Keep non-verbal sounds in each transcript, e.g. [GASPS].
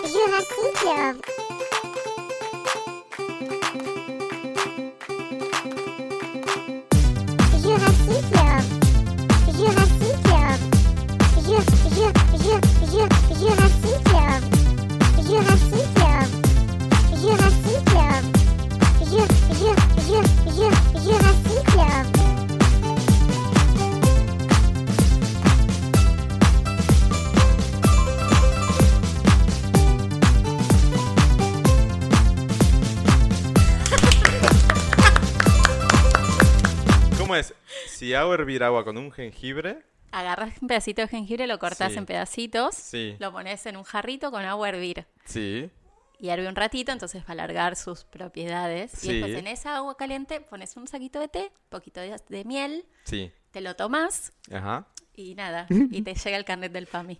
ejercicio. Ejercicio. Ejercicio. Ejer- ejer- ejer- ejer- Ejercicio. Ejercicio. Ejercicio. Ejer- ejer- ejer- ejer- Ejercicio. ¿Cómo es? Si hago hervir agua con un jengibre, Agarras un pedacito de jengibre, lo cortás Sí. en pedacitos, Sí. lo pones en un jarrito con agua a hervir. sí. Y herve un ratito, entonces va a alargar sus propiedades. Sí. Y después en esa agua caliente pones un saquito de té, poquito de, de miel, Sí. te lo tomás Ajá. y nada. y te llega el carnet del PAMI.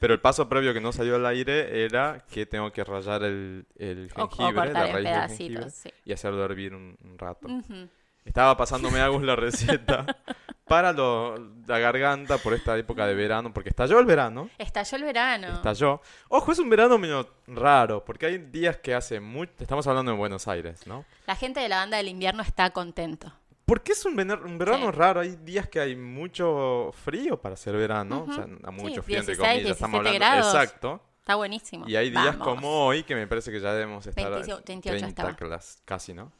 Pero el paso previo que no salió al aire era que tengo que rayar el, el O- o jengibre, la cortar raíz en del pedacitos, jengibre, sí. Mm. y hacerlo hervir un, un rato. Ujú. Estaba pasándome Agus la receta para lo- la garganta por esta época de verano, porque estalló el verano. Estalló el verano. Estalló. Ojo, es un verano medio raro, porque hay días que hace mucho... Estamos hablando en Buenos Aires, ¿no? La gente de la banda del invierno está contento. Porque es un, vener- un verano Sí. raro, hay días que hay mucho frío para ser verano, o sea, Ujú. a mucho Sí, frío entre 16, comillas, estamos 17 hablando. grados. Exacto. Está buenísimo. Y hay días Vamos. como hoy que me parece que ya debemos estar a 28 30 estaba. clas- casi, ¿no?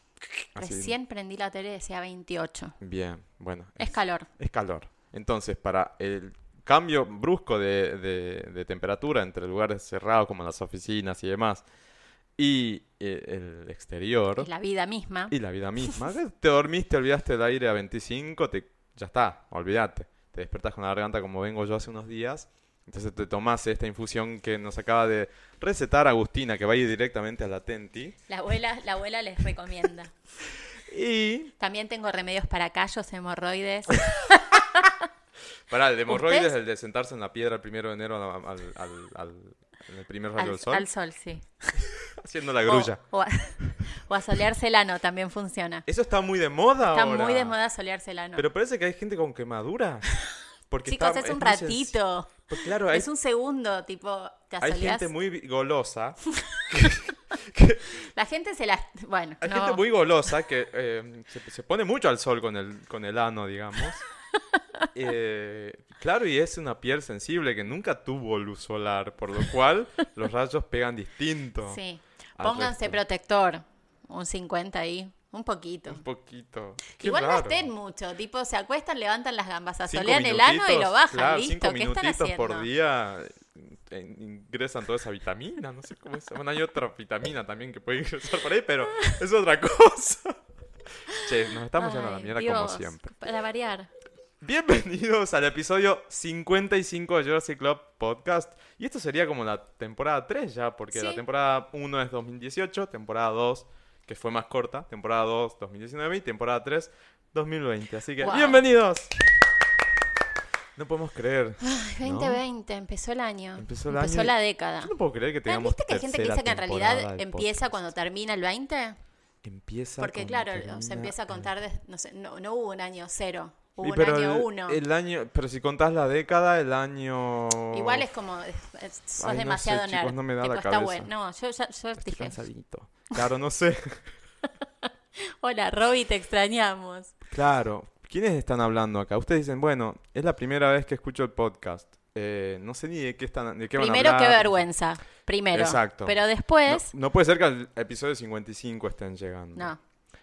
Así. Recién prendí la tele y decía 28. Bien, bueno. Es calor. es calor. Entonces, para el cambio brusco de, de- de temperatura entre lugares cerrados como las oficinas y demás y eh, el exterior Es la vida misma. y la vida misma, te- te dormiste, olvidaste el aire a 25, te, ya está, olvídate. Te despertás con la garganta como vengo yo hace unos días. Entonces te tomás esta infusión que nos acaba de recetar Agustina, que va a ir directamente a la Tenti. La abuela, la abuela les recomienda. Y También tengo remedios para callos, hemorroides. Pará, el de hemorroides, ¿Ustedes? el de sentarse en la piedra el primero de enero al, al- al- al- en el primer rayo al, del sol, al Oh. sol, sí. haciendo la O- grulla. O, a, [LAUGHS] o a solearse el ano también funciona. Eso está muy de moda Está ahora. muy de moda solearse el ano. Pero parece que hay gente con quemadura. Porque [LAUGHS] Chicos, está- es un muy sensi- ratito. Porque claro, hay, es un segundo, tipo, te hay asoleás. gente muy golosa. La gente se la... Bueno, Hay no. gente muy golosa que eh, se, se pone mucho al sol con el, con el ano, [LAUGHS] digamos. Eh, claro, y es una piel sensible que nunca tuvo luz solar, por lo cual los rayos pegan distinto. Sí. al Pónganse resto. protector. Un 50 ahí. Un poquito. Un poquito. Qué Igual raro. no estén mucho, tipo, se acuestan, levantan las gambas, Cinco asolean el ano y minutitos, lo bajan, claro, listo, cinco ¿qué están minutitos haciendo? por día eh, ingresan toda esa vitamina, no sé cómo se llama. Bueno, hay otra vitamina también que puede ingresar por ahí, pero es otra [LAUGHS] cosa. Che, nos estamos yendo a la Ay, mierda como Dios, siempre. Para variar. Bienvenidos al episodio 55 de Jersey Club Podcast. Y esto sería como la temporada 3 ya, porque la Sí. temporada 1 es 2018, temporada 2 que fue más corta, temporada 2 2019 y temporada 3 2020. Así que Wow. bienvenidos. No podemos creer. Ay, 2020, empezó el año. Empezó el empezó año y- la década. Yo no puedo creer que Ah, tengamos ¿Viste que hay gente que tercera dice que en temporada realidad de empieza podcast? cuando termina el 20? empieza Porque cuando claro, termina se empieza a el- contar desde, no, sé, no, no hubo un año cero, hubo Y un pero año el- uno. El año, pero si contás la década, el año Igual es como, es- es- sos Ay, no sé, demasiado chicos, nerd. no me da Tipo, la está cabeza. bueno. No, yo, ya- yo Estoy dije, cansadito. Claro, no sé. hola Robbie, te extrañamos. Claro. ¿Quiénes están hablando acá? Ustedes dicen, bueno, es la primera vez que escucho el podcast. Eh, no sé ni de qué están, de qué van a Primero, qué hablar. vergüenza. Primero. Exacto. Pero No- después, No, puede ser que al episodio 55 estén llegando. no.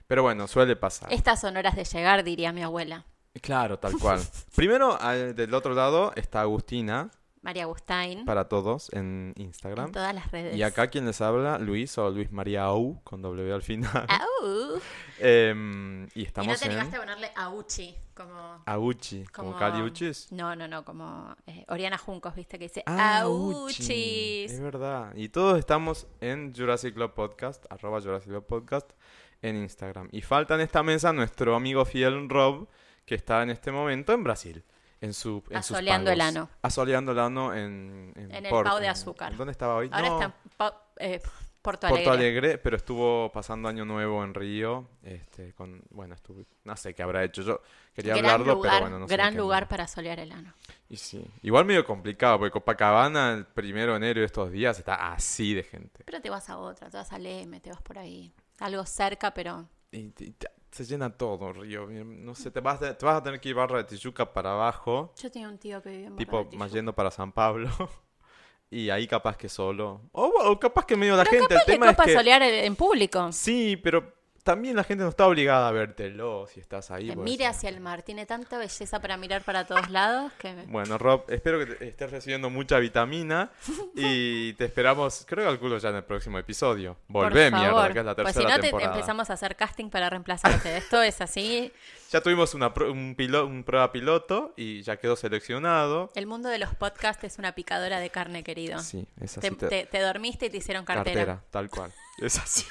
Pero bueno, suele pasar. Estas son horas de llegar, diría mi abuela. Claro, [LAUGHS] tal cual. Primero, al- del otro lado está Agustina, María Agustín. para todos, en En Instagram. todas las redes. Y acá quien les habla, Luis o Luis María Au, con W al final. Au. [LAUGHS] Em, y Ah. Y no estamos te en negaste a ponerle Auchi, como. Auchi, como como- Cali Uchis. No, no, no, como eh, Oriana Juncos, viste que dice Auchi. Auchis. Ah, Es verdad. Y todos estamos en Jurassic Club Podcast, arroba Jurassic Club Podcast, en Instagram. Y falta en esta mesa nuestro amigo fiel Rob, que está en este momento en Brasil. En su, en sus Asoleando el pagos. ano. Asoleando el ano en, en, En el Porto, pau de en- azúcar. ¿Dónde estaba hoy? Ahora No, está en pa- eh, Porto Alegre. Porto Alegre, pero estuvo pasando Año Nuevo en Río, este, con, bueno, estuvo, no sé qué habrá hecho, yo quería gran hablarlo, lugar, pero bueno, no sé. gran qué- lugar para solear el ano. Y sí, igual medio complicado, porque Copacabana el primero de enero de estos días está así de gente. Pero te vas a otra, te vas al M, te vas por ahí. Algo cerca, pero Y, y te- se llena todo Río, no sé, te vas, de- te vas a tener que ir Barra de Tijuca para abajo. yo tenía un tío que vivía en Barra tipo del Tijuco. más yendo para San Pablo [LAUGHS] y ahí capaz que solo o, o capaz que medio la gente el Capaz que tema es copa que solear en en público. sí pero también la gente no está obligada a vértelo si estás ahí Que pues. mire hacia el mar, tiene tanta belleza para mirar para todos lados que me- bueno Rob espero que te- estés recibiendo mucha vitamina y te esperamos creo que calculo ya en el próximo episodio por volvé favor. mierda que es la tercera pues si no te- te temporada empezamos a hacer casting para reemplazarte. Esto es así, ya tuvimos una pro- un, pilo- un prueba piloto y ya quedó seleccionado el mundo de los podcasts es una picadora de carne, querido. sí es así te, te- te dormiste y te hicieron cartera. tal [LAUGHS] cual. Es así.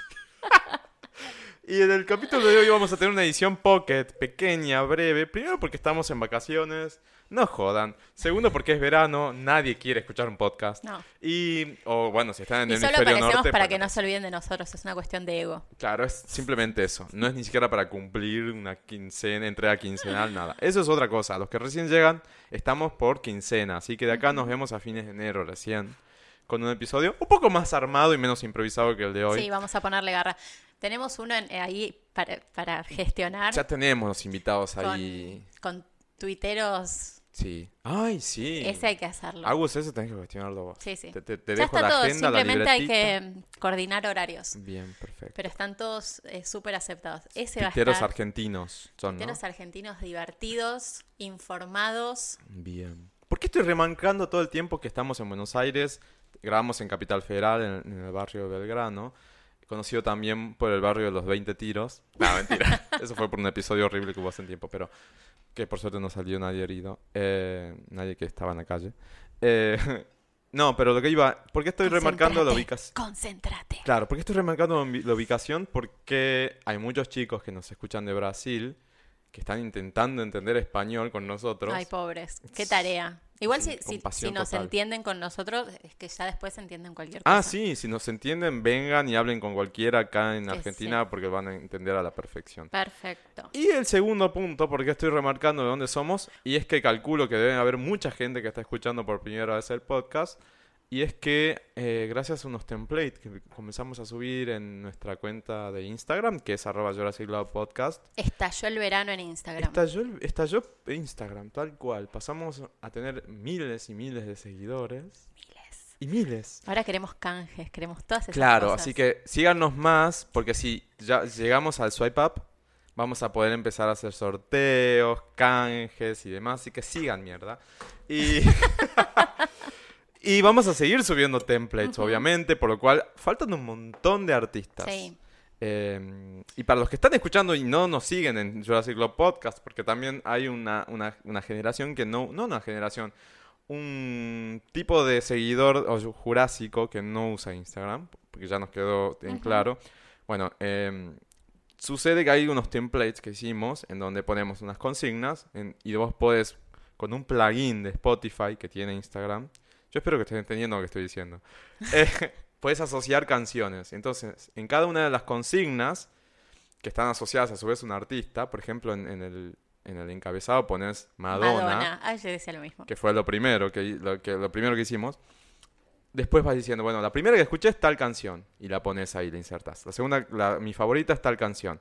y en el capítulo de hoy vamos a tener una edición pocket, pequeña, breve. Primero porque estamos en vacaciones, no jodan. Segundo porque es verano, nadie quiere escuchar un podcast. No. Y, o bueno, si están en Y el solo hemisferio aparecemos norte... para que bueno, no se olviden de nosotros, es una cuestión de ego. Claro, es simplemente eso. No es ni siquiera para cumplir una quincena, entrega quincenal, nada. Eso es otra cosa. Los que recién llegan, estamos por quincena. Así que de acá nos vemos a fines de enero recién. Con un episodio un poco más armado y menos improvisado que el de hoy. Sí, vamos a ponerle garra. Tenemos uno en- eh, ahí para, para gestionar Ya tenemos los invitados ahí. con, con tuiteros. Sí. Ay, sí. Ese hay que hacerlo. Agus, eso tenés que cuestionarlo vos. Sí, sí. Te, te- te ya dejo está la todo, agenda, la simplemente hay libretita. que mm, coordinar horarios. Bien, perfecto. Pero están todos eh, súper aceptados. Ese va a Piteros estar. argentinos son, ¿no? Piteros argentinos divertidos, informados. Bien. ¿Por qué estoy remancando todo el tiempo que estamos en Buenos Aires? Grabamos en Capital Federal, en, en el barrio de Belgrano. Conocido también por el barrio de los 20 tiros. No, mentira. Eso fue por un episodio horrible que hubo hace un tiempo, pero que por suerte no salió nadie herido. Eh, nadie que estaba en la calle. Eh, [LAUGHS] no, pero lo que iba... ¿Por qué estoy remarcando la Concéntrate, ubicación? Concéntrate. Claro, ¿por qué estoy remarcando mi- la ubicación? Porque hay muchos chicos que nos escuchan de Brasil que están intentando entender español con nosotros. Ay, pobres. Qué tarea. Igual Sí, si, si- compasión si nos total. entienden con nosotros, es que ya después entienden cualquier cosa. Ah, sí, si nos entienden, vengan y hablen con cualquiera acá en Que Argentina porque van a entender a la perfección. Perfecto. Y el segundo punto, porque estoy remarcando de dónde somos, y es que calculo que deben haber mucha gente que está escuchando por primera vez el podcast, y es que eh, gracias a unos templates que comenzamos a subir en nuestra cuenta de Instagram, que es arroba llorasiglo podcast, Estalló el verano en Instagram. estalló, el- estalló Instagram tal cual, pasamos a tener miles y miles de seguidores, Miles. y miles. Ahora queremos canjes, queremos todas esas Claro, cosas. así que síganos más, porque si ya llegamos al swipe up, vamos a poder empezar a hacer sorteos, canjes y demás, así que sigan mierda. [LAUGHS] Y, [LAUGHS] y vamos a seguir subiendo templates, obviamente, por lo cual faltan un montón de artistas. Sí. Eh, y para los que están escuchando y no nos siguen en Jurassic Club Podcast, porque también hay una, una, una generación que no, no una generación, un tipo de seguidor o ju- jurásico que no usa Instagram, porque ya nos quedó en Ujú. claro. Bueno, eh, sucede que hay unos templates que hicimos en donde ponemos unas consignas en- y vos podés, con un plugin de Spotify que tiene Instagram, yo espero que estés entendiendo lo que estoy diciendo. [LAUGHS] Eh, puedes asociar canciones. Entonces, en cada una de las consignas que están asociadas a su vez a un artista, por ejemplo, en, en el, en el encabezado pones Madonna, Madonna. Ay, yo decía lo mismo. que fue lo primero que, lo que, lo primero que hicimos. Después vas diciendo, bueno, la primera que escuché es tal canción. Y la pones ahí, la insertas. La segunda, la- mi favorita es tal canción.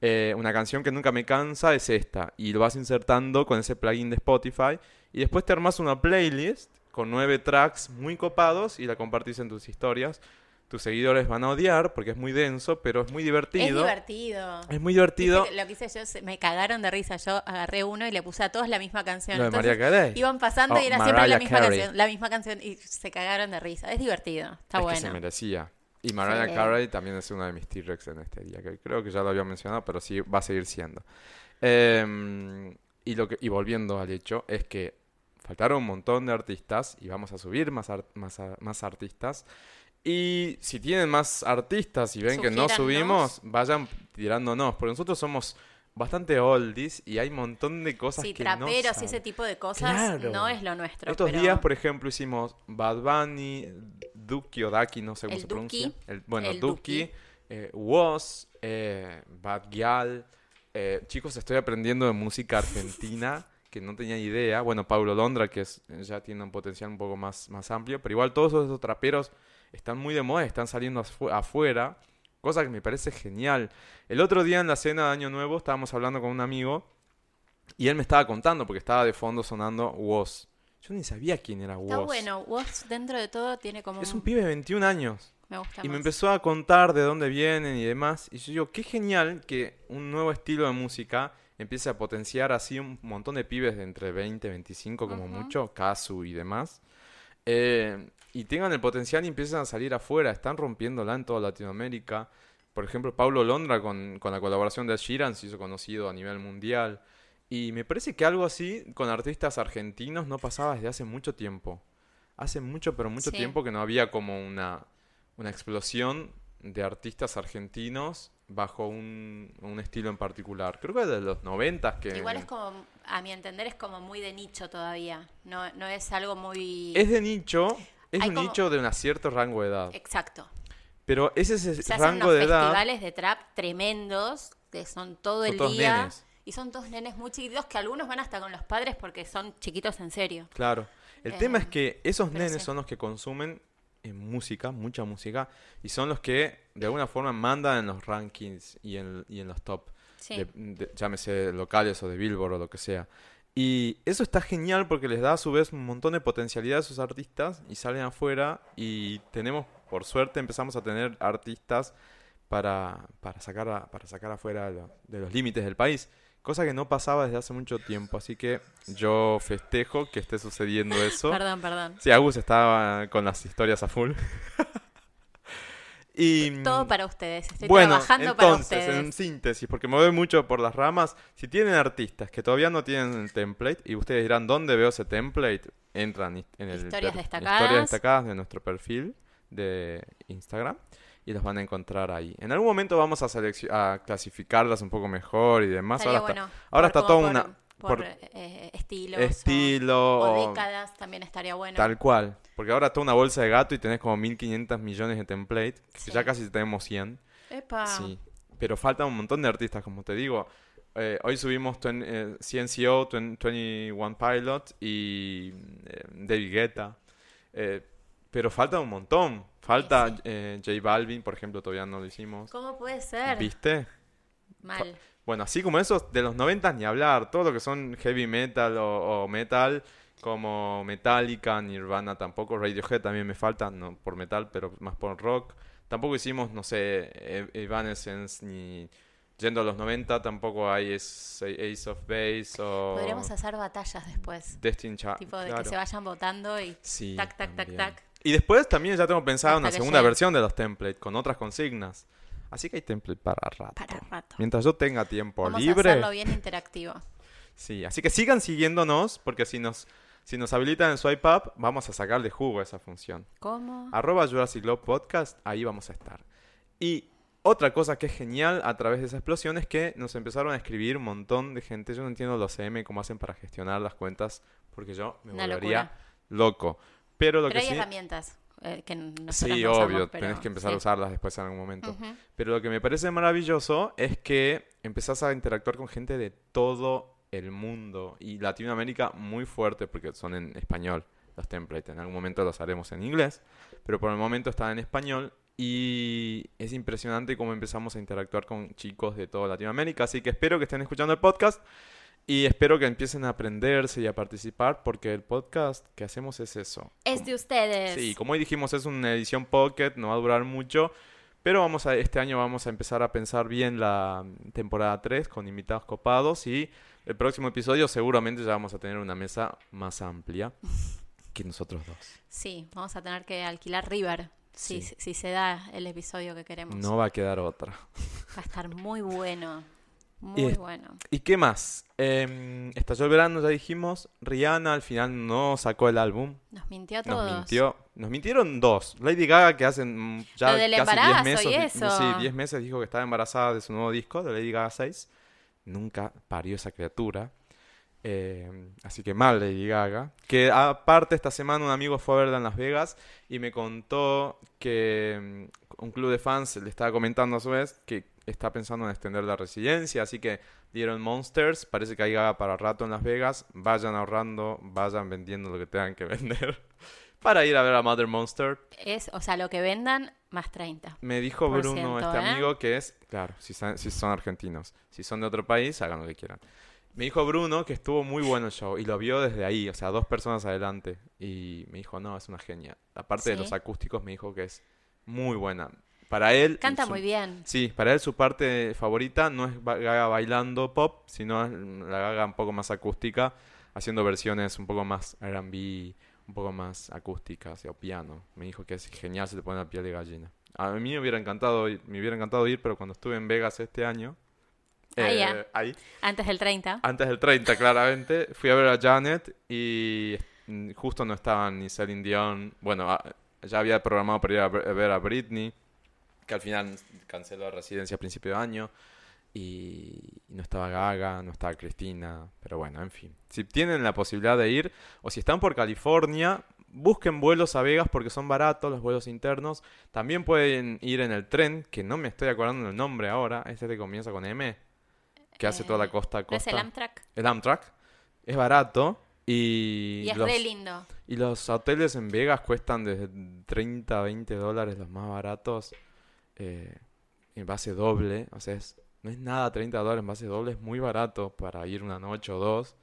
Eh, una canción que nunca me cansa es esta. Y lo vas insertando con ese plugin de Spotify. Y después te armas una playlist con nueve tracks muy copados y la compartís en tus historias. Tus seguidores van a odiar porque es muy denso, pero es muy divertido. Es divertido. Es muy divertido. Viste que Lo que hice yo, se- me cagaron de risa. Yo agarré uno y le puse a todos la misma canción. Lo de Entonces, María Carey. Iban pasando Oh, y era siempre la Mariah misma Carey. canción. La misma canción y se cagaron de risa. Es divertido. Está es que se bueno. merecía. Y Mariah Sí. Carey también es una de mis T-Rex en este día, que creo que ya lo había mencionado, pero sí va a seguir siendo. Em, y, lo que, y volviendo al hecho, es que faltaron un montón de artistas y vamos a subir más, ar- más, a- más artistas. Y si tienen más artistas y ven que no Sugiérannos. subimos, vayan tirándonos, porque nosotros somos bastante oldies y hay un montón de cosas Sí, que traperos no y ese sabe. tipo de cosas Claro. no es lo nuestro. Estos pero días, por ejemplo, hicimos Bad Bunny, Duki o Daki, no sé cómo El se Duki, pronuncia. El, bueno, el Duki, Duki. eh, Woz, eh, Bad Gyal. eh, chicos, estoy aprendiendo de música argentina que no tenía idea. Bueno, Pablo Londra, que es- ya tiene un potencial un poco más, más amplio, pero igual todos esos traperos están muy de moda, están saliendo afu- afuera, cosa que me parece genial. El otro día en la cena de Año Nuevo estábamos hablando con un amigo y él me estaba contando porque estaba de fondo sonando Woz. Yo ni sabía quién era Woz. Está bueno, Woz dentro de todo tiene como Es un- un pibe de 21 años. Me gusta Y me más. empezó a contar de dónde vienen y demás. Y yo digo, qué genial que un nuevo estilo de música empiece a potenciar así un montón de pibes de entre 20, 25 como Ujú. mucho, Kazu y demás. Eh, y tengan el potencial y empiezan a salir afuera. Están rompiéndola en toda Latinoamérica. Por ejemplo, Pablo Londra con, con la colaboración de Sheeran se hizo conocido a nivel mundial. Y me parece que algo así con artistas argentinos no pasaba desde hace mucho tiempo. Hace mucho, pero mucho Sí. tiempo que no había como una, una explosión de artistas argentinos bajo un, un estilo en particular. Creo que desde los noventas que... Igual es como, a mi entender, es como muy de nicho todavía. No, no es algo muy... Es de nicho, es Hay un como- nicho de un cierto rango de edad. Exacto. Pero ese es Se el hacen rango unos de edad... festivales de trap tremendos, que son todo Son el todos día. nenes. Y son todos nenes muy chiquitos, que algunos van hasta con los padres porque son chiquitos en serio. Claro. El Eh, tema es que esos pero nenes sí. son los que consumen eh, música, mucha música, y son los que de alguna forma mandan en los rankings y en, y en los top, Sí. de- de- llámese locales o de Billboard o lo que sea. Y eso está genial porque les da a su vez un montón de potencialidad a sus artistas y salen afuera y tenemos, por suerte, empezamos a tener artistas para, para, sacar, a- para sacar afuera de lo- de los límites del país. Cosa que no pasaba desde hace mucho tiempo, así que yo festejo que esté [LAUGHS] sucediendo eso. Perdón, perdón. Sí, Agus estaba con las historias a full. [LAUGHS] y Todo para ustedes. Estoy Mm. bueno, trabajando entonces, para en ustedes. síntesis, porque me voy mucho por las ramas, si tienen artistas que todavía no tienen el template y ustedes dirán, ¿dónde veo ese template? Entran hist- en el Historias per- destacadas. historias destacadas de nuestro perfil de Instagram y los van a encontrar ahí. En algún momento vamos a, selec- a clasificarlas un poco mejor y demás. Estaría ahora está, bueno, ahora por- está como toda por- una... Por, por eh, estilos. o- estilo... O, o- décadas también estaría bueno. Tal cual. Porque ahora está una bolsa de gato y tenés como 1500 millones de templates, que Sí. ya casi tenemos 100. Epa. Sí. Pero faltan un montón de artistas, como te digo. Eh, hoy subimos twen- eh, CNCO, twen- 21 Pilot y eh, David Guetta. Eh, pero falta un montón. Falta eh, J Balvin, por ejemplo, todavía no lo hicimos. ¿Cómo puede ser? ¿Viste? Mal. Bueno, así como esos de los 90 ni hablar, todo lo que son heavy metal o, o metal, como Metallica, Nirvana tampoco, Radiohead también me falta, no por metal, pero más por rock. Tampoco hicimos, no sé, E- Evanescence ni yendo a los 90, tampoco hay ese Ace of Base o Podríamos hacer batallas después. Destiny Child. Tipo de Ah, claro. que se vayan votando y Sí, tac, tac, tac, también. tac. Y después también ya tengo pensado Hasta una que segunda llegue. versión de los templates con otras consignas. Así que hay template para rato. para rato. Mientras yo tenga tiempo Vamos libre. a hacerlo bien interactivo. Sí, así que sigan siguiéndonos porque si nos, si nos habilitan en Swipe Up, vamos a sacarle jugo a esa función. ¿Cómo? Arroba Jurassic Love Podcast, ahí vamos a estar. Y otra cosa que es genial a través de esa explosión es que nos empezaron a escribir un montón de gente. Yo no entiendo los CM cómo hacen para gestionar las cuentas porque yo me Una volvería locura. loco. Pero lo Pero hay que sí... herramientas eh, que nosotros Sí, no usamos, obvio, pero tenés que empezar sí. a usarlas después en algún momento. Ujú. Pero lo que me parece maravilloso es que empezás a interactuar con gente de todo el mundo y Latinoamérica muy fuerte porque son en español los templates. En algún momento los haremos en inglés, pero por el momento están en español y es impresionante cómo empezamos a interactuar con chicos de toda Latinoamérica. Así que espero que estén escuchando el podcast y espero que empiecen a aprenderse y a participar porque el podcast que hacemos es eso. Es de ustedes. Sí, como hoy dijimos, es una edición pocket, no va a durar mucho. Pero vamos a, este año vamos a empezar a pensar bien la mm, temporada 3 con invitados copados y el próximo episodio seguramente ya vamos a tener una mesa más amplia que nosotros dos. Sí, vamos a tener que alquilar River si, Sí. si se da el episodio que queremos. No va a quedar otra. Va a estar muy bueno. Y Muy es- bueno. ¿Y qué más? Eh, estalló el verano, ya dijimos. Rihanna al final no sacó el álbum. Nos mintió a todos. Nos mintió. Nos mintieron dos. Lady Gaga, que hacen mm, ya Lo del casi 10 embarazo meses. y di- eso. Sí, 10 meses dijo que estaba embarazada de su nuevo disco, de Lady Gaga 6. nunca parió esa criatura. Eh, así que mal Lady Gaga. Que aparte esta semana un amigo fue a verla en Las Vegas y me contó que mm, un club de fans le estaba comentando a su vez que está pensando en extender la residencia. Así que dieron Monsters. Parece que hay Gaga para rato en Las Vegas. Vayan ahorrando, vayan vendiendo lo que tengan que [LAUGHS] vender para ir a ver a Mother Monster. Es, o sea, lo que vendan más 30. Me dijo Por Bruno, ciento, este ¿eh? amigo, que es, claro, si, sa- si son argentinos, si son de otro país, hagan lo que quieran. Me dijo Bruno que estuvo muy bueno el show y lo vio desde ahí, o sea, dos personas adelante. Y me dijo, no, es una genia. Aparte de Sí. los acústicos, me dijo que es muy buena. Para él... Canta su- muy bien. Sí, para él su parte favorita no es ba- Gaga bailando pop, sino es la Gaga un poco más acústica, haciendo versiones un poco más R&B, un poco más acústicas, o piano. Me dijo que es genial, se te pone la piel de gallina. A mí me hubiera encantado, ir- me hubiera encantado ir, pero cuando estuve en Vegas este año, eh, Ah, ya. ahí, Antes del 30. antes del 30 claramente, fui a ver a Janet y mm, justo no estaban ni Celine Dion, bueno, a- ya había programado para ir a ver a ver a Britney que al final canceló la residencia a principio de año. Y no estaba Gaga, no estaba Cristina, pero bueno, en fin. Si tienen la posibilidad de ir, o si están por California, busquen vuelos a Vegas porque son baratos los vuelos internos. También pueden ir en el tren, que no me estoy acordando el nombre ahora, este que comienza con M, que hace Eh, toda la costa a ¿No es costa. el Amtrak? El Amtrak. Es barato y, Y es los- re lindo. y los hoteles en Vegas cuestan desde 30 a 20 dólares los más baratos. eh, en base doble. O sea, es- no es nada 30 dólares en base doble. Es muy barato para ir una noche o dos.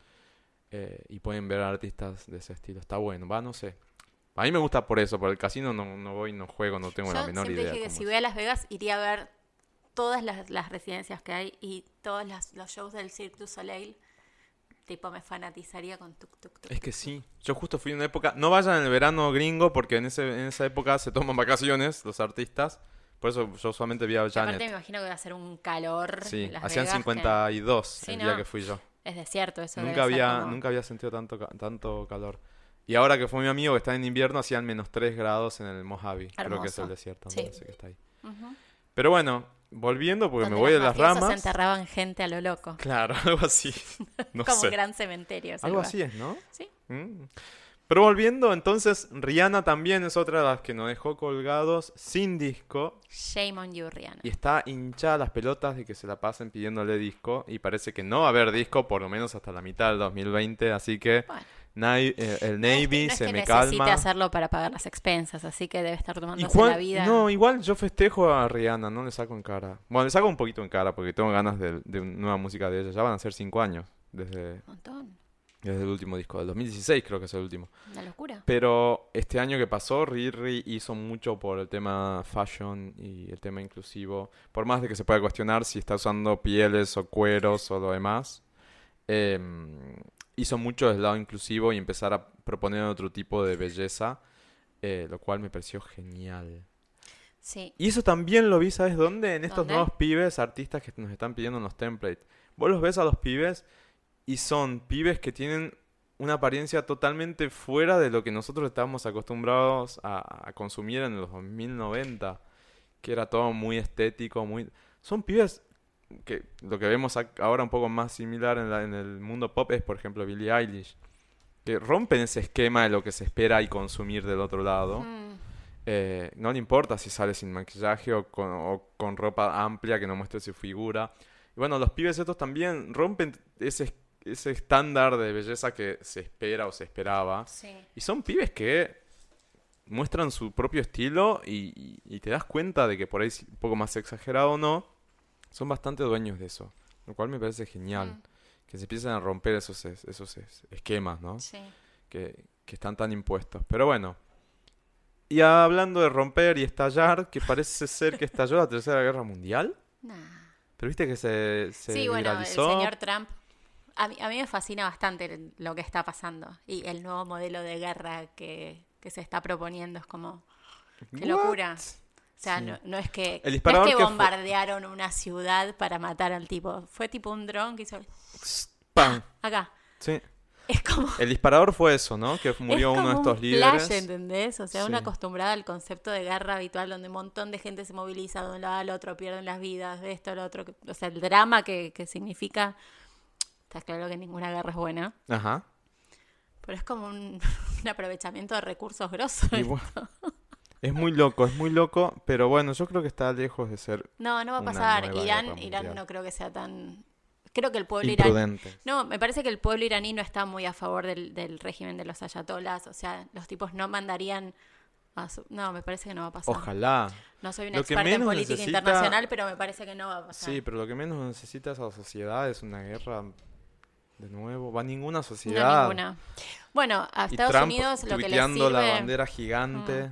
eh, y pueden ver artistas de ese estilo. Está bueno. Va, no sé. A mí me gusta por eso. Por el casino no, no voy, no juego, no tengo la Yo menor siempre idea. dije que cómo si es. voy a Las Vegas iría a ver todas las, las residencias que hay y todos las- los shows del Cirque du Soleil. Tipo, me fanatizaría con tuk tuk tuk. Es que sí. Yo justo fui en una época. No vayan en el verano gringo porque en, ese, en esa época se toman vacaciones los artistas. Por eso yo solamente vi a Y Aparte me Janet. imagino que va a ser un calor. Sí, en Las hacían Vegas que 52 Sí, el no. día que fui yo. Es desierto eso. debe Nunca ser había, como- nunca había sentido tanto, ca- tanto calor. Y ahora que fue mi amigo que está en invierno, hacían menos 3 grados en el Mojave. Creo que es Hermoso. el desierto, me Sí. parece que está ahí. Ujú. Pero bueno, volviendo porque me Donde voy de los las mafiosos ramas. enterraban gente a lo loco. Claro, [LAUGHS] algo [LAUGHS] así. No como sé. un gran cementerio. ese Algo lugar. así es, ¿no? Sí. Mm. Pero volviendo, entonces, Rihanna también es otra de las que nos dejó colgados sin disco Shame on you, Rihanna. y está hinchada las pelotas de que se la pasen pidiéndole disco y parece que no va a haber disco por lo menos hasta la mitad del 2020, así que Bueno. na- eh, el Navy No es se que me necesite calma. hacerlo para pagar las expensas, así que debe estar tomándose Igual- la vida. No, igual yo festejo a Rihanna, no le saco en cara. Bueno, le saco un poquito en cara porque tengo ganas de, de nueva música de ella. Ya van a ser cinco años desde, Un montón. desde el último disco, del 2016 creo que es el último. Una locura. Pero este año que pasó, Riri hizo mucho por el tema fashion y el tema inclusivo. Por más de que se pueda cuestionar si está usando pieles o cueros o lo demás, eh, hizo mucho del lado inclusivo y empezar a proponer otro tipo de belleza, eh, lo cual me pareció genial. Sí. Y eso también lo vi, ¿sabes dónde? En estos ¿Dónde? nuevos pibes, artistas que nos están pidiendo unos templates. Vos los ves a los pibes y son pibes que tienen una apariencia totalmente fuera de lo que nosotros estábamos acostumbrados a, a consumir en los 2090, que era todo muy estético, muy... Son pibes que lo que vemos ac- ahora un poco más similar en, la- en el mundo pop es, por ejemplo, Billie Eilish, que rompen ese esquema de lo que se espera y consumir del otro lado. Mm, Eh, no le importa si sale sin maquillaje o con, o con ropa amplia que no muestre su figura. Y bueno, los pibes estos también rompen ese, ese estándar de belleza que se espera o se esperaba. sí. Y son pibes que muestran su propio estilo y, y- y te das cuenta de que por ahí es un poco más exagerado o no, son bastante dueños de eso. Lo cual me parece genial. Mm. Que se empiecen a romper esos, es- esos es- esquemas, ¿no? Sí. que, que están tan impuestos. Pero bueno. Y hablando de romper y estallar, que parece ser que estalló la Tercera Guerra Mundial. Nah. Pero viste que se, se Sí, bueno, viralizó. el señor Trump. A mí, a mí me fascina bastante lo que está pasando y el nuevo modelo de guerra que, que se está proponiendo. Es como, qué What? locura. O sea, Sí. no, no es que, no El es disparador que que fue- bombardearon una ciudad para matar al tipo. Fue tipo un dron que hizo Pam. acá. Sí. Es como. El disparador fue eso, ¿no? Que murió es como uno de estos un líderes. Flash, ¿entendés? O sea, Sí. una acostumbrada al concepto de guerra habitual donde un montón de gente se moviliza de un lado al otro, pierden las vidas, de esto, lo otro. que- O sea, el drama que, que significa. Está claro que ninguna guerra es buena, Ajá. [LAUGHS] pero es como un, [LAUGHS] un aprovechamiento de recursos grosos. Y bueno, es muy loco, es muy loco, pero bueno, yo creo que está lejos de ser No, no va a Una pasar. nueva Irán, guerra Irán mundial. no creo que sea tan. Creo que el pueblo iraní. imprudente. No, me parece que el pueblo iraní no está muy a favor del, del régimen de los ayatolás. O sea, los tipos no mandarían. a su- No, me parece que no va a pasar. Ojalá. No soy una Lo que experta en menos política necesita- internacional, pero me parece que no va a pasar. Sí, pero lo que menos necesita esa sociedad es una guerra de nuevo. Va ninguna no sociedad. ninguna. Bueno, a Y Estados Trump Unidos lo que les tuiteando sirve. Ah, la bandera gigante.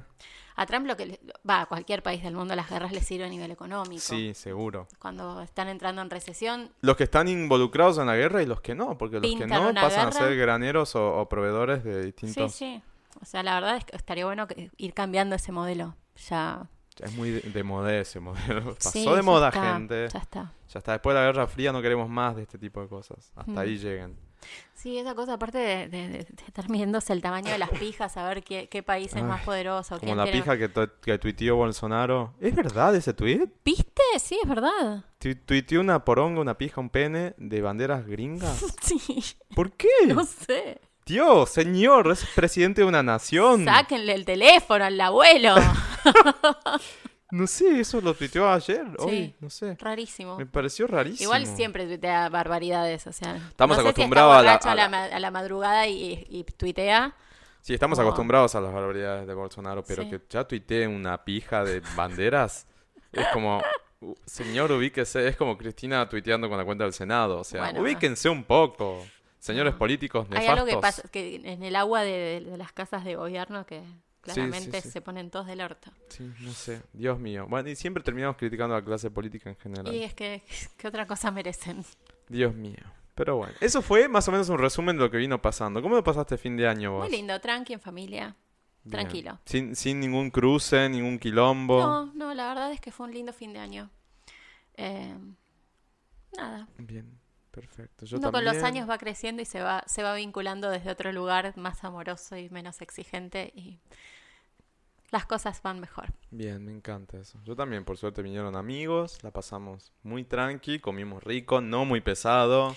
A Trump lo que le- va a cualquier país del mundo las guerras les sirven a nivel económico. Sí, seguro. Cuando están entrando en recesión, Los que están involucrados en la guerra y los que no, porque los que Pintan no una pasan a guerra. ser graneros o, o proveedores de sí, distintos. sí. O sea, la verdad es que estaría bueno que- ir cambiando ese modelo. Ya Es muy de, de moda ese modelo. [LAUGHS] Pasó Sí, de ya moda, está, gente. Ya está. Ya está, después de la Guerra Fría no queremos más de este tipo de cosas. Hasta Mm. ahí llegan. Sí, esa cosa aparte de, de- de- de estar midiéndose el tamaño de las pijas, a ver qué, qué país es más Ay, poderoso. Como quién la tiene- pija que, tu- que tuiteó Bolsonaro. ¿Es verdad ese tuit? ¿Viste? Sí, es verdad. [LAUGHS] Tu- Tuiteó una poronga, una pija, un pene de banderas [LAUGHS] gringas. Sí, ¿Por qué? no sé. Dios, señor, es presidente de una nación. Sáquenle el teléfono al abuelo. No sé, eso lo tuiteó ayer, hoy, Sí. no sé. Rarísimo. Me pareció rarísimo. Igual siempre tuitea barbaridades, o sea. Estamos no sé si está acostumbrados a la- borracho a la- ma- a la madrugada y, y tuitea. Sí, estamos Wow. acostumbrados a las barbaridades de Bolsonaro, pero Sí. que ya tuitee una pija de banderas. es como, u- señor, ubíquese. Es como Cristina tuiteando con la cuenta del Senado. O sea, Bueno. ubíquense un poco. Señores No. políticos Hay nefastos. algo que pasa que en el agua de, de las casas de gobierno que claramente sí. se ponen todos del orto. Sí, no sé. Dios mío. Bueno, y siempre terminamos criticando a la clase política en general. Y es que, [LAUGHS] ¿qué otra cosa merecen? Dios mío. Pero bueno, eso fue más o menos un resumen de lo que vino pasando. ¿Cómo lo pasaste fin de año vos? Muy lindo, tranqui, en familia. Bien. tranquilo. Sin, sin ningún cruce, ningún quilombo. No, no, la verdad es que fue un lindo fin de año. Eh, nada. Bien, perfecto. Yo Uno con los también. años va creciendo y se va, se va vinculando desde otro lugar más amoroso y menos exigente y las cosas van mejor. Bien, me encanta eso. Yo también, por suerte, vinieron amigos, la pasamos muy tranqui, comimos rico, no muy pesado.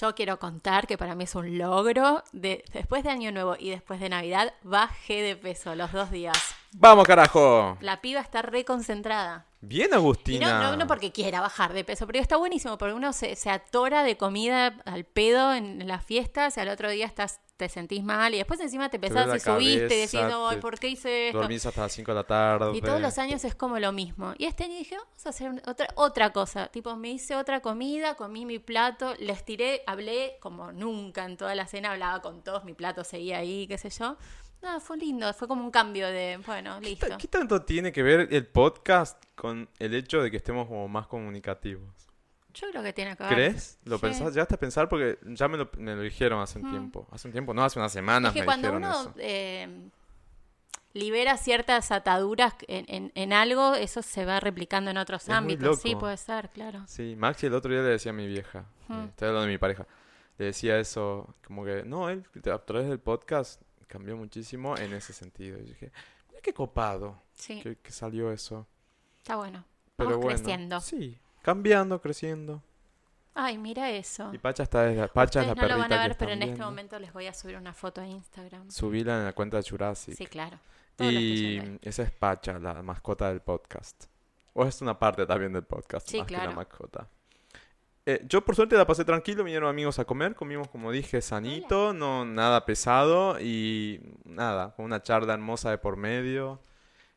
Yo quiero contar que para mí es un logro. De, después de Año Nuevo y después de Navidad bajé de peso los dos días. ¡Vamos, carajo! La piba está reconcentrada. Bien, Y Agustina. no, no, no porque quiera bajar de peso, pero está buenísimo, porque uno se, se atora de comida al pedo en las fiestas, y al otro día estás, te sentís mal, y después encima te duele pesás y la subiste y decís, cabeza, no, te- ¿por qué hice esto? Dormís hasta las 5 de la tarde. Y todos los años es como lo mismo. Y este año dije, vamos a hacer un- otra, otra cosa. Tipo, me hice otra comida, comí mi plato, les tiré, hablé como nunca en toda la cena, hablaba con todos, mi plato seguía ahí, qué sé yo. Nada, fue lindo, fue como un cambio de, bueno, ¿Qué, listo. ta- qué tanto tiene que ver el podcast con el hecho de que estemos como más comunicativos? Yo creo que tiene que ver. ¿Crees? ¿Lo Ah, Sí. pensás? ¿Llegaste a pensar? Porque ya me lo, me lo dijeron hace un tiempo. Hace un tiempo, no, hace unas semanas Es que me cuando dijeron uno eso. eh, libera ciertas ataduras en, en- en algo, eso se va replicando en otros muy ámbitos. Sí, loco. puede ser, claro. Sí, Maxi el otro día le decía a mi vieja, eh, Mm. estoy hablando de mi pareja, le decía eso, como que, no, él te- a través del podcast cambió muchísimo en ese sentido. Y yo dije, mira qué copado Sí, que, que salió eso. está bueno. Pero Vamos bueno, creciendo. Sí, cambiando, creciendo. Ay, mira eso. Y Pacha está desde, Pacha es la Ah. Ustedes no perrita lo van a que ver, pero están en este viendo. momento les voy a subir una foto a Instagram. Subila en la cuenta de Jurassic. Sí, claro. Todo lo estoy y yendo ahí. esa es Pacha, la mascota del podcast. O es una parte también del podcast, Sí, más que claro. la mascota. Eh, yo por suerte la pasé tranquilo, vinieron amigos a comer, comimos como dije sanito, no nada pesado y nada, con una charla hermosa de por medio,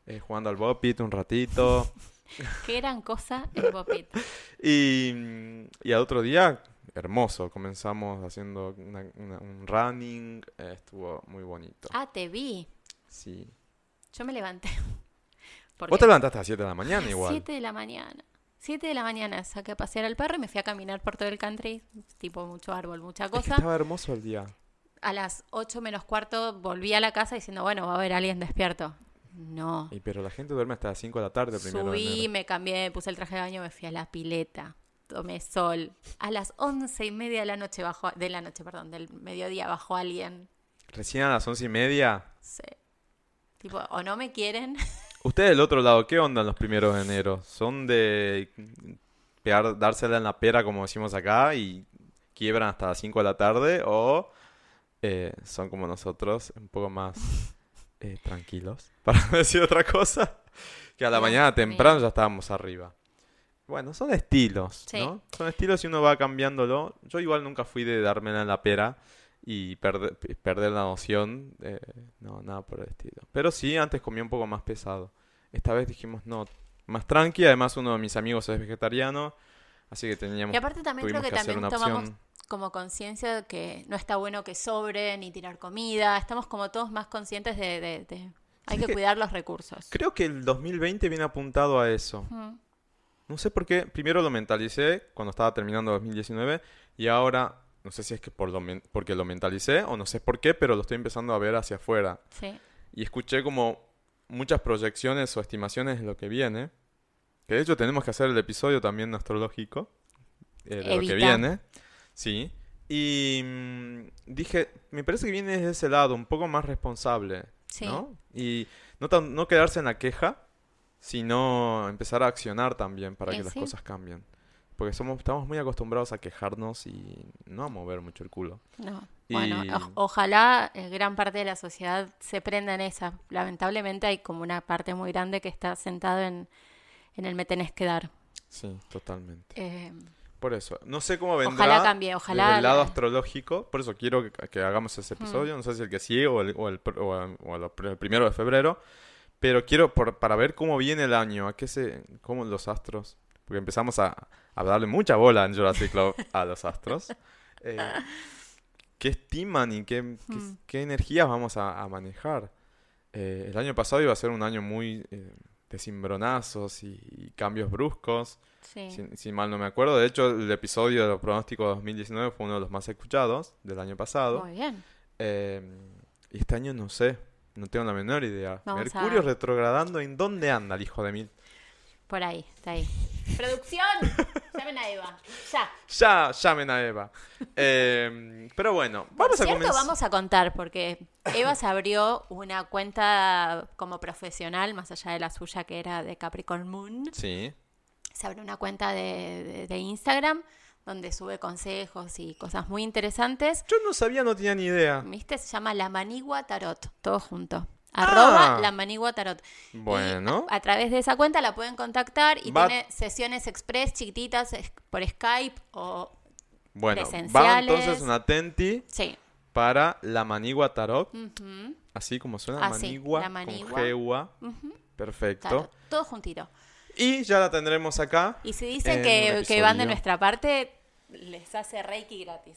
eh, jugando al Bopit un ratito [LAUGHS] Qué gran cosa el Bopit. [LAUGHS] y, mm, y al otro día hermoso, comenzamos haciendo una- una- un running, eh, estuvo muy bonito. Ah, te vi. Sí. Yo me levanté. [LAUGHS] Porque Vos te levantaste a las 7 de la mañana las igual. 7 de la mañana. 7 de la mañana saqué a pasear al perro y me fui a caminar por todo el country. Tipo, mucho árbol, mucha Es que cosa. estaba hermoso el día. A las 8 menos cuarto volví a la casa diciendo, bueno, va a haber alguien despierto. No. Y pero la gente duerme hasta las 5 de la tarde primero. de Subí, enero. me cambié, puse el traje de baño, me fui a la pileta. tomé sol. A las once y media de la noche bajó, de la noche, perdón, del mediodía bajó alguien. Recién a las once y media. Sí. Tipo, o no me quieren. Ustedes del otro lado, ¿qué onda en los primeros de enero? ¿Son de pegar, dársela en la pera, como decimos acá, y quiebran hasta las 5 de la tarde? ¿O eh, son como nosotros, un poco más eh, tranquilos? [LAUGHS] Para no decir otra cosa, que a la Dios mañana mío. temprano ya estábamos arriba. Bueno, son estilos, Sí. ¿no? Son estilos y uno va cambiándolo. Yo igual nunca fui de dármela en la pera y perde- perder la noción. eh, no, nada por el estilo. Pero sí, antes comía un poco más pesado. Esta vez dijimos no, más tranqui. Además, uno de mis amigos es vegetariano, así que teníamos Y aparte también creo Mm. tuvimos que, que hacer también una tomamos opción. como conciencia de que no está bueno que sobre ni tirar comida. Estamos como todos más conscientes de... de- de- Hay Sí, que que- cuidar los recursos. Creo que el 2020 viene apuntado a eso. Mm. No sé por qué. Primero lo mentalicé cuando estaba terminando 2019 y ahora no sé si es que por lo men- porque lo mentalicé o no sé por qué, pero lo estoy empezando a ver hacia afuera. Sí. y escuché como muchas proyecciones o estimaciones de lo que viene. Que de hecho tenemos que hacer el episodio también astrológico eh, de lo que Evita. viene. Sí. Y mm, dije, me parece que viene desde ese lado, un poco más responsable, Sí. ¿no? Y no, tan- no quedarse en la queja, sino empezar a accionar también para Y que las Eh, sí. cosas cambien. Porque somos, estamos muy acostumbrados a quejarnos y no a mover mucho el culo. No. Y- Bueno, o- ojalá eh, gran parte de la sociedad se prenda en esa. Lamentablemente hay como una parte muy grande que está sentado en, en el me tenés que dar. Sí, totalmente. Eh, Por eso, no sé cómo vendrá. Ojalá cambie, ojalá Hmm. Desde el lado la- astrológico, por eso quiero que, que hagamos ese episodio, no sé si el que sigue o el, o el pr- o el- o el pr- el primero de febrero, pero quiero por- para ver cómo viene el año, a qué se, cómo los astros, porque empezamos a, a darle mucha bola en Jurassic [LAUGHS] Club a los astros. Eh, ¿Qué estiman y qué, qué- Hmm. qué energías vamos a, a manejar? Eh, el año pasado iba a ser un año muy eh, de cimbronazos y- y cambios bruscos. sí. Si, si mal no me acuerdo, de hecho el episodio de los pronósticos 2019 fue uno de los más escuchados del año pasado. Muy bien. Eh, y este año no sé, no tengo la menor idea. Vamos Mercurio a- retrogradando, ¿en dónde anda el hijo de mil? Por ahí, está ahí. [LAUGHS] Producción, llamen a Eva. Ya. Ya, llamen a [LAUGHS] Eva. Eh, pero bueno, vamos Por a cierto, comenzar. vamos a contar, porque Eva se abrió una cuenta como profesional, más allá de la suya que era de Capricorn Moon. Sí, Se abrió una cuenta de, de- de Instagram donde sube consejos y cosas muy interesantes. yo no sabía, no tenía ni idea. ¿Viste? Se llama La Manigua Tarot, todo junto. Arroba Ah. La Manigua Tarot. Y Bueno. a, a través de esa cuenta la pueden contactar y Va- tiene sesiones express chiquititas es- por Skype o... Bueno, va Presenciales. entonces un atenti Sí. para la manigua tarot, Ujú. así como suena Así, manigua, Ah, la con manigua. G-U-A. Ujú. Perfecto. Claro, todo juntito. Y ya la tendremos acá. Y si dicen en un que, que van episodio. de Oh, nuestra parte, les hace Reiki [LAUGHS] gratis.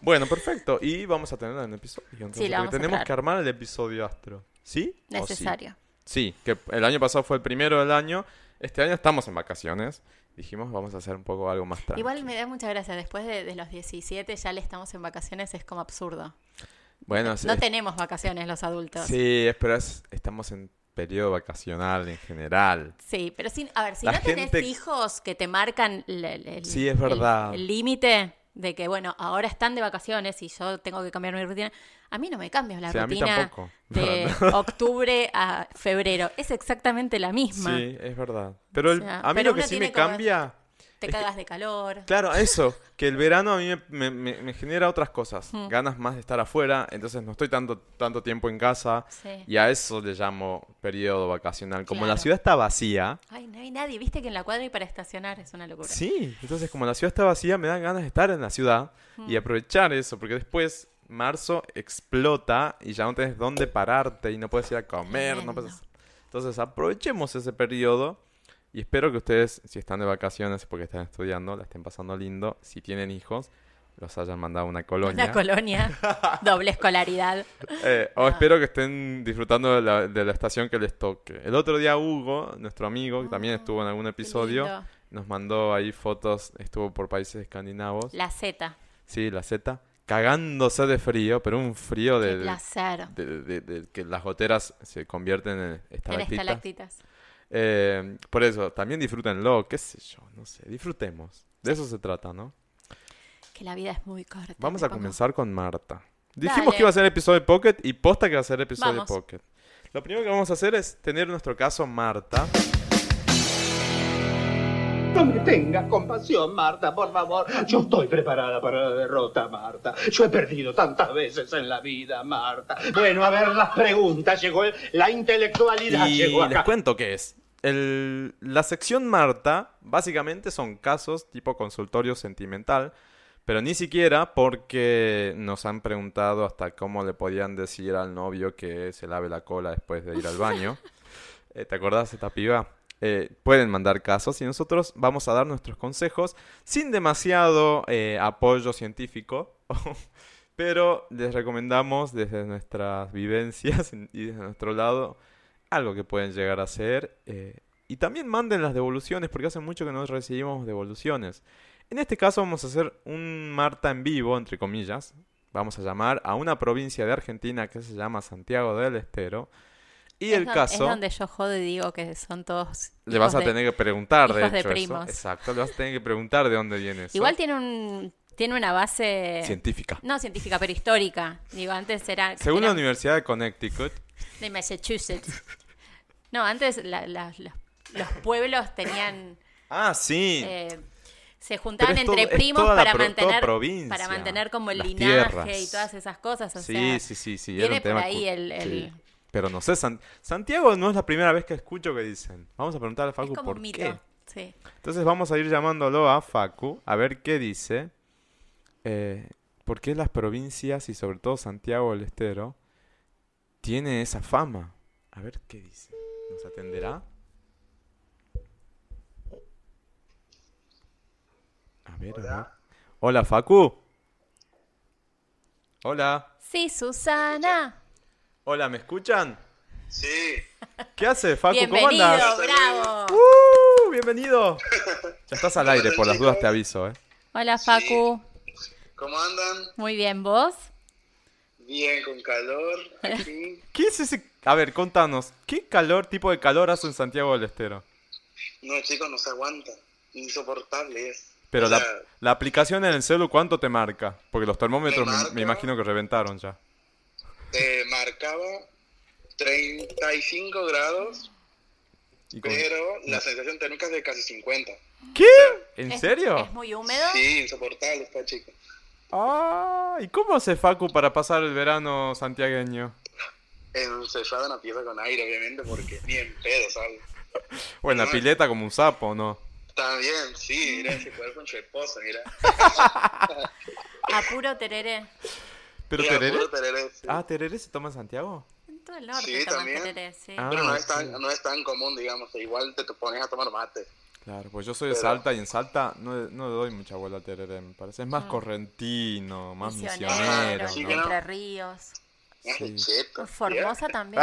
Bueno, perfecto. Y vamos a tener un episodio. entonces, Sí, la porque vamos a tenemos traer. que armar el episodio astro. ¿Sí? ¿O sí? Necesario. Sí, que el año pasado fue el primero del año. Este año estamos en vacaciones. Dijimos, vamos a hacer un poco algo más tarde. Igual me da mucha gracia. Después de, de los 17 ya le estamos en vacaciones, es como absurdo. Bueno, sí, No tenemos vacaciones los adultos. Sí, sí, es- pero es- estamos en periodo vacacional en general. pero sin, a ver, si La no gente- tenés hijos que te marcan el- el- el- Sí, es el- verdad. el límite de que, bueno, ahora están de vacaciones y yo tengo que cambiar mi rutina. A mí no me cambias la Sí, a mí rutina tampoco. [LAUGHS] de [LAUGHS] octubre a febrero. Es exactamente la misma. Sí, es verdad. Pero el- sea, a mí pero lo que uno sí me tiene como- cambia... Te es que- cagas de calor. Claro, eso, que el verano a mí me, me- me- me genera otras cosas, ganas más de estar afuera, entonces no estoy tanto, tanto tiempo en casa Sí. y a eso le llamo periodo vacacional. Como la Claro. ciudad está vacía, Ay, no hay nadie. Viste que en la cuadra hay para estacionar. Es una locura. sí, entonces como la ciudad está vacía me dan ganas de estar en la ciudad Mm. y aprovechar eso, porque después marzo explota y ya no tenés dónde pararte y no puedes ir a comer, no Tremendo. puedes... Entonces aprovechemos ese periodo. Y espero que ustedes, si están de vacaciones porque están estudiando, la estén pasando lindo. Si tienen hijos, los hayan mandado a una colonia. Una colonia. [LAUGHS] Doble escolaridad. Eh, Ah. o espero que estén disfrutando de la, de la estación que les toque. El otro día Hugo, nuestro amigo, que también Ah, estuvo en algún Qué episodio, lindo. nos mandó ahí fotos, estuvo por países escandinavos. La Z. Sí, la Z. Cagándose de frío, pero un frío Qué de, placer. de- de- de- de que las goteras se convierten en En estalactitas. estalactitas. Eh, por eso, también disfrútenlo, qué sé yo, no sé, disfrutemos. De eso se trata, ¿no? Que la vida es muy corta. Vamos me a pongo- comenzar con Marta. Dijimos Dale. que iba a ser episodio de Pocket y posta que va a ser episodio Vamos. de Pocket. Lo primero que vamos a hacer es tener nuestro caso Marta. No me tengas compasión, Marta, por favor. Yo estoy preparada para la derrota, Marta. Yo he perdido tantas veces en la vida, Marta. Bueno, a ver las preguntas. Llegó el- la intelectualidad. Y llegó les acá. cuento qué es. El- la sección Marta básicamente son casos tipo consultorio sentimental, pero ni siquiera porque nos han preguntado hasta cómo le podían decir al novio que se lave la cola después de ir al baño. Eh, ¿Te acordás de esta piba? Eh, pueden mandar casos y nosotros vamos a dar nuestros consejos sin demasiado eh, apoyo científico, pero les recomendamos desde nuestras vivencias [LAUGHS] y desde nuestro lado algo que pueden llegar a hacer. eh, y también manden las devoluciones, porque hace mucho que no recibimos devoluciones. En este caso vamos a hacer un Marta en vivo, entre comillas. Vamos a llamar a una provincia de Argentina que se llama Santiago del Estero. Y Es el don- caso... Es donde yo jodo y digo que son todos. Le vas hijos a de- tener que preguntar, de hijos de hecho. eso. primos. Exacto, le vas a tener que preguntar de dónde viene eso. Igual tiene un tiene una base. Científica. No científica, pero histórica. Digo, antes era. Según la era Universidad de Connecticut, de Massachusetts. No, antes la- la- los, los pueblos tenían. ah, sí, eh, se juntaban es todo- entre es primos toda la para pro- toda mantener provincia, para mantener como el las linaje tierras. y todas esas cosas. O sí, sea, sí, sí, sí, viene era un tema por ahí cu- el- el- sí. Pero no sé, San- Santiago no es la primera vez que escucho que dicen. Vamos a preguntar a es Facu como por un mito. qué. Sí. Entonces vamos a ir llamándolo a Facu a ver qué dice. Eh, ¿Por qué las provincias y sobre todo Santiago del Estero tiene esa fama? A ver qué dice. ¿Nos atenderá? A ver, a ver. Hola, Facu. Hola. Sí, Susana. Hola, ¿me escuchan? Sí, ¿Qué hace, Facu? Bienvenido, ¿Cómo andas? bravo. ¡Uh! Bienvenido. Ya estás al aire, por las dudas te aviso, ¿eh? Hola, Facu. ¿cómo andan? Muy bien, ¿vos? Bien, con calor [LAUGHS] aquí. ¿Qué es ese? A ver, contanos, ¿qué calor, tipo de calor hace en Santiago del Estero? No, chicos, no se aguanta. Insoportable es. Pero O la, sea, la aplicación en el celu, ¿cuánto te marca? Porque los termómetros Me me, marca. me imagino que reventaron ya. te marcaba 35 grados, Y con- pero la sensación térmica es de casi 50. ¿Qué? ¿En Es- serio? ¿Es muy húmedo? Sí, insoportable está, chico. Ah, ¿y cómo hace Facu para pasar el verano santiagueño? Encerrado en una pieza con aire, obviamente, porque ni en pedo, ¿sabes? O en la No. pileta como un sapo, ¿no? También, sí, mira ese cuerpo en reposo, mira. A puro tereré. ¿Pero Mira, Tereré? puro tereré, sí. Ah, ¿Tereré se toma en Santiago? En todo el norte Sí, toman también. tereré, sí. Ah. Pero no es, sí. tan, no es tan común, digamos. Igual te, te pones a tomar mate. Claro, pues yo soy de Pero- Salta y en Salta no, no le doy mucha bola a Tereré, me parece. Es más correntino, más misionero, Ah. Misionero, sí ¿no? que no. Entre Ríos. Ah, Sí. [LAUGHS] cheto, [LAUGHS] Formosa también.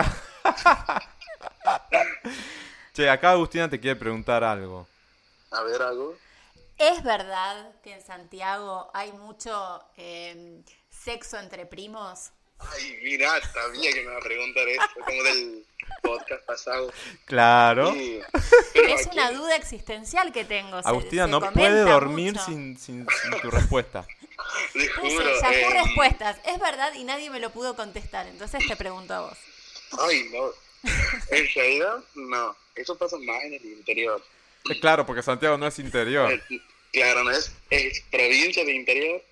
Che, acá Agustina te quiere preguntar algo. ya. A ver, algo. ¿Es verdad que en Santiago hay mucho eh, sexo entre primos? Ay, mira, sabía que me iba a preguntar eso, como del podcast pasado. Claro. Sí, pero Es aquí- una duda existencial que tengo. se- Agustina se no comenta puede dormir mucho. sin, sin- sin tu respuesta. Les Puse juro. Yahoo eh, respuestas. Es verdad y nadie me lo pudo contestar. Entonces te pregunto a vos. Ay, no. En realidad, no. Eso pasa más en el interior. Eh, Claro, porque Santiago no es interior. [LAUGHS] Eh, Claro, no es, es provincia de interior,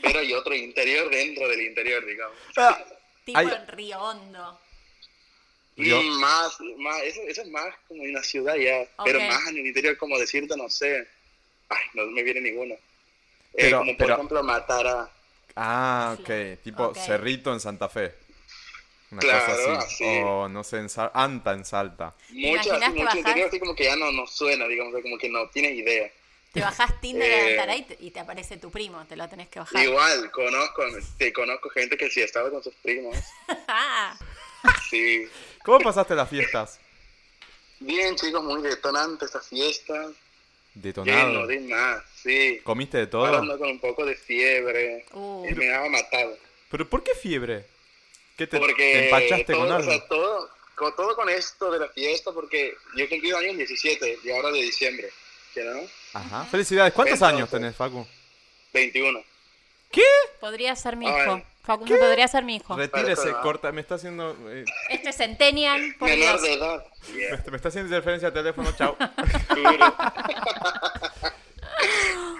pero hay otro interior dentro del interior, digamos. Ah, Tipo Hay- en Río Hondo. Y Yo- Mm, más, más eso, eso es más como una ciudad ya, pero Ok. más en el interior, como decirte, no sé. Ay, no me viene ninguno. Eh, Pero- como por pero- ejemplo Matara. Ah, Claro, ok. Tipo ok. Cerrito en Santa Fe. Una Claro, cosa así. así. O no sé, en Sa- Anta en Salta. Mucho, imaginas así, que mucho bajás? interior, así como que ya no nos suena, digamos, o sea, como que no tienes idea. Te bajás Tinder de Eh. Antaray y te- y te aparece tu primo. Te lo tenés que bajar. Igual, conozco, te conozco gente que sí estaba con sus [LAUGHS] primos. [LAUGHS] Ah, Sí. ¿Cómo pasaste las fiestas? Bien, chicos, muy detonante esta fiesta. Lleno Detonado. de más, sí. ¿Comiste de Ahora todo? ando con un poco de fiebre. Uh. Y me daba matado. ¿Pero por qué fiebre? ¿Qué te, Porque te empachaste todo, con o algo? sea, todo, con- todo con esto de la fiesta, porque yo he cumplido años el 17 y ahora de diciembre, ¿que no? Ajá. Felicidades. ¿Cuántos Entonces- años tenés, Facu? 21. ¿Qué? Podría ser mi A hijo. ver. Facundo podría ser mi hijo. Retírese, Perdón. corta. Me está haciendo. eh, Este es Centennial, por Menor Dios. de edad. [LAUGHS] Yeah. me está haciendo interferencia al teléfono, chao. Duro. [LAUGHS]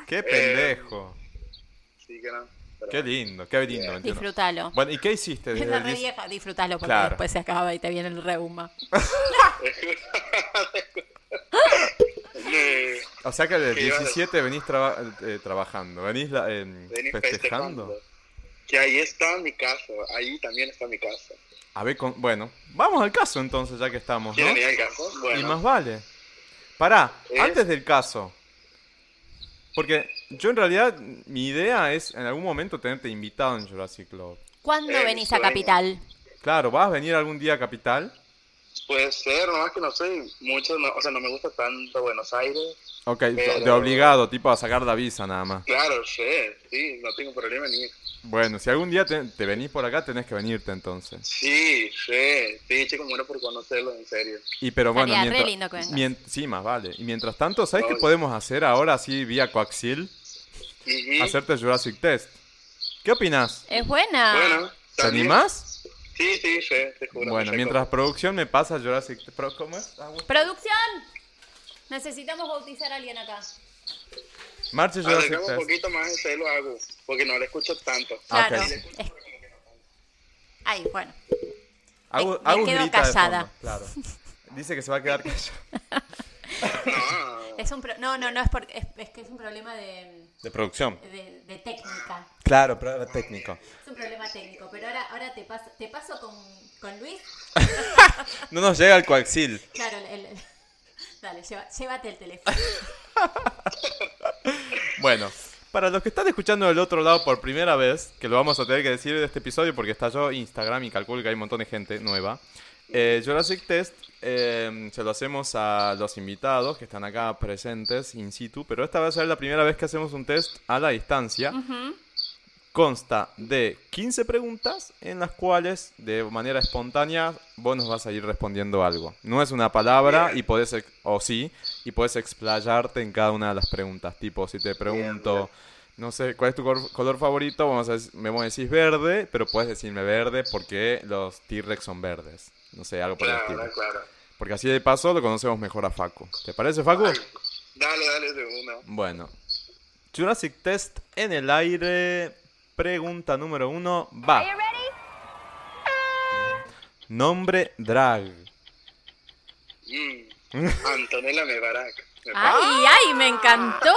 Qué pendejo. Sí, que no. Pero Qué lindo, qué lindo. entiendo. Disfrútalo. Bueno, ¿y qué [LAUGHS] hiciste? desde [LAUGHS] Esa el re 10? vieja, disfrútalo porque Claro. después se acaba y te viene el reuma. Eh, O sea que del Que yo- 17 venís traba- eh, trabajando, venís la- em, Vení festejando. festejando. Que ahí está mi casa, ahí también está mi casa. A ver, con- bueno, vamos al caso entonces, ya que estamos, ¿no? ¿Quieren ir al caso? Bueno. Y más vale. Pará, Es- antes del caso. Porque yo en realidad, mi idea es en algún momento tenerte invitado en Jurassic Club. ¿Cuándo Eh, venís a sueño. Capital? Claro, vas a venir algún día a Capital. Puede ser, nomás que no sé, mucho, no- o sea, no me gusta tanto Buenos Aires. Ok, Pero- de obligado, tipo a sacar la visa nada más. Claro, sé, sí, no tengo problema en ir. Bueno, si algún día te, te venís por acá, tenés que venirte entonces. Sí, sí, sí, chico, muero por conocerlo, en serio. Y pero bueno, Estaría re mientras, lindo que vengas. mien- sí, más vale. Y mientras tanto, ¿sabes qué Obvio. podemos hacer ahora así vía coaxil? Y, y- Hacerte Jurassic Test. ¿Qué opinás? Es buena. bueno, ¿Te también- animás? Sí, sí, sí, te juro. Bueno, me mientras checo. producción me pasa Jurassic Test. Pro- ¿Cómo es? Producción. Necesitamos bautizar a alguien acá. Marche Jurassic Alargamos un Test. poquito más, en serio lo hago, porque no lo escucho tanto. Ah, Claro. ok. Es- Ay, bueno. Agus, me Agus quedo grita de callada. fondo, [LAUGHS] claro. Dice que se va a [LAUGHS] quedar callado. No, Es un pro- No, no, no es porque es, es que es un problema de, De producción. de- de técnica. Claro, prueba técnico. Es un problema técnico. Pero ahora, ahora te paso, te paso con, con Luis. No nos llega el coaxil. Claro, el- [LAUGHS] el- dale, lleva- llévate el teléfono. Bueno, para los que están escuchando del otro lado por primera vez, que lo vamos a tener que decir de este episodio porque estalló Instagram y calculo que hay un montón de gente nueva. eh, Jurassic Test eh, se lo hacemos a los invitados que están acá presentes in situ, pero esta va a ser la primera vez que hacemos un test a la distancia. Consta de 15 preguntas en las cuales de manera espontánea vos nos vas a ir respondiendo algo. No es una palabra y podés, ex- o sí, y podés explayarte en cada una de las preguntas. Tipo, si te pregunto, bien. no sé, ¿cuál es tu cor- color favorito? Vamos a dec- me vos decís verde, pero puedes decirme verde porque los T-Rex son verdes. No sé, algo por el claro, estilo. claro. Porque así de paso lo conocemos mejor a Facu. ¿Te parece, Facu? Dale, dale, de una. Bueno. Jurassic Test en el aire. Pregunta número uno. Va. Nombre drag. Mm. [LAUGHS] Antonella Mebarak. Ah, [LAUGHS] Me Ay, ay, me encantó.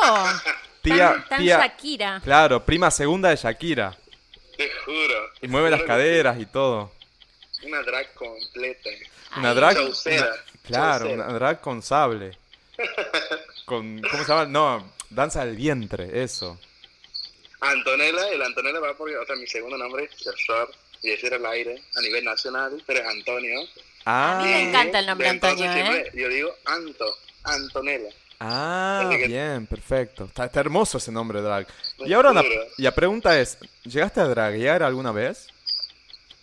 Tía, tan, tan tía. Shakira. Claro, prima segunda de Shakira. parece, Te juro. Y mueve las Juro que caderas y todo. sí, Una drag completa. Una Ay, drag. Chaucera. una- claro, Chaucera. una drag con sable. Con, ¿Cómo se llama? No, danza del vientre, eso. Antonella, el Antonella va por, o sea, mi segundo nombre es Gersor, y ese era el aire a nivel nacional, pero es Antonio. A mí Ah, me encanta el nombre De entonces Antonio, ¿eh? siempre Yo digo Anto, Antonella. ah, Así que- bien, perfecto. Está, está hermoso ese nombre, drag. Y ahora la, Seguro. la pregunta es, ¿llegaste a draguear alguna vez?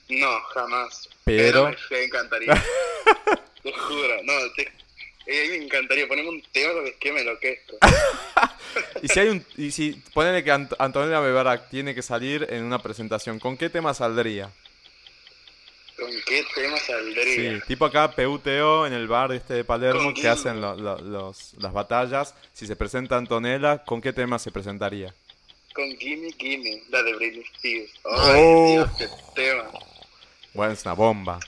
No, jamás. Pero- me encantaría. [LAUGHS] te juro, no, te... eh, me encantaría ponerme un tema sobre que [LAUGHS] me enloquezco. Y si hay un, y si ponele que Ant- Antonella Bebarac tiene que salir en una presentación, ¿con qué tema saldría? ¿Con qué tema saldría? Sí, tipo acá PUTO en el bar este de Palermo ¿Con que quién? hacen lo- lo- los, las batallas. Si se presenta Antonella, ¿con qué tema se presentaría? Con Gimme Gimme, la de Britney Spears. Ay, Oh. Dios, qué tema. Bueno, es una bomba.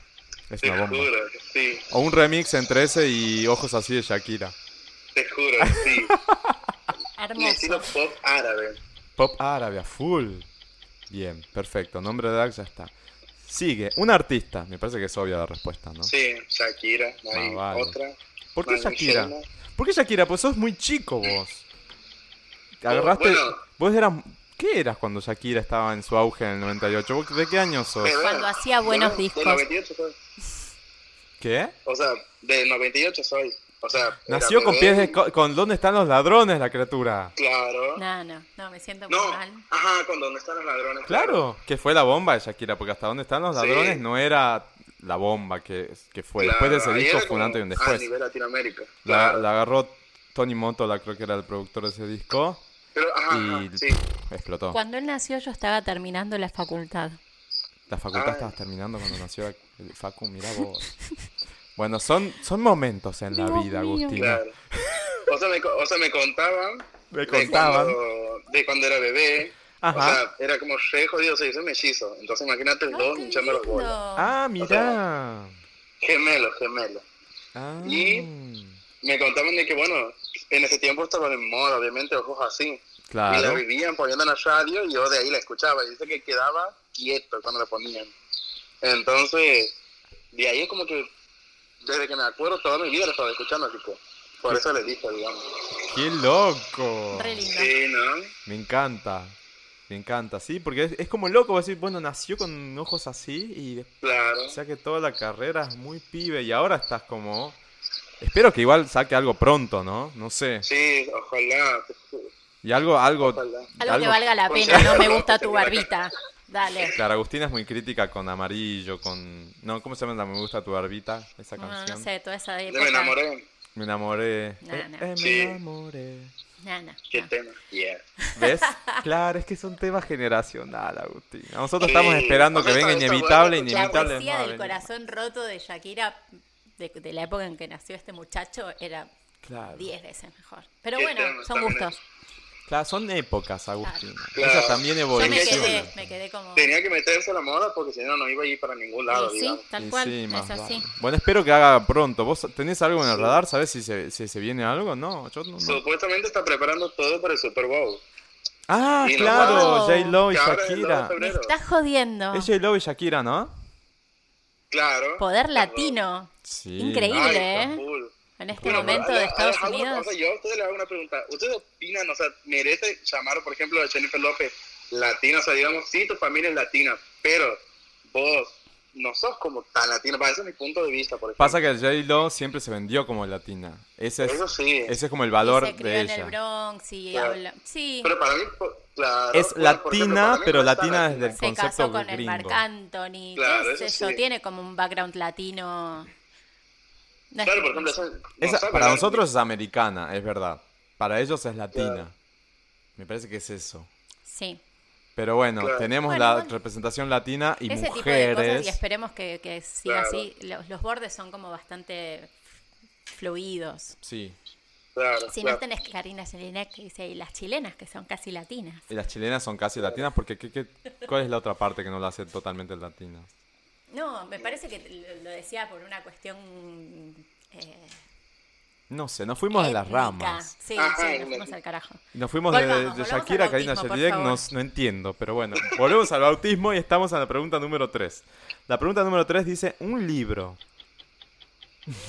Es Te una bomba. juro, que sí. O un remix entre ese y Ojos así de Shakira. Te juro, [LAUGHS] que sí. Un estilo Hermoso. pop árabe. Pop árabe a full. Bien, perfecto. Nombre de Dark ya está. Sigue. Un artista. Me parece que es obvia la respuesta, ¿no? Sí, Shakira, no hay Ah, vale. otra. ¿Por qué Madre Shakira? mía. ¿Por qué Shakira? Pues sos muy chico vos. Te agarraste. Bueno. Vos eras. ¿Qué eras cuando Shakira estaba en su auge en el 98? ¿Vos ¿De qué año sos? Pero, Cuando hacía buenos del discos. 98 soy. ¿Qué? O sea, del 98 soy. O sea, era Nació con bebé. pies de. co- con ¿Dónde están los ladrones la criatura? Claro. No, no, no, me siento muy No, mal. ajá, con donde están los ladrones. Claro, que fue la bomba de Shakira, porque hasta dónde están los Sí. ladrones no era la bomba que, que fue. pues Después de ese Claro, ahí disco era fue un como antes y un A después. nivel Latinoamérica. La, Claro. la agarró Tony Motola, creo que era el productor de ese disco, Pero, ajá, ajá, y sí. explotó. Cuando él nació yo estaba terminando la facultad. La facultad Ay. estabas terminando cuando nació el Facu, mirá vos. [LAUGHS] Bueno, son, son momentos en la Dios vida, mío. Agustina. Claro. O sea, me, co- o sea, me contaban. Me de contaban. cuando- De cuando era bebé. Ajá. O sea, era como re jodido, se hizo mellizo. Entonces, imagínate los dos Ay, qué hinchando los bolas. lindo. Ah, O mirá. sea, Gemelos, gemelos. Ah. y- Me contaban de que, bueno, en ese tiempo estaba de moda, obviamente, ojos así. Y la Claro. vivían poniendo en la radio y yo de ahí la escuchaba. Y dice que quedaba quieto cuando la ponían. Entonces, de ahí es como que, desde que me acuerdo, toda mi vida la estaba escuchando, tipo. Por eso le dije, digamos. ¡Qué loco! Re lindo. Sí, ¿no? Me encanta. Me encanta, sí, porque es, es como loco decir, bueno, nació con ojos así y después. Claro. O sea que toda la carrera es muy pibe y ahora estás como... Espero que igual saque algo pronto, ¿no? No sé. Sí, ojalá. te juro, Y algo, algo... Ojalá. Algo que valga la O pena, sea, no [LAUGHS] me no, gusta que tu te diga que- barbita. Dale. Claro, Agustina es muy crítica con Amarillo, con... No, ¿cómo se llama? la Me gusta tu barbita, esa No, canción. no sé, toda esa Ya época. me enamoré. Me enamoré. No, eh, no. eh, me Sí. enamoré. No, no, Qué no. tema. Yeah. [LAUGHS] ¿Ves? Claro, es que es un tema generacional, Agustina. Nosotros Sí. estamos esperando O que sea, venga está- está inevitable, bueno La escucharlo. inevitable. no poesía va a del venir. corazón roto de Shakira, de, de la época en que nació este muchacho, era Claro. 10 veces mejor. Pero Qué bueno, tema, son también gustos. Claro, son épocas, Agustina. Claro. Ellas también Yo me evolucionan. quedé, me quedé como... Tenía que meterse a la moda porque si no, no iba a ir para ningún lado. Y sí, digamos. tal Y cual, sí, más es así. vale. Bueno, espero que haga pronto. ¿Vos tenés algo en el radar? ¿Sabés si se, si se viene algo? No, yo no. no. Supuestamente está preparando todo para el Super Bowl. Ah, Y no claro, va. J-Lo y Que ahora es el 2 de Shakira. Me febrero. estás jodiendo. Es J-Lo y Shakira, ¿no? Claro. Poder latino Sí. Increíble. ¿eh? cool. en este Bueno, momento pero de ahora- Estados ahora hago una Unidos. cosa, yo a ustedes les hago una pregunta. ¿Ustedes opinan, o sea, merece llamar, por ejemplo, a Jennifer López latina? O sea, digamos, sí, tu familia es latina, pero vos no sos como tan latina. Para ese es mi punto de vista, por ejemplo. Pasa que J-Lo siempre se vendió como latina. Ese es, Eso sí. ese es como el y valor se crió de en el ella. Bronx y Claro. habla... Sí, Pero para mí, po- claro. Es bueno, por ejemplo, latina, para mí pero no es tan latina desde el se casó concepto con el Marc gringo. Anthony. Claro, ¿Qué es eso eso? sí. Tiene como un background latino. No es- Claro, por ejemplo, eso no Esa- sabe, para ¿verdad? nosotros es americana, es verdad. Para ellos es latina. Claro. Me parece que es eso. Sí. Pero bueno, Claro. tenemos Bueno, la bueno. representación latina y Ese tipo de cosas y mujeres. esperemos que, que siga Claro. así. Los, los bordes son como bastante fluidos. sí. Claro, Si no claro. tenés Karina Jelinek que dice, y las chilenas que son casi latinas. Y las chilenas son casi latinas porque ¿qué- qué- ¿cuál es la otra parte que no la hace totalmente latina? No, me parece que lo- lo decía por una cuestión... Eh, No sé, nos fuimos de las étnica. ramas. Sí, Ajá, sí, nos me- fuimos al carajo. Nos fuimos Volvamos, de- de, volvamos Shakira a al Karina autismo, por Yelidek, favor. no, no entiendo, pero bueno, volvemos al autismo y estamos a la pregunta número 3. La pregunta número 3 dice, un libro.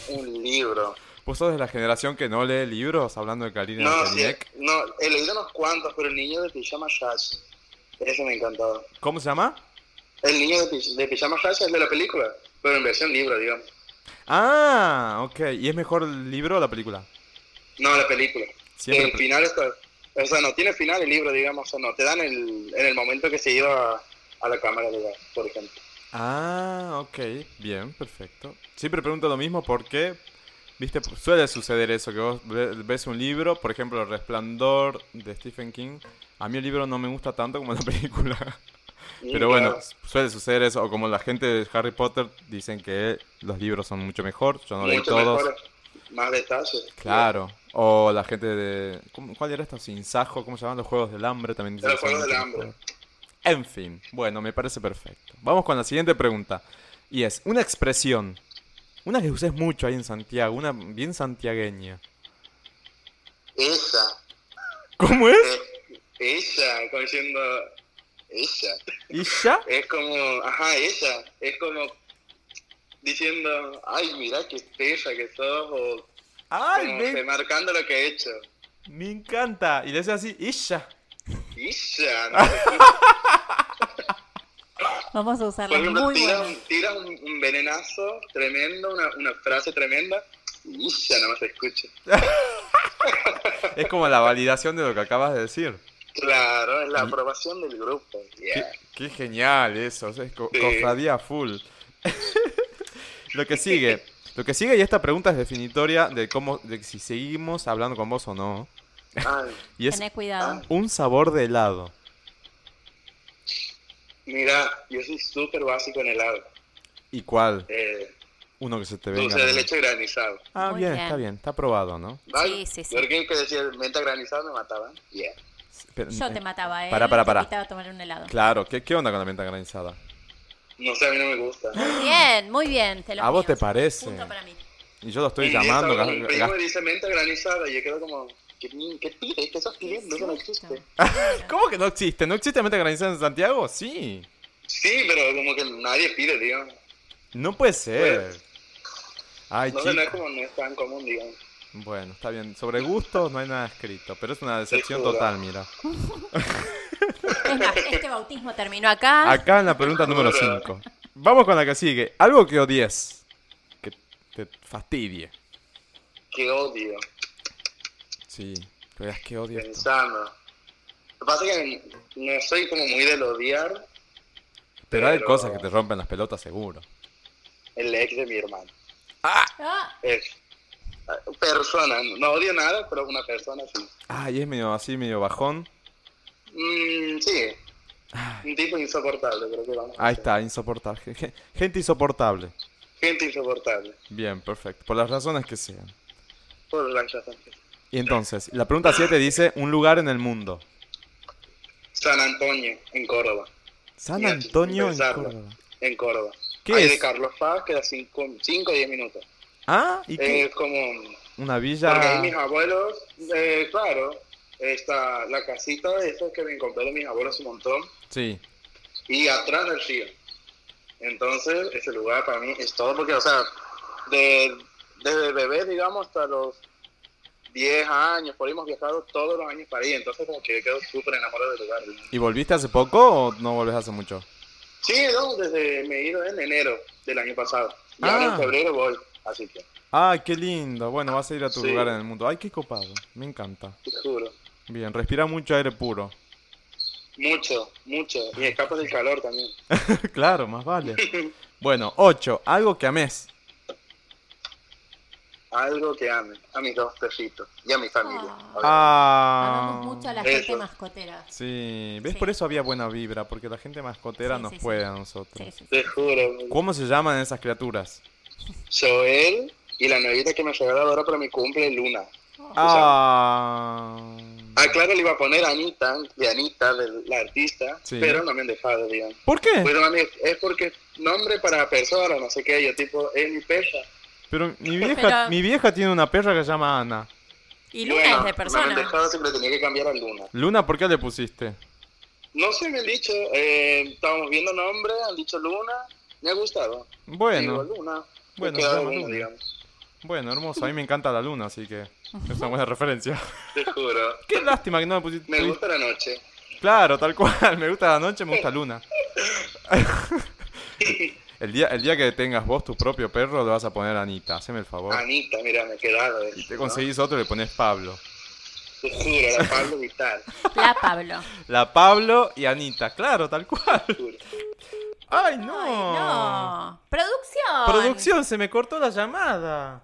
Un libro. ¿Vos sos de la generación que no lee libros, hablando de Karina No, sí, Yelidek? no, he leído unos cuantos, pero el niño de pijama Shash. Ese me encantaba. ¿Cómo se llama? El niño de, pi- de pijama Shash es de la película, pero en versión libro, digamos. Ah, ok. ¿Y es mejor el libro o la película? No, la película. Siempre el pe- final está. O sea, no tiene final el libro, digamos. O sea, no te dan el, en el momento que se iba a, a la cámara, digamos, por ejemplo. Ah, ok. Bien, perfecto. Siempre pregunto lo mismo porque, viste, suele suceder eso, que vos ve- ves un libro, por ejemplo, El Resplandor de Stephen King. A mí el libro no me gusta tanto como la [LAUGHS] película. Pero bueno, suele suceder eso. O como la gente de Harry Potter dicen que los libros son mucho mejor. Yo no leí mucho todos. mejor, más detalles. Claro. O la gente de. ¿cómo- ¿Cuál era esto? Sin Sajo, ¿cómo se llaman? Los Juegos del Hambre también. dicen Los que son Juegos del mucho mejor. Hambre. En fin, bueno, me parece perfecto. Vamos con la siguiente pregunta. Y es: una expresión. Una que uses mucho ahí en Santiago, una bien santiagueña. Esa, ¿Cómo es? eh, esa, como diciendo, esa. ¿Y ya? Es como, ajá, esa. Es como diciendo, ay, mirá qué pesa que sos, o ¡Ay, como me, remarcando lo que he hecho. me encanta! Y le haces así: ¡Y ya! Esa, Ah, Vamos a usarla. Por ejemplo, Muy tiras, buena. tiras un, un venenazo tremendo, una, una frase tremenda, y ya nada más se escucha. Es como la validación de lo que acabas de decir. Claro, es la aprobación del grupo. Qué, yeah. qué genial eso, o sea, es co- Sí. cofradía full. [LAUGHS] Lo que [LAUGHS] sigue. Lo que sigue, y esta pregunta es definitoria de cómo, de si seguimos hablando con vos o no. Ay, Y es Tené cuidado. ah. un sabor de helado. mira, yo soy súper básico en helado. ¿Y cuál? Eh, Uno que se te venga. dulce de leche granizado. Ah, Muy bien, bien. está bien, está aprobado, ¿no? Ay, sí, sí. Yo creo que decía menta granizada me mataban. Yeah. Pero- Yo eh, te mataba, ¿eh? Pará, pará, Te pará. invitaba a tomar un helado. Claro, ¿qué, qué onda con la menta granizada? No sé, a mí no me [LAUGHS] gusta. Bien, muy bien. Te lo ¿A vos mío. te parece? Punto para mí. Y yo lo estoy Y llamando. estaba con Mi gas- primo gas- me dice menta granizada y yo quedo como, ¿qué, qué pides? ¿Qué estás pidiendo? Eso no existe. ¿Cómo que no existe? ¿No existe menta granizada en Santiago? Sí. Sí, pero como que nadie pide, digamos. No puede ser. Bueno. Ay, No, sé, no es chico. como, no es tan común, digamos. Bueno, está bien. Sobre gustos no hay nada escrito, pero es una decepción Te juro. total, mira. Es más, este bautismo terminó acá. Acá en la pregunta número Juro. 5. Vamos con la que sigue. Algo que odies. Que te fastidie. Qué odio. Sí. Que veas que odio esto. Pensando. Lo que pasa es que no soy como muy del odiar Pero hay pero- cosas que te rompen las pelotas, seguro. el ex de mi hermano. Ah, Es eh, persona, no odio nada, pero una persona sí. Ay, es medio así, medio bajón. Mm, sí. Un tipo insoportable, creo que vamos. a Ah. Ahí hacer. está, insoportable. Gen- gen- Gente insoportable. Gente insoportable. Bien, perfecto. Por las razones que sean. Por la razón que sea. Y entonces, la pregunta 7 dice, un lugar en el mundo. San Antonio, en Córdoba. San Mira, Antonio en pensarlo. Córdoba. En Córdoba. ¿Qué Ahí es? de Carlos Paz queda 5 o 10 minutos. Ah, ¿y qué? Es como Una Eh, Porque villa... ahí mis abuelos, eh, claro, está la casita de esas que me compraron mis abuelos un montón, Sí. y atrás del río. Entonces, ese lugar para mí es todo, porque, o sea, de- desde bebé, digamos, hasta los 10 años, por ahí hemos viajado todos los años para ahí, entonces como que quedo súper enamorado del lugar. ¿Y volviste hace poco o no volvés hace mucho? Sí, no, desde me he ido en enero del año pasado, y ahora Ah. en febrero voy, así que, Ah, qué lindo. Bueno, vas a ir a tu Sí. lugar en el mundo. Ay, qué copado. Me encanta. te juro. Bien, respira mucho aire puro. [LAUGHS] Mucho, mucho, y escapas del calor también. claro, más [LAUGHS] vale. Bueno, 8. Algo que ames. Algo que ame a mis dos perritos y a mi familia. Ah. amamos mucho a la Eso. gente mascotera. Sí, ¿ves? Sí. Por eso había buena vibra, porque la gente mascotera Sí, nos sí, sí. puede a nosotros. Sí, sí, sí. Te juro. ¿Cómo se llaman esas criaturas? Joel y la novita que me regaló ahora para mi cumple, Luna. Oh. Ah. Ah, claro, le iba a poner Anita, de Anita, de la artista, Sí. Eh. pero no me han dejado, digamos. ¿Por qué? Bueno, mami, es porque nombre para persona, no sé qué, yo tipo, es mi perra. Pero mi vieja, Pero- mi vieja tiene una perra que se llama Ana. Y Luna Bueno, es de Me han persona. dejado, siempre tenía que cambiar a Luna. Luna, ¿por qué le pusiste? No sé, me han dicho, eh, estábamos viendo nombre, han dicho Luna, me ha gustado. Digo, Bueno, Luna. Bueno, Bueno, quedado llama Luna, Luna. digamos. bueno, hermoso. A mí me encanta la luna, así que es una buena [LAUGHS] referencia. Te juro. Qué lástima que no me pusiste. Me gusta la noche. Claro, tal cual. Me gusta la noche, me gusta Luna. El día, el día que tengas vos tu propio perro, le vas a poner Anita. Haceme el favor. Anita, mira, me he quedado. eso, Oh. Y te ¿no? conseguís otro y le pones Pablo. Te juro, la Pablo Vital. La Pablo. La Pablo y Anita, claro, tal cual. te juro. ¡Ay, [LAUGHS] Ay, no! no. Producción. Producción, se me cortó la llamada.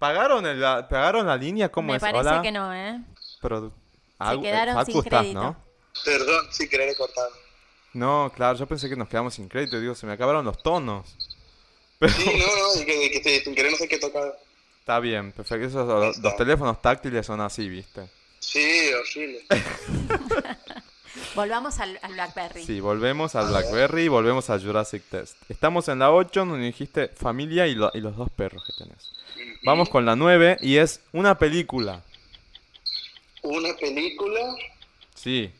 ¿Pagaron, el- la, ¿pagaron la línea? ¿Cómo Me es? parece Hola. que no, ¿eh? Produ- Se Agu- eh, quedaron Facu sin estás, crédito. ¿no? Perdón, si querer he cortado. No, claro, yo pensé que nos quedamos sin crédito. Digo, se me acabaron los tonos. Sí, no, no, y que, que te- sin querer no sé qué tocar. Está bien, perfecto. Esos, los, está. los teléfonos táctiles son así, ¿viste? Sí, horrible. Volvamos al, al Blackberry. Sí, volvemos a BlackBerry y volvemos a Jurassic Test. Estamos en la 8, nos dijiste familia y, lo- y los dos perros que tenés. [LAUGHS] Vamos con la 9 y es una película. Una película, Sí,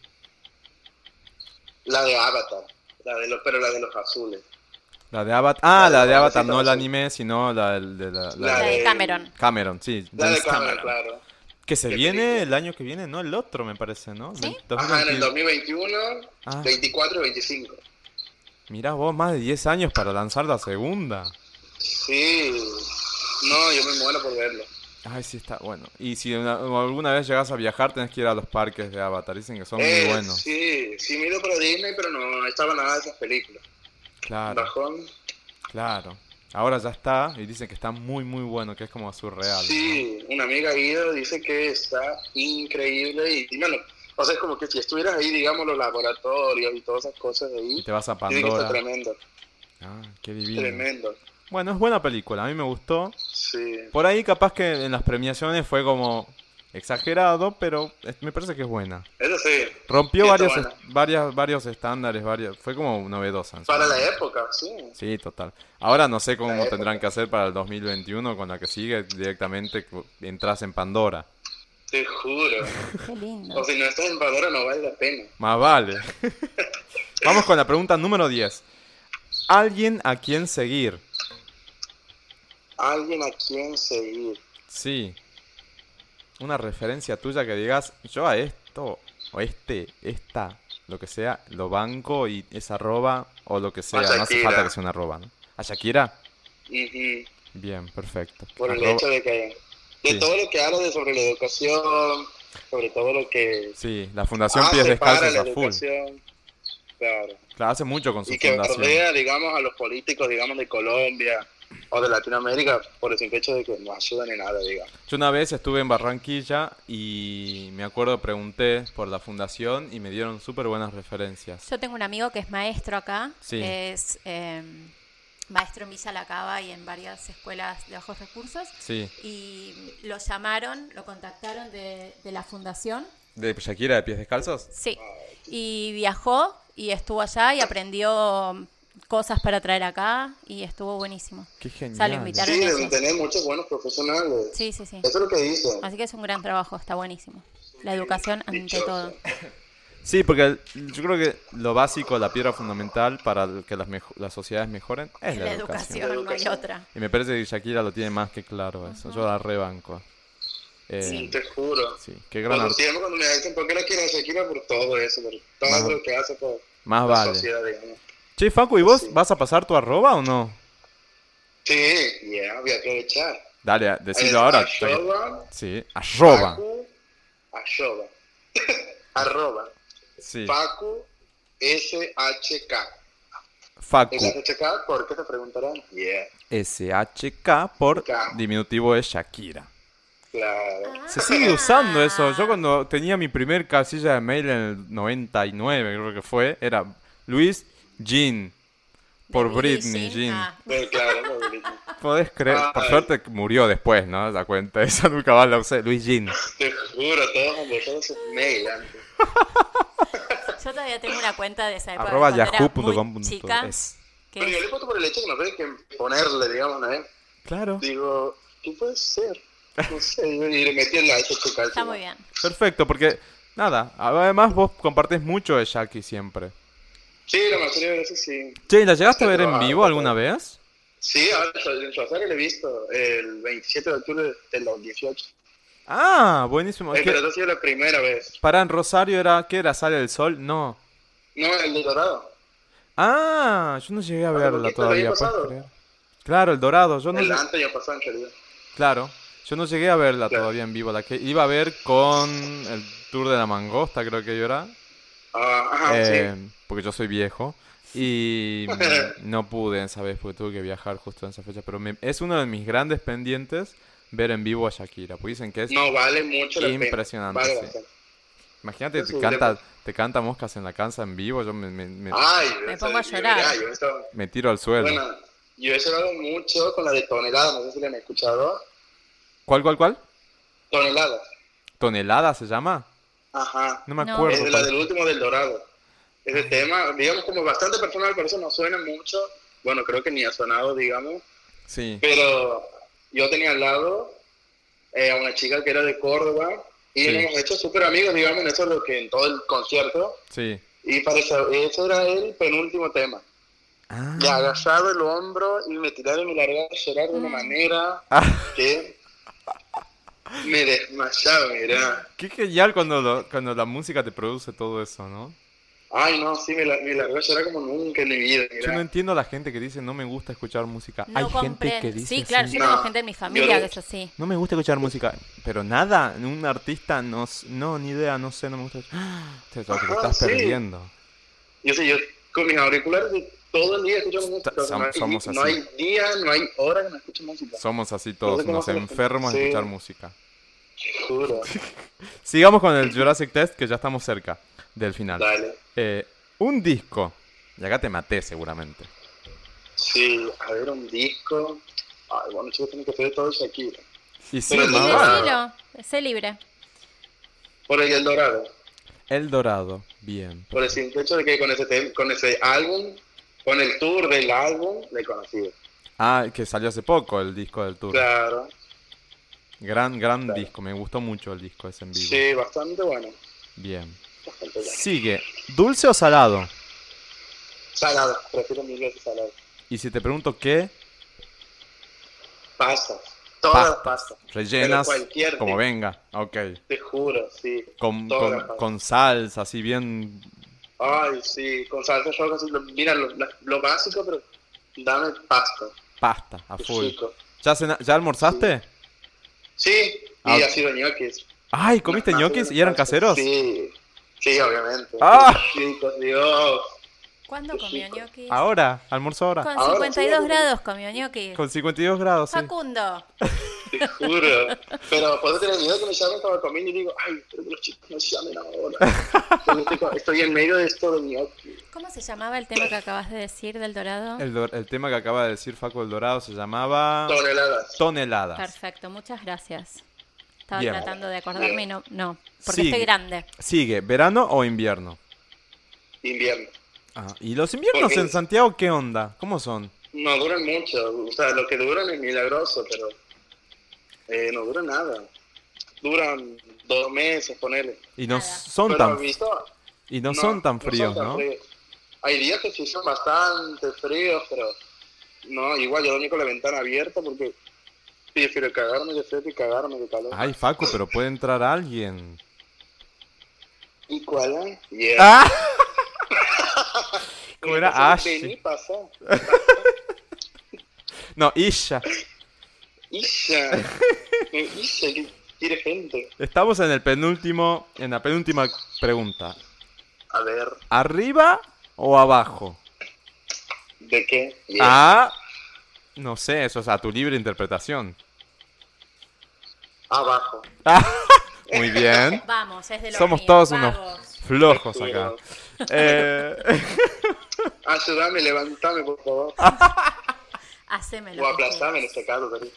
la de Avatar, la de los, pero la de los azules. la de Avatar. Ah, la de Avatar, no la Avatar. anime, sino la del- de la, la La de de Cameron. Cameron, sí. La de James cámara, Cameron. claro. Que se Qué viene película. el año que viene, no el otro, me parece, ¿no? Sí. Ajá, en el 2020. 2021, Ah. 24 y 25. Mirá vos, más de 10 años para lanzar la segunda. Sí, no, yo me muero por verlo. Ay, sí, está bueno. Y si una- alguna vez llegas a viajar, tenés que ir a los parques de Avatar. Dicen que son Eh, muy buenos. Sí, sí, miro para Disney, pero no estaba nada de esas películas. Claro, Bajón. claro. Ahora ya está y dicen que está muy, muy bueno, que es como surreal. Sí, una amiga ha ido, dice que está increíble y, y bueno, o sea, es como que si estuvieras ahí, digamos, los laboratorios y todas esas cosas de ¿no? Y ahí, te vas a dice que está Pandora. tremendo, Ah, qué divino. tremendo, Bueno, es buena película, a mí me gustó. sí. Por ahí capaz que en las premiaciones fue como exagerado, pero es- me parece que es buena. Eso sí, Rompió Sí, está varios, est- varias, varios estándares, varias, fue como novedosa. en su para la momento. época, sí. Sí, total. Ahora no sé La cómo época. tendrán que hacer para el 2021 con la que sigue directamente cu- entras en Pandora. Te juro. Qué lindo. O si no estás en Pandora no vale la pena. Más vale. [LAUGHS] Vamos con la pregunta número 10. ¿Alguien a quien seguir? Alguien a quien seguir. Sí. Una referencia tuya que digas, yo a esto, o este, esta, lo que sea, lo banco y es arroba o lo que sea. No hace Shakira. falta que sea una arroba, ¿no? ¿A Shakira? Ujú. Bien, perfecto. Por el Arroba- hecho de que... De Sí. todo lo que hablo de sobre la educación, sobre todo lo que... Sí, la Fundación hace Pies Ah, para Descalzos la a full. educación. Claro. Claro, hace mucho con su y que fundación. rodea, digamos, a los políticos, digamos, de Colombia o de Latinoamérica por el simple hecho de que no ayudan en nada, digamos. Yo una vez estuve en Barranquilla y me acuerdo pregunté por la fundación y me dieron súper buenas referencias. Yo tengo un amigo que es maestro acá, Sí. es eh, maestro en Villa La Cava y en varias escuelas de bajos recursos. Sí, Y lo llamaron, lo contactaron de, de la fundación. de Shakira de Pies Descalzos. Sí. Y viajó y estuvo allá y aprendió cosas para traer acá y estuvo buenísimo. Qué genial. Sale a invitar. Claro, Sí, eso. deben tener muchos buenos profesionales. Sí, sí, sí. Eso es lo que dicen. Así que es un gran trabajo, está buenísimo. La educación ante Dichoso. todo. Sí, porque el- yo creo que lo básico, la piedra fundamental para el- que las, mejo- las sociedades mejoren es [LAUGHS] la, La educación. educación, no hay otra. Y me parece que Shakira lo tiene más que claro eso. Yo la rebanco. Eh, Sí, sí. te juro. qué gran Cuando arte. siempre cuando me dicen, ¿por qué la quieren Shakira? Por todo eso, por todo Más- lo que hace por Más la Ah, vale. sociedad, digamos. Che, Facu, ¿y vos Sí. vas a pasar tu arroba o no? Sí, ya, voy a aprovechar. Dale, a- decilo Es ahora. Arroba, Sí, arroba. Facu, arroba. arroba. Sí, Facu, S-H-K. Facu. S-H-K, ¿por qué te preguntarán? Yeah, SHK por K. diminutivo de Shakira. claro. Se sigue usando eso. Yo cuando tenía mi primer casilla de mail en el 99, creo que fue, era Luis Jean por De Britney Jean. Jean. Ah, Pero claro, no, Britney. Podés creer, por Ay. suerte murió después, ¿no? La cuenta esa [LAUGHS] nunca más la usé. Luis Jean. te juro, todos han dejado sus mail antes. yo todavía tengo una cuenta de esa época. Arroba cuando era muy yahoo.com.es. Chica, que Pero yo le he puesto por el hecho que no sé qué ponerle, digamos, ¿no? eh? Claro. Digo, ¿qué puede ser? No sé, y le metí en la S-H-K. está muy bien. Perfecto, porque nada, además vos compartés mucho de Jackie siempre. Sí, la mayoría de veces sí. Che, ¿y ¿la llegaste a ver en Ah, vivo alguna vez? Sí, ahora en Schwarzenegger lo he visto el 27 de octubre de los 18. Ah, buenísimo. Eh, Es que- pero esa ha sido la primera vez. Pará, en Rosario era, ¿qué era? ¿Sale el sol? No. No, el de Dorado. Ah, yo no llegué a Hace verla poquito, el todavía, año ¿puedes pasado. creer? Claro, el dorado, yo no el lle- antes ya pasado, en realidad. Claro, yo no llegué a verla Claro. todavía en vivo, la que iba a ver con el tour de la mangosta, creo que yo era, Ah, ajá, sí. eh, porque yo soy viejo [LAUGHS] y mm, no pude esa vez porque tuve que viajar justo en esa fecha, pero me- es uno de mis grandes pendientes ver en vivo a Shakira, porque dicen que es No, vale mucho la pena. impresionante, Vale sí. bastante. Imagínate, Eso te es canta, te canta Moscas en la Canza en vivo, yo me, me- me- Ay, Me esa- pongo a yo- llorar. mirá, yo he estado- me tiro al suelo. Ah, bueno, yo he llorado mucho con la de Tonelada, no sé si la han escuchado. ¿Cuál, cuál, cuál? Tonelada. ¿Tonelada se llama? Ajá. No me No. acuerdo. Es de la del último del Dorado. Ese tema, digamos, como bastante personal, por eso no suena mucho. Bueno, creo que ni ha sonado, digamos. Sí. Pero yo tenía al lado eh, a una chica que era de Córdoba y Sí. nos hemos hecho súper amigos, digamos, en eso es lo que en todo el concierto. Sí. Y para eso, ese era el penúltimo tema. Ah. Y agachado el hombro y me tiraron y me largaron a llorar de una manera Ah, que me desmayaba, mira. qué genial cuando, lo- cuando la música te produce todo eso, ¿no? Ay, no, sí, me, la, me largó a llorar como nunca en mi vida, Yo mira. no entiendo a la gente que dice no me gusta escuchar música. No Hay gente que comprendo. dice Sí, claro, sí. yo tengo No, gente en mi yo familia no- que es así. No me gusta escuchar música, pero nada, un artista no, s- no ni idea, no sé, no me gusta. [GASPS] Te, lo que te Ajá, estás sí. perdiendo. Yo sé, yo con mis auriculares y todo el día escuchamos música. Ta- som- no, hay, somos no así. hay día, no hay hora que no escuche música. Somos así todos, cómo nos se les- enfermos de Sí. escuchar música. Te [LAUGHS] Juro. Sigamos con el Jurassic Test, que ya estamos cerca del final. Dale. Eh, un disco, y acá te maté seguramente. Sí, a ver, un disco. Ay, bueno, chicos, tiene que ser todo Shakira. Y sí, Pero más no. vale. Decilo, sé libre. Por el El Dorado. El Dorado, bien. Por el simple hecho de que con ese, tem- con ese álbum, con el tour del álbum, le conocí. Ah, que salió hace poco el disco del tour. Claro. Gran, gran Claro. disco, me gustó mucho el disco ese en vivo. Sí, bastante bueno. Bien. Bastante bueno. Sigue, ¿dulce o salado? Salada, prefiero mil veces salada. Y si te pregunto qué, Pastas. Todas las Pastas. pastas. rellenas Pero cualquier como tipo. venga. Ok. Te juro, sí. Con, Todas con- las pastas. con salsa, así bien. Ay, sí, con salsa roja. sí, lo- Mira, lo, la- lo básico, pero dame pasta. Pasta, a te full. chico. ¿Ya, cena- ya almorzaste? Sí, Ah. y ha sido ñoquis. Ay, ¿comiste Las más ñoquis buenas y eran pastas. caseros? Sí, sí, obviamente. Ah. Chicos, Dios. ¿Cuándo comió ñoquis? Ahora, almorzó ahora. Con Ahora, 52 sí. grados comió ñoquis. Con 52 grados, sí. Facundo. Te juro. Pero puedo tener miedo que me llamen cuando comiendo y digo, ay, espero que los chicos me llamen ahora. Yo estoy, co- estoy en medio de esto de ñoqui. ¿Cómo se llamaba el tema que acabas de decir del dorado? El, do- el tema que acaba de decir Facu el Dorado se llamaba Toneladas. Toneladas. Perfecto, muchas gracias. Estaba Bien. tratando de acordarme y no, no porque Sigue. estoy grande. Sigue, ¿verano o invierno? Invierno. Ah, ¿Y los inviernos Porque- en Santiago qué onda? ¿Cómo son? No duran mucho. O sea, lo que duran es milagroso, pero eh, no dura nada. Duran dos meses, ponele. Y no Nada. son pero tan, visto, y no son tan fríos, son tan ¿no? fríos. Hay días que sí son bastante fríos, pero no, igual yo dormí con la ventana abierta porque prefiero cagarme de frío que cagarme de calor. Ay, Facu, pero puede entrar alguien. ¿Y cuál? es? Yeah. ¡Ah! Y ¿Cómo era? Ah, entonces, Ash. Vení, pasa. No, Isha. Isha. [LAUGHS] Eh, Isha, que quiere gente. Estamos en el penúltimo, en la penúltima pregunta. A ver, ¿Arriba o abajo? ¿de qué? Yeah. Ah, no sé, eso es a tu libre interpretación. Abajo. Muy [LAUGHS] bien. Vamos, es de los Somos míos, todos vagos. unos flojos acá. Eh, [LAUGHS] Ayúdame, levantame, por favor. Ah. Hacémelo. o aplastame en este caso, pero...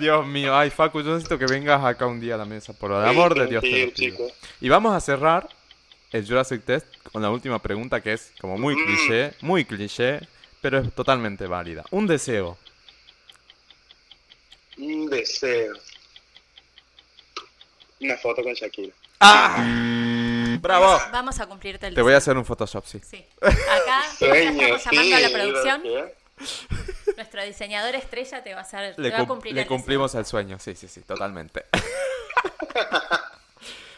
Dios mío, ay Facu, yo necesito que vengas acá un día a la mesa, por el amor de Dios. Sí, Te lo pido. chico. Y vamos a cerrar el Jurassic Test con la última pregunta que es como muy Mm. cliché, muy cliché, pero es totalmente válida. Un deseo. Un deseo. Una foto con Shakira. Ah. Mm, ¡Bravo! Vamos a cumplirte el Te voy a deseo. hacer un Photoshop, sí. Sí. [LAUGHS] Acá ya estamos sí, llamando a la ¿verdad producción. que? Nuestro diseñador estrella te va a hacer. Le, te va a cum- cumplir le el deseo. cumplimos el sueño, sí, sí, sí, [LAUGHS] totalmente.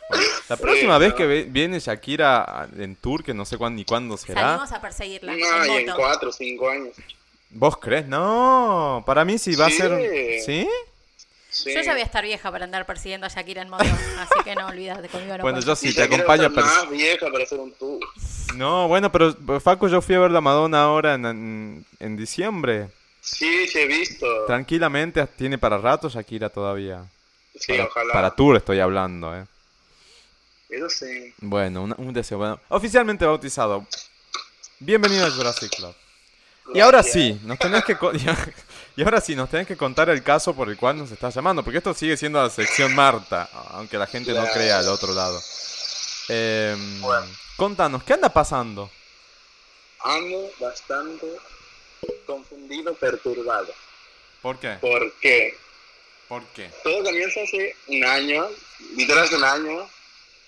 Bueno, la próxima vez que ve- viene Shakira a- en tour, que no sé cuándo ni cuándo será, Salimos a perseguirla. No, y en en moto. cuatro o cinco años. ¿vos crees? No, para mí sí va Sí. a ser... ¿Sí? Sí. Yo ya voy a estar vieja para andar persiguiendo a Shakira en moto, así que no olvidate conmigo. No Bueno, yo cuentas. sí, te Shakira acompaño. está pero- más vieja para hacer un tour. No, bueno, pero pero, Facu, yo fui a ver la Madonna ahora en, en- en diciembre. Sí, sí, he visto. Tranquilamente ah, tiene para rato Shakira todavía. Sí, para, ojalá. para tour estoy hablando, eh. Eso sí. Bueno, una- un deseo. Bueno, oficialmente bautizado. Bienvenido al Jurassic Club. Y ahora sí, nos tenés que co- [LAUGHS] y ahora sí, nos tenés que contar el caso por el cual nos estás llamando, porque esto sigue siendo la sección Marta, aunque la gente no Claro. crea al otro lado. Em, Bueno. Contanos, ¿qué anda pasando? Ando bastante confundido, perturbado. ¿Por qué? ¿Por qué? ¿Por qué? Todo comienza hace un año, literal hace un año,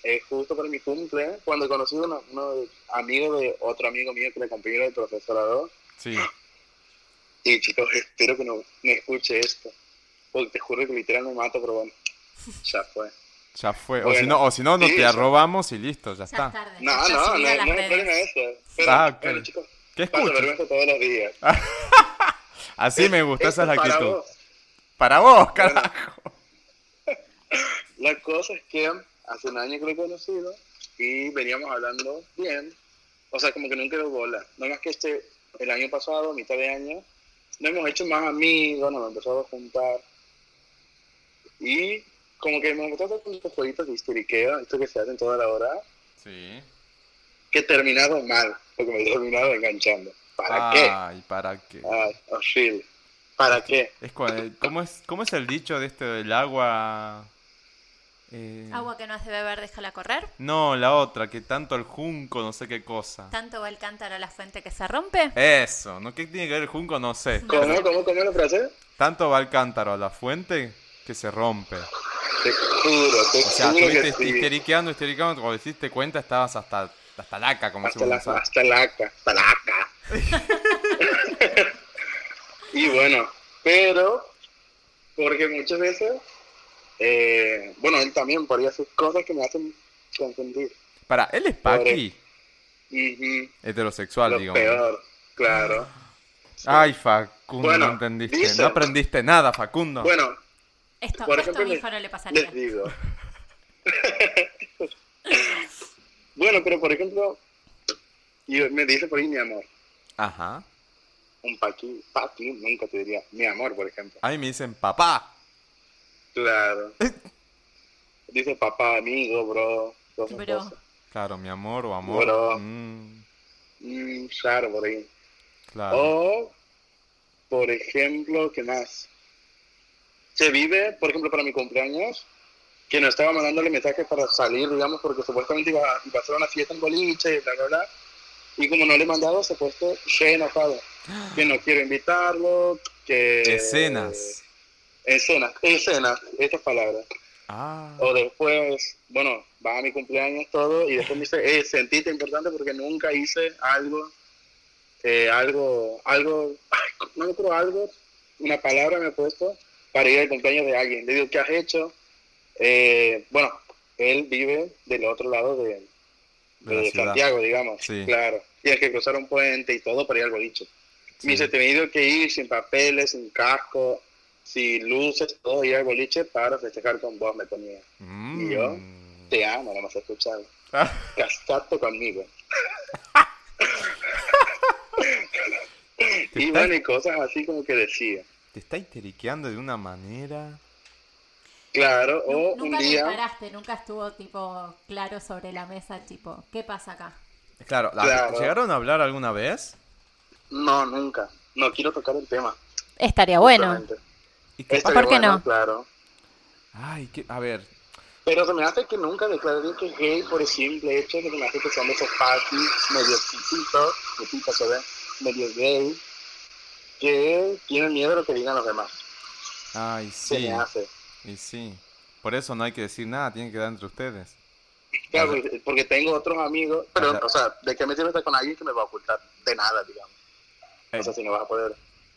eh, justo para mi cumple, cuando conocí a uno, uno de- amigo de otro amigo mío que era compañero del profesorado. Sí. Y chicos, espero que no me escuche esto, porque te juro que literal me mato, pero bueno, ya fue. Ya fue. O Bueno, si no, o si no, no sí, te ya- arrobamos y listo, ya Ya es está. tarde. No, ya no, está no, subida no a las hay redes. problema eh. eso. Pero, Ah, ok. bueno, chicos, ¿Qué paso escuchas? vergüenza todos los días. Así me gusta, gusta esa es la actitud. Para vos, carajo. [LAUGHS] La cosa es que hace un año que lo he conocido y veníamos hablando bien. O sea, como que nunca dio bola. Nada más que este, el año pasado, a mitad de año, nos hemos hecho más amigos, nos hemos empezado a juntar. Y como que hemos empezado con estos jueguitos de historiqueo, esto que se hacen toda la hora, Sí. que terminaron mal, porque me terminaron enganchando. ¿Para qué? Ah. Ay, ¿para qué? Ay, horrible. ¿Para qué? Es cua- eh, ¿cómo, es, ¿Cómo es el dicho de este del agua? Eh, Agua que no has de beber, déjala correr. No, la otra, que tanto el junco, no sé qué cosa. Tanto va el cántaro a la fuente que se rompe. Eso, ¿no? ¿Qué tiene que ver el junco? No sé. ¿Cómo, cómo, cómo lo frase? Tanto va el cántaro a la fuente que se rompe. Te juro, te O sea, este juro que estuviste sí. histeriqueando, histeriqueando, cuando te diste cuenta estabas hasta, hasta laca, como Hasta decimos la, nosotros. hasta la acá, hasta la acá. [LAUGHS] y bueno, pero, porque muchas veces, eh, bueno, él también podría hacer cosas que me hacen confundir. Para, él es paqui, Ujú, heterosexual, lo digo. peor, claro. Ay, Facundo, Bueno, no entendiste. dicen- No aprendiste nada, Facundo. Bueno, Esto, Por esto a ejemplo, mi les- hijo no le pasaría. les digo. [LAUGHS] bueno, pero por ejemplo, y me dice por ahí mi amor. Ajá. Un paqui, paqui, nunca te diría mi amor, por ejemplo. A mí me dicen papá. Claro. Eh. Dice papá, amigo, bro. Cosas, Bro. cosas. Claro, mi amor o amor. Bueno. Mm, Mm, claro, por ahí. claro. O, por ejemplo, ¿qué más? Se vive, por ejemplo, para mi cumpleaños, que nos estaba mandándole mensajes para salir, digamos, porque supuestamente iba, iba a ser una fiesta en boliche, bla, bla, bla. Y como no le he mandado, se ha puesto re enojado. Que no quiero invitarlo, que... Escenas. Escenas, escenas, estas palabras. Ah. O después, bueno, va a mi cumpleaños todo y después me dice, eh, sentiste importante porque nunca hice algo, eh, algo, algo, ay, no me acuerdo algo, una palabra me he puesto para ir al cumpleaños de alguien. Le digo, ¿qué has hecho? Eh, bueno, él vive del otro lado de, De de, la ciudad. Santiago, digamos, Sí. claro. Tienes que cruzar un puente y todo para ir al boliche. Me dice, te he tenido que ir sin papeles, sin casco, sin luces, todo ir al boliche para festejar con vos, me ponía. Mm. y yo, Te amo, no me has escuchado. Ah, Casaste [LAUGHS] conmigo. te, Y está, bueno, y cosas así como que decía. te está histeriqueando de una manera. Claro, o Nu- Nunca un te día, paraste, nunca estuvo tipo claro sobre la mesa, tipo, ¿qué pasa acá? Claro, la- Claro. ¿llegaron a hablar alguna vez? no, nunca. No quiero tocar el tema. Estaría bueno. justamente. Y que- Estaría ¿por qué bueno, no? Claro. Ay, que, a ver. Pero se me hace que nunca declaré que es gay por el simple hecho de que me hace que son de esos parties medio chiquitos, chiquitos, se ve, medio gay, que tienen miedo a lo que digan los demás. Ay, Se sí. me hace. Y sí. Por eso no hay que decir nada, tienen que quedar entre ustedes. Claro, porque- pues, porque tengo otros amigos, pero, Ajá. o sea, ¿de qué me sirve estar con alguien que me va a ocultar? De nada, digamos. Eh, O sea, si no vas a poder.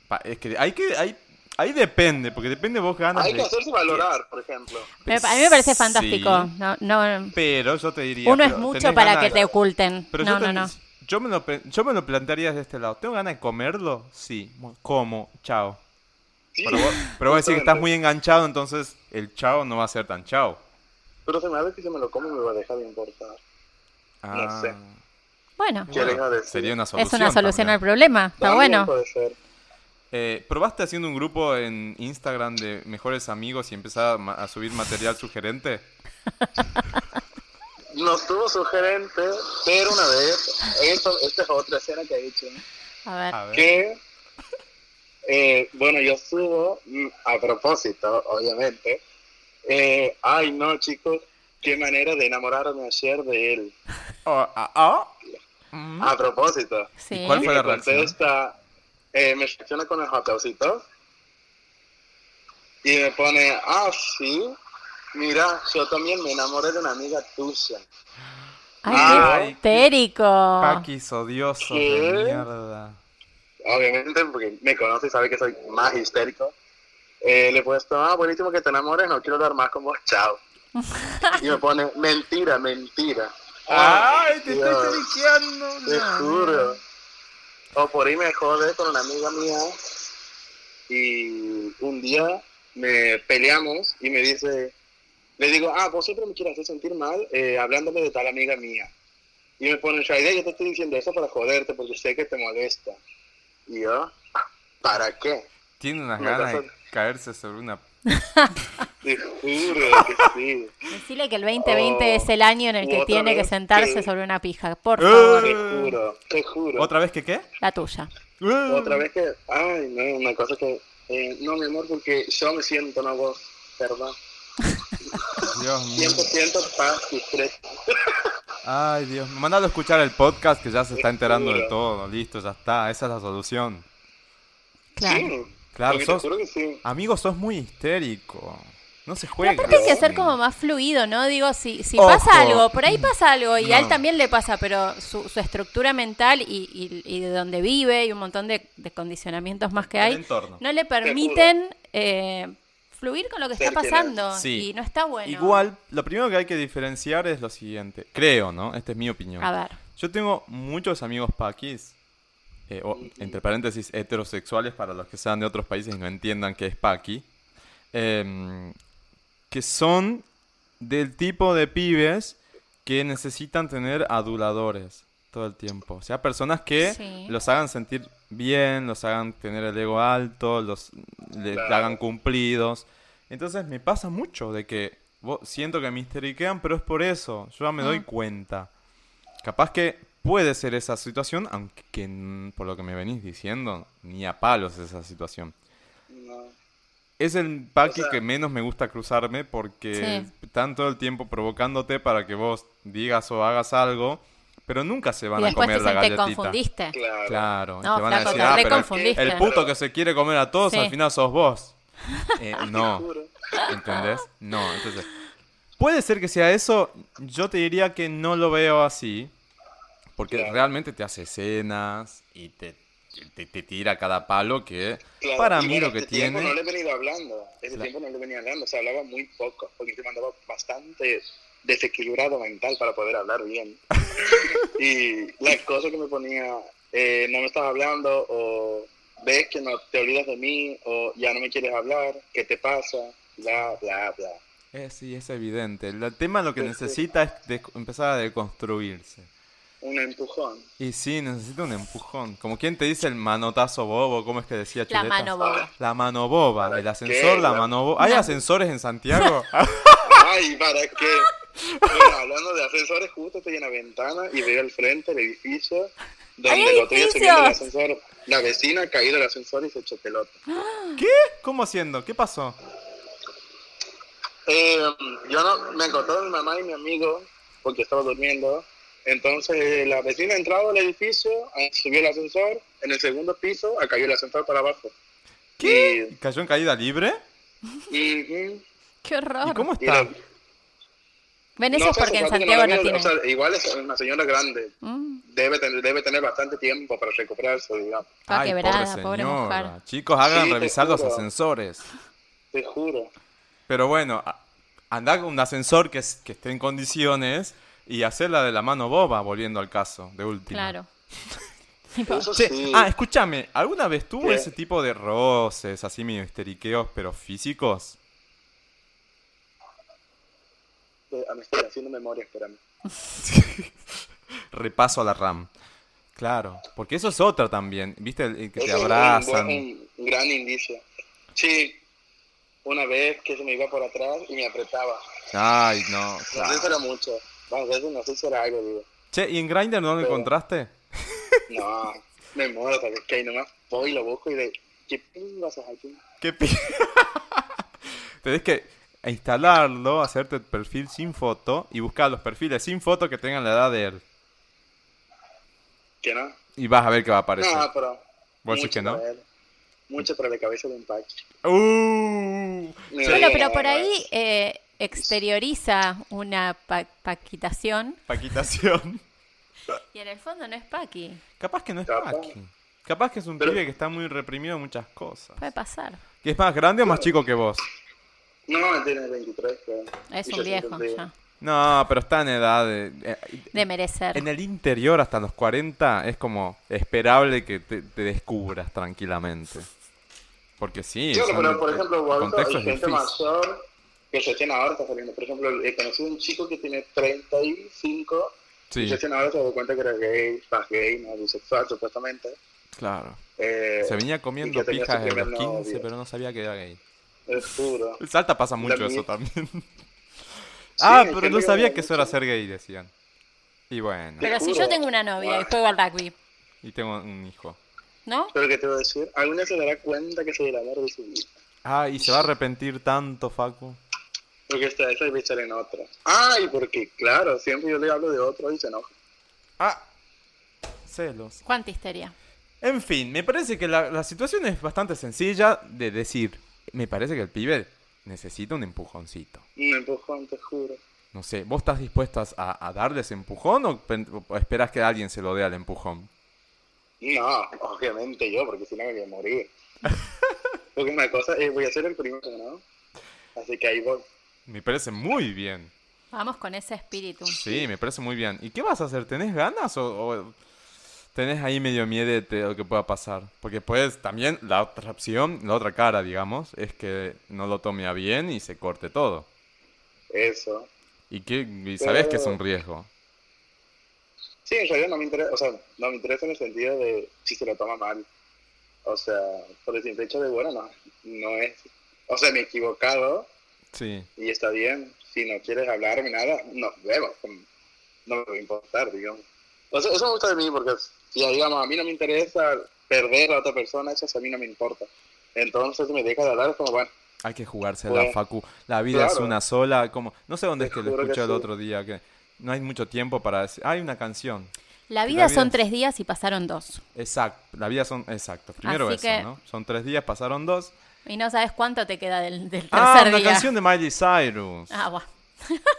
pa- es que hay que. Hay, ahí depende, porque depende vos ganas Hay que de- hacerse valorar, por ejemplo. Me- a mí me parece Sí, fantástico. No, no, Pero yo te diría. uno es pero mucho tenés para ganas- que te oculten. Pero no, yo, no, ten- no. yo me lo, pe- yo me lo plantearía desde este lado. ¿Tengo ganas de comerlo? Sí. Mu- Como. Chao. Sí, Pero vos, pero vos decís que justamente. estás muy enganchado, entonces el chao no va a ser tan chao. Pero se me hace que si me lo como me va a dejar de importar. No sé. Bueno, ¿Qué les va a decir? Ah, sería una solución. es una solución al también. problema. Está También bueno. puede ser. Eh, ¿Probaste haciendo un grupo en Instagram de mejores amigos y empezar a, ma- a subir material sugerente? Nos tuvo sugerente, pero una vez, esto, esta es otra escena que he hecho, ¿no? A ver. A ver. que, eh, bueno, yo subo, mm, a propósito, obviamente, eh, ay no, chicos, qué manera de enamorarme ayer de él. Oh, ah, ah. Mm. A propósito. Sí. ¿Y cuál Y fue la me reacción? contesta, eh, me reacciona con el aplausitos y me pone, ah, sí, mira, yo también me enamoré de una amiga tuya. Ay, Ay, Ah, qué histérico. Paquis odiosos ah, de ¿Qué? mierda. Obviamente, porque me conoce y sabe que soy más histérico. Eh, le he puesto, ah, buenísimo que te enamores, no quiero hablar más con vos, chao. y me pone, mentira, mentira. Ay, te Dios. estoy liqueando. Te juro. O por ahí me jodé con una amiga mía y un día me peleamos y me dice, le digo, ah, vos siempre me quieres hacer sentir mal eh, hablándome de tal amiga mía. Y me pone Shaidia, yo te estoy diciendo eso para joderte, porque sé que te molesta. Y yo, ¿para qué? Tiene unas Me ganas de pasa- caerse sobre una... Te juro que sí. Decirle que el 2020 Oh, es el año en el que otra tiene que vez sentarse que- sobre una pija. Eh. Por favor, Te juro, te juro. ¿Otra vez que qué? la tuya. Otra vez que, ay, no, una cosa que, eh, no, mi amor, porque yo me siento una voz, perdón, Dios mío. 100% paz y estrés. Ay, Dios. Mandalo a escuchar el podcast que ya se está enterando de Seguro. todo. Listo, ya está. Esa es la solución. Claro. Sí, Claro, porque te sos- juro que sí. Amigo, sos muy histérico. No se Pero juega. aparte hay que así. ser como más fluido, ¿no? Digo, si, si Ojo. pasa algo, por ahí pasa algo, y a él No. también le pasa, pero su, su estructura mental y, y- y de donde vive y un montón de, de condicionamientos más que El hay, entorno. no le permiten eh, fluir con lo que está Ser quien pasando. Sí. Y no está bueno. Igual, lo primero que hay que diferenciar es lo siguiente. Creo, ¿no? Esta es mi opinión. A ver. Yo tengo muchos amigos paquis, eh, o, entre paréntesis, heterosexuales para los que sean de otros países y no entiendan qué es paqui, em, que son del tipo de pibes que necesitan tener aduladores todo el tiempo. O sea, personas que Sí. los hagan sentir bien, los hagan tener el ego alto, los le Claro. hagan cumplidos. Entonces me pasa mucho de que vos- siento que me histeriquean, pero es por eso. Yo ya me doy Mm. cuenta. Capaz que puede ser esa situación, aunque que, mm, por lo que me venís diciendo, ni a palos esa situación. No. Es el paqui O sea- que menos me gusta cruzarme porque están todo el tiempo provocándote para que vos digas o hagas algo, pero nunca se van Y a después te, comer la sen- te galletita. confundiste. Claro. Claro, y No, te van a flaco, decir, te "Ah, pero reconfundiste. el puto que se quiere comer a todos Sí. al final sos [LAUGHS] vos. Eh, no. Te juro. ¿Entendés? No, entonces. Puede ser que sea eso. Yo te diría que no lo veo así. Porque Claro. realmente te hace escenas y te, te, te tira cada palo que Claro, para y mí bueno, lo que este tiempo tiene. No le he venido hablando, ese Claro. tiempo no le venía hablando, se hablaba muy poco, porque se mandaba bastante desequilibrado mental para poder hablar [LAUGHS] bien. y las cosas que me ponía, eh, no me estás hablando, o ves que no te olvidas de mí, o ya no me quieres hablar, ¿qué te pasa? Bla, bla, bla. Eh, sí, es evidente. El tema lo que Sí, sí. necesita es de- empezar a deconstruirse. Un empujón. Y sí, necesita un empujón. Como quien te dice el manotazo bobo, ¿cómo es que decía La Chuleta? mano boba. La mano boba, el ascensor, la La- mano boba. ¿Hay No. ascensores en [LAUGHS] Santiago? Ay, ¿para [LAUGHS] qué? Bueno, hablando de ascensores, justo estoy en la ventana y veo al frente el edificio ¡Hay donde el otro día edificios! subiendo el ascensor, la vecina ha caído del ascensor y se echó pelota. ¿Cómo haciendo? ¿Qué pasó? Eh, yo no, me encontró mi mamá y mi amigo porque estaba durmiendo. Entonces la vecina ha entrado al edificio, ha- subió el ascensor, en el segundo piso ha caído el ascensor para abajo. ¿Qué? Y- ¿Cayó en caída libre? Ujú. Qué ¿Y horror. cómo Y está? la- Ven, eso no es sé, Ah. porque en supongo que Santiago la no amiga- tiene. o sea, igual es una señora grande, Mm, debe tener, debe tener bastante tiempo para recuperarse, digamos. toda Ay, quebrada, pobre señora. mujer. Chicos, hagan Sí, te revisar los juro. ascensores. Te juro. Pero bueno, a- andá con un ascensor que, es- que esté en condiciones y hacerla de la mano boba, volviendo al caso, de último. Claro. Eso Che, sí. Ah, escúchame, ¿alguna vez tuvo ¿Qué? ese tipo de roces, así medio histeriqueos, pero físicos? Eh, ah, me estoy haciendo memoria, espérame. Repaso a la RAM. Claro, porque eso es otra también, ¿viste? El, el que te Eso es un abrazan. buen- un gran indicio. Sí, una vez que se me iba por atrás y me apretaba. Ay, no. No sé si era mucho. Vamos, eso no sé si era algo, digo. Che, ¿y en Grindr no lo Pero- encontraste? No, me muero, ¿sabes qué? Y nomás voy y lo busco y de... ¿Qué pingas es aquí? ¿Qué pi- [LAUGHS] Tenés que instalarlo, hacerte el perfil sin foto y buscar los perfiles sin foto que tengan la edad de él. ¿Qué no? Y vas a ver que va a aparecer. No, pero... ¿Vos decís mucho que no? para él. Mucho para la cabeza de un pack. Uh, Bueno, pero por ahí eh, exterioriza una pa- paquitación paquitación. y en el fondo no es paqui. [LAUGHS] Capaz que no es Capaz. Paqui. Capaz que es un Pero- pibe que está muy reprimido en muchas cosas. Puede pasar. ¿Que es más grande o más chico que vos? No, él tiene 23, creo. Es Y un yo viejo siempre- ya. No, pero está en edad de... eh, De merecer. En el interior, hasta los 40, es como esperable que te, te descubras tranquilamente. Porque sí. Yo, son- pero por ejemplo, el ahorita contexto hay es gente difícil. eh, mayor que recién ahora está saliendo. Por ejemplo, he conocido un chico que tiene 35 Sí. Y recién ahora se dio cuenta que era gay, pas gay, no bisexual supuestamente. Claro. Eh, Se venía comiendo que tenía pijas su desde los primera 15, novia. pero no sabía que era gay. Es duro. El Salta pasa mucho También. eso [LAUGHS] también. ah, pero gente no que sabía habla que eso era mucho. ser gay, decían. Y bueno, Pero si juro. yo tengo una novia y Guau. juego al rugby, y tengo un hijo. ¿no? Pero que te voy a decir, alguna se dará cuenta que soy el amor de su vida. Ah, y se va a arrepentir tanto, Facu. Porque esta esa es estar en otra. Ay, porque claro, siempre yo le hablo de otro y se enoja. Ah, celos. ¿Cuánta histeria? En fin, me parece que la, la situación es bastante sencilla de decir. Me parece que el pibe necesita un empujoncito. Un empujón, te juro. No sé, ¿vos estás dispuestas a, a darle ese empujón o, pen- o esperás que alguien se lo dé al empujón? No, obviamente yo, porque si no me voy [LAUGHS] a morir. porque una cosa, eh, voy a ser el primero, ¿no? Así que ahí voy. Me parece muy bien. Vamos con ese espíritu. Sí, me parece muy bien. ¿Y qué vas a hacer? ¿Tenés ganas o, o tenés ahí medio miedo de lo que pueda pasar? Porque pues también la otra opción, la otra cara, digamos, es que no lo tome a bien y se corte todo. Eso. Y, que, y sabés que es un riesgo. Sí, en realidad no me interesa, o sea, no me interesa en el sentido de si se lo toma mal. O sea, por el simple hecho de, bueno, no, no es. O sea, me he equivocado Sí. y está bien. Si no quieres hablarme nada, nos vemos. No me va a importar, digamos. O sea, eso me gusta de mí porque, si, digamos, a mí no me interesa perder a otra persona, eso a mí no me importa. Entonces, si me deja de hablar, es como, bueno, Hay que jugarse la Bueno, Facu. La vida es claro. una sola. Como, no sé dónde es Te que lo juro que escuché el sí. otro día. que No hay mucho tiempo para decir. Hay una canción. La La vida vida son es- tres días y pasaron dos. Exacto. La vida son. Exacto. Primero Así eso, que- ¿no? Son tres días, pasaron dos. Y no sabes cuánto te queda del, del Ah, tercer una día. canción de Miley Cyrus. Ah, guau.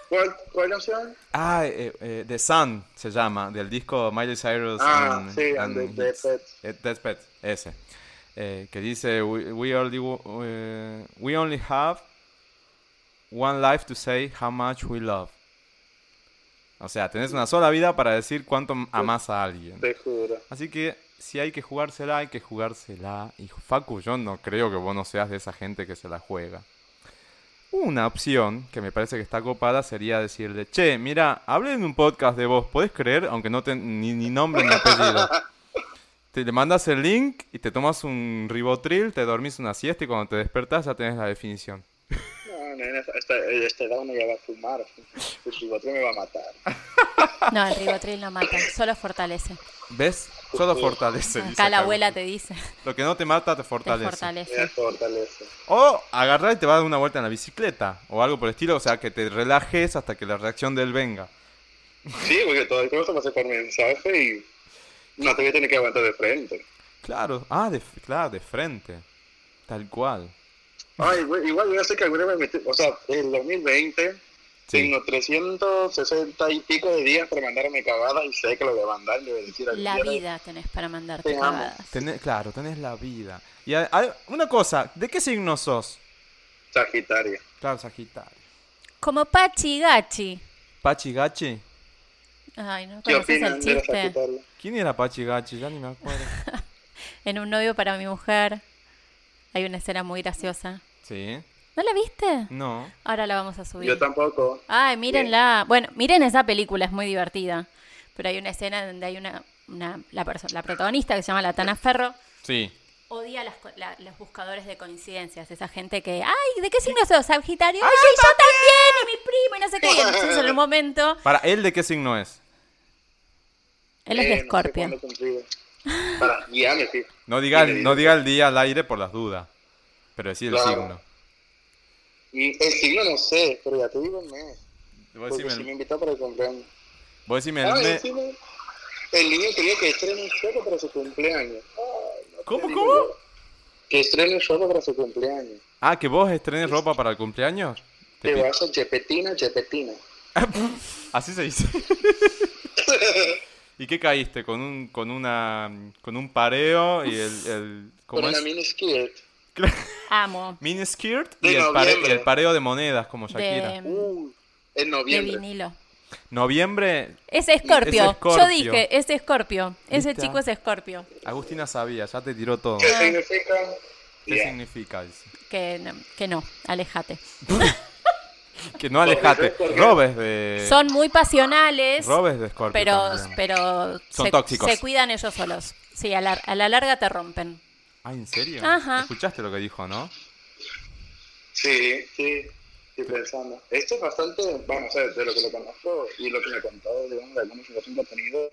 ¿cuál, cuál canción? Ah, eh, eh, The Sun se llama, del disco Miley Cyrus. Ah, sí, and the Dead Pets. eh, Dead Pets, ese. Eh, que dice, we, we only, wo- eh, we only have one life to say how much we love. O sea, tenés una sola vida para decir cuánto amás a alguien. Te juro. Así que si hay que jugársela, hay que jugársela. Y Facu, yo no creo que vos no seas de esa gente que se la juega. Una opción que me parece que está copada sería decirle, che, mira, hablen en un podcast de vos, ¿podés creer? Aunque no te, ni, ni nombre ni apellido. Te le mandas el link y te tomas un ribotril, te dormís una siesta y cuando te despertás ya tenés la definición. No, nena, a esta, a esta edad uno ya va a fumar. [LAUGHS] El chicote me va a matar. No, el ribotril no mata, [LAUGHS] solo fortalece. ¿Ves? Solo fortalece. dice Acá la Facu. abuela te dice, te Lo que no te mata te fortalece. Me fortalece. fortaleza. O agarrar y te va a dar una vuelta en la bicicleta o algo por el estilo, o sea, que te relajes hasta que la reacción de él venga. Sí, porque todo el tiempo pasa por mensaje y no te voy a tener que aguantar de frente. Claro, ah, de, f- claro, de frente. Tal cual. Ay, güey, igual yo sé que alguna vez me metí, o sea, el 2020 Sí. tengo 360 y pico de días para mandarme cagadas y sé que lo voy a mandar, le voy a decir a La cualquiera. vida tenés para mandarte Te amo. cagadas. Tené- claro, tenés la vida. Y a- a- una cosa, ¿de qué signo sos? Sagitario. Claro, Sagitario. Como Pachi Gachi. ¿Pachi Gachi? Ay, ¿no ¿Qué conoces el opinan de los chiste? Sagitarios? ¿Quién era Pachi Gachi? Ya ni me [LAUGHS] acuerdo. En un novio para mi mujer. Hay una escena muy graciosa. Sí, ¿No la viste? no. Ahora la vamos a subir. Yo tampoco. Ay, mírenla. Bueno, miren esa película, es muy divertida. Pero hay una escena donde hay una, una- la, perso- la protagonista que se llama Latana Ferro. Sí. Odia las co- la- los buscadores de coincidencias, esa gente que, ay, ¿de qué signo sos? Sagitario, ay, yo, también, y mi primo, y no sé qué. Y entonces en un momento, Para él, ¿de qué signo es? él es Eh, de no sé Escorpio. cuándo cumplido. Para guiarme, sí. No diga, Sí, el, no diga el día al aire por las dudas, pero decir el Claro. signo. Y el signo no sé, pero ya te digo el mes. Vos Porque decime si me el, invitó para el cumpleaños. vos decime el Ah, me- encima, el niño quería que estrene un show para su cumpleaños. Ay, no te ¿Cómo, digo cómo? yo. Que estrene un show para su cumpleaños. Ah, que vos estrenes ropa para el cumpleaños. Te Te pi- vas a Chepetina, Chepetina. Así se [LAUGHS] dice. ¿Y qué caíste? Con un, con una, con un pareo y el, el Con ¿cómo una es? mini skirt. Amo, Mini skirt De y el, pare- noviembre. y el pareo de monedas como Shakira. de, Uh, en de noviembre. vinilo. Noviembre, Es Escorpio, Escorpio. yo dije, es Escorpio, ese ¿Viste? chico es Escorpio, Agustina sabía, ya te tiró todo. ¿Qué ¿Qué Ah. significa? Ya. significa? Dice. que, no- que no, alejate. que no alejate. Porque- Rob es de. Son muy pasionales, Rob es de Scorpio. pero, también. pero Son se, tóxicos. se cuidan ellos solos. Sí, a la, a la larga te rompen. Ah, ¿en serio? Ajá. Escuchaste lo que dijo, ¿no? Sí, sí, estoy pensando. Esto es bastante, bueno, o sea, de lo que lo conozco y lo que me contó, digamos, de alguna situación que ha tenido,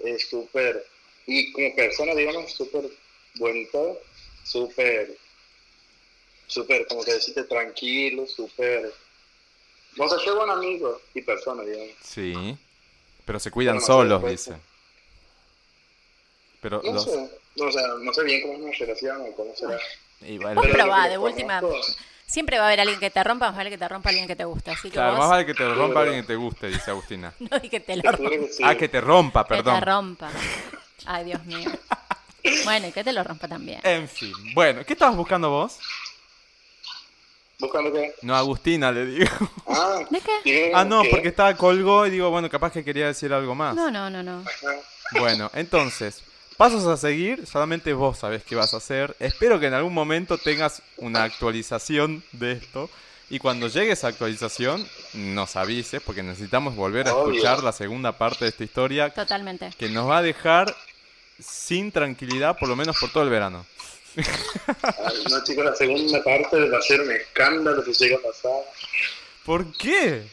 es súper, y como persona, digamos, súper buen todo, súper, súper, como que decirte, tranquilo, súper, o sea, qué buen amigo y persona, digamos. Sí. Pero se cuidan Bueno, solos, sí, pues. dice. Pero No los. sé, o sea, no sé bien cómo es una relación o cómo [LAUGHS] será. y bueno, Vos [LAUGHS] Pero lo probá, que de última. conozco- Siempre va a haber alguien que te rompa, más vale que te rompa alguien que te gusta. Así que claro, vos más vale que te rompa alguien que te guste, dice Agustina. [LAUGHS] no y que te [LAUGHS] lo rompa. Seguro que sí. Ah, que te rompa, Que te perdón. rompa. Ay, Dios mío. Bueno, y que te lo rompa también. En fin. Bueno, ¿qué estabas buscando vos? ¿Buscando qué? No, Agustina, le digo. Ah, ¿De [LAUGHS] qué? digo Ah, no, que- porque estaba colgó y digo, bueno, capaz que quería decir algo más. No, no, no, no. Ajá. Bueno, entonces, pasos a seguir, solamente vos sabés qué vas a hacer. Espero que en algún momento tengas una actualización de esto. Y cuando llegue esa actualización, nos avises, porque necesitamos volver a Obvio. escuchar la segunda parte de esta historia, Totalmente. que nos va a dejar sin tranquilidad, por lo menos por todo el verano. Ay, No, chicos, la segunda parte va a ser un escándalo si llega a pasar. ¿Por qué?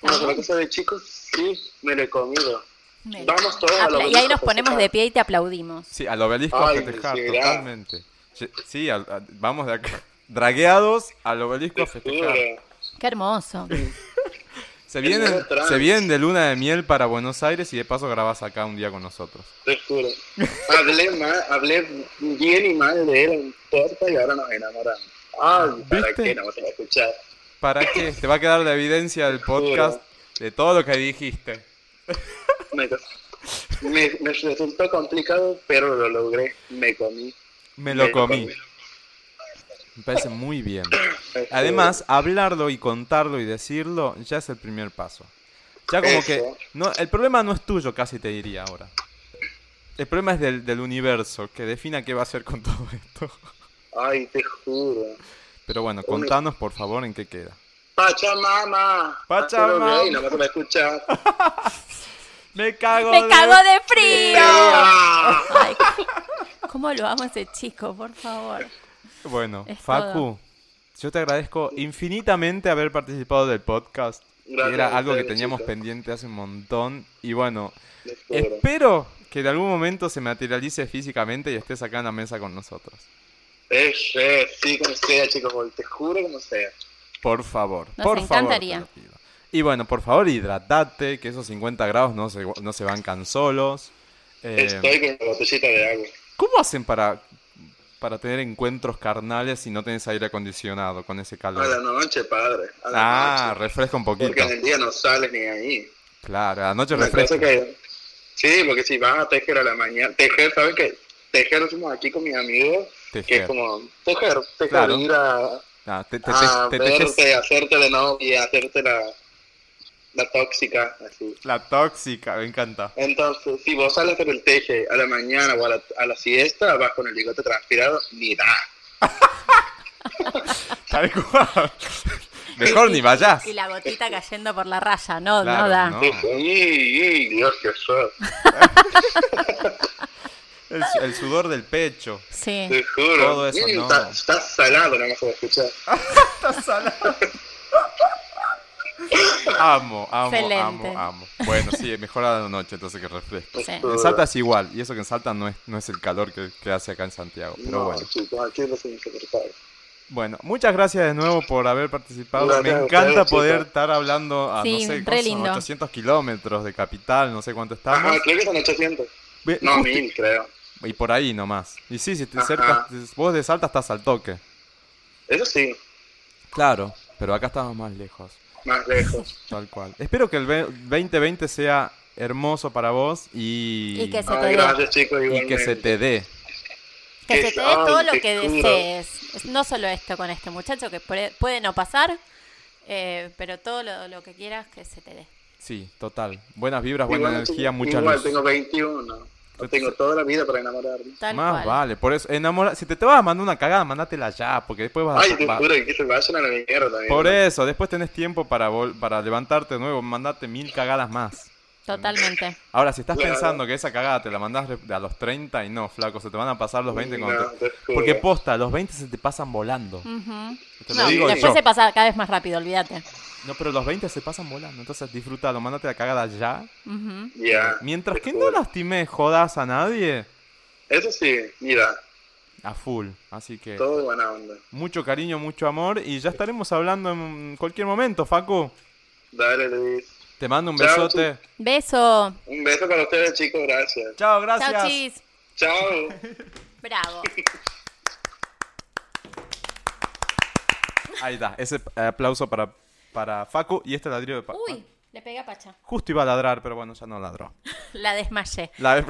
Bueno, con la cosa de chicos, sí, me lo he comido. Me- Vamos todos a Apla- lo y ahí nos bonito, pues, ponemos festejar. de pie y te aplaudimos. Sí, al obelisco Ay, a festejar, mira. totalmente. Ye- Sí, al- a- vamos de acá. [LAUGHS] Dragueados al obelisco a festejar. Seguro. Qué hermoso. Se Primero vienen, trans. se vienen de luna de miel para Buenos Aires y de paso grabás acá un día con nosotros. Te juro. Hablé, mal, hablé bien y mal de él en torta y ahora nos enamoramos. Ay, ¿para ¿Viste? qué no se va a escuchar? ¿Para qué? Te va a quedar la evidencia del podcast de todo lo que dijiste. Me, me, me resultó complicado, pero lo logré. Me comí. Me lo comí. Me parece muy bien. Además, hablarlo y contarlo y decirlo ya es el primer paso. Ya como que... Eso. No, el problema no es tuyo, casi te diría ahora. El problema es del, del universo, que defina qué va a hacer con todo esto. Ay, te juro. Pero bueno, contanos por favor en qué queda. Pachamama. Pachamama. Y no me va [LAUGHS] a escuchar. Me cago ¡Me cago de [LAUGHS] frío! Ah. Ay, ¿Cómo lo amo a ese chico, por favor? Bueno, Es Facu, todo. yo te agradezco infinitamente haber participado del podcast. que Gracias era a algo que ustedes, teníamos chicos. pendiente hace un montón. Y bueno, Te juro. espero que en algún momento se materialice físicamente y estés acá en la mesa con nosotros. Eh, eh, sí, como sea, chicos, bol- te juro como sea. Por favor, Nos por encantaría. favor. te lo pido. Y bueno, por favor, hidratate, que esos 50 grados no se, no se bancan solos. Eh, Estoy con la botellita de agua. ¿Cómo hacen para, para tener encuentros carnales si no tenés aire acondicionado con ese A la calor? noche, padre. A la Ah, noche. refresca un poquito. Porque en el día no sales ni ahí. Claro, anoche Una refresca. cosa que- Sí, porque si vas a tejer a la mañana. Tejer, ¿sabes qué? Tejer, somos aquí con mis amigos. Que Tejer. es como. Tejer, tejer, Claro. ir a, Ah, te, te, a te- te- verte, tejes hacerte de novia, hacerte la, la tóxica, así. la tóxica, me encanta. [LAUGHS] Entonces, si vos sales con el teje a la mañana o a la, a la siesta, vas con el bigote transpirado, ni da. Tal [LAUGHS] cual. Mejor ni vayas. Y la gotita cayendo por la raya. No, Claro, no da. no. Y, y, Dios, qué sos. El, su- el sudor del pecho. Sí. Te juro. Todo eso, Mm, no. Está, está salado, no me puedo escuchar. Amo, amo, Excelente. amo, amo. Bueno, sí, mejor a la noche entonces que refresca. Sí. En Salta es igual, y eso que en Salta no es, no es el calor que, que hace acá en Santiago. Pero no, bueno. chicos, aquí no se me soportable. Bueno, muchas gracias de nuevo por haber participado. Gracias Me a encanta ustedes, poder chicos. estar hablando a, Sí, no sé, re ¿cuántos son? lindo. 800 kilómetros de capital, no sé cuánto estamos. Ajá, creo que son 800. Ve- Ah, No, [LAUGHS] justo- 1000, creo. Y por ahí nomás. Y sí, si te Ajá. cerca, vos de Salta estás al toque. Eso sí, Claro, pero acá estamos más lejos. [LAUGHS] más lejos. Tal cual. Espero que el ve- 2020 sea hermoso para vos y, Y que se- te Ay, dé. gracias, chicos. y que se te dé. Que se te dé Ay, todo lo te que juro. desees. Es- No solo esto con este muchacho, que puede puede no pasar, eh, pero todo lo, lo que quieras que se te dé. Sí, total. Buenas vibras, buena energía, mucha igual, luz. tengo 21. Tengo toda la vida para enamorarme. Tal Más cual. vale, por eso, enamora, si te, te vas a mandar una cagada, mandátela ya, porque después vas a... Ay, te Ah, va- juro que se vayan a la mierda. también. Por eso, después tenés tiempo para, vol- para levantarte de nuevo, mandate mil cagadas más. Totalmente. Ahora, si estás Claro. pensando que esa cagada te la mandás re- a los 30 y no, flaco, se te van a pasar los 20 cuando No, te- te juro. Porque posta, los 20 se te pasan volando. Ujú. Te lo Mm. No, digo después yo. se pasa cada vez más rápido, olvídate. No, pero los 20 se pasan volando, entonces disfrútalo, mandate la cagada ya. Ujú. Ya. Mientras te que no juro. lastimes, jodas a nadie, Eso sí, mira, a full. Así que todo buena onda. mucho cariño, mucho amor y ya estaremos hablando en cualquier momento, Facu. Dale, Luis. Te mando un Chao, besote. Beso. Un beso para ustedes, chicos. Gracias. Chao, gracias. Chao, chis. Chao. Bravo. Ahí está, ese eh, aplauso para, para Facu y este ladrillo de Paco. Uy, le pegué a Pacha. Justo iba a ladrar, pero bueno, ya no ladró. La desmayé. La vez...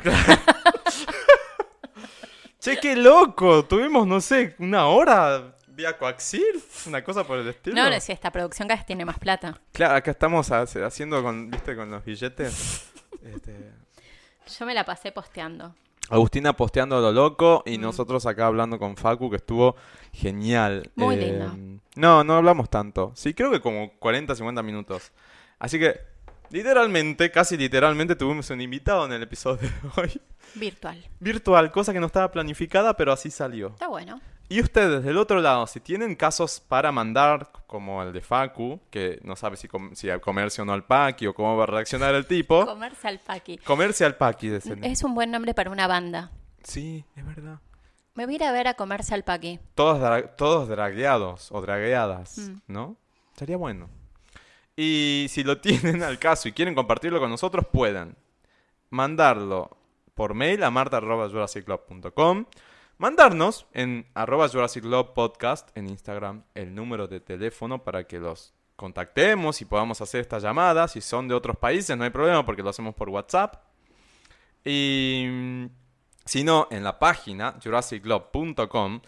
[LAUGHS] che, qué loco. Tuvimos, no sé, una hora vía coaxil, una cosa por el estilo. No, no, si esta producción cada vez tiene más plata. Claro, acá estamos hace- haciendo con, viste, con los [LAUGHS] billetes. Este, Yo me la pasé posteando. Agustina posteando a lo loco Mm. y nosotros acá hablando con Facu, que estuvo genial. Eh, Muy lindo. No, no hablamos tanto. Sí, creo que como 40, 50 minutos. Así que, literalmente, casi literalmente, tuvimos un invitado en el episodio de hoy. [LAUGHS] Virtual. Virtual, cosa que no estaba planificada, pero así salió. Está bueno. Y ustedes, del otro lado, si tienen casos para mandar, como el de Facu, que no sabe si, com- si a comercio o no al paqui o cómo va a reaccionar el tipo. Comercial Paqui. Comerse al paqui, decían. Es un buen nombre para una banda. Sí, es verdad. Me voy a ir a ver a Comercial Paqui. Todos, dra- todos dragueados o dragueadas, Mm. ¿no? Sería bueno. Y si lo [LAUGHS] tienen al caso y quieren compartirlo con nosotros, pueden mandarlo por mail a marta.jurassicclub.com, mandarnos en arroba Jurassic Club podcast en Instagram el número de teléfono para que los contactemos y podamos hacer esta llamada. Si son de otros países, no hay problema porque lo hacemos por WhatsApp. Y mm, si no, en la página jurassicclub.com,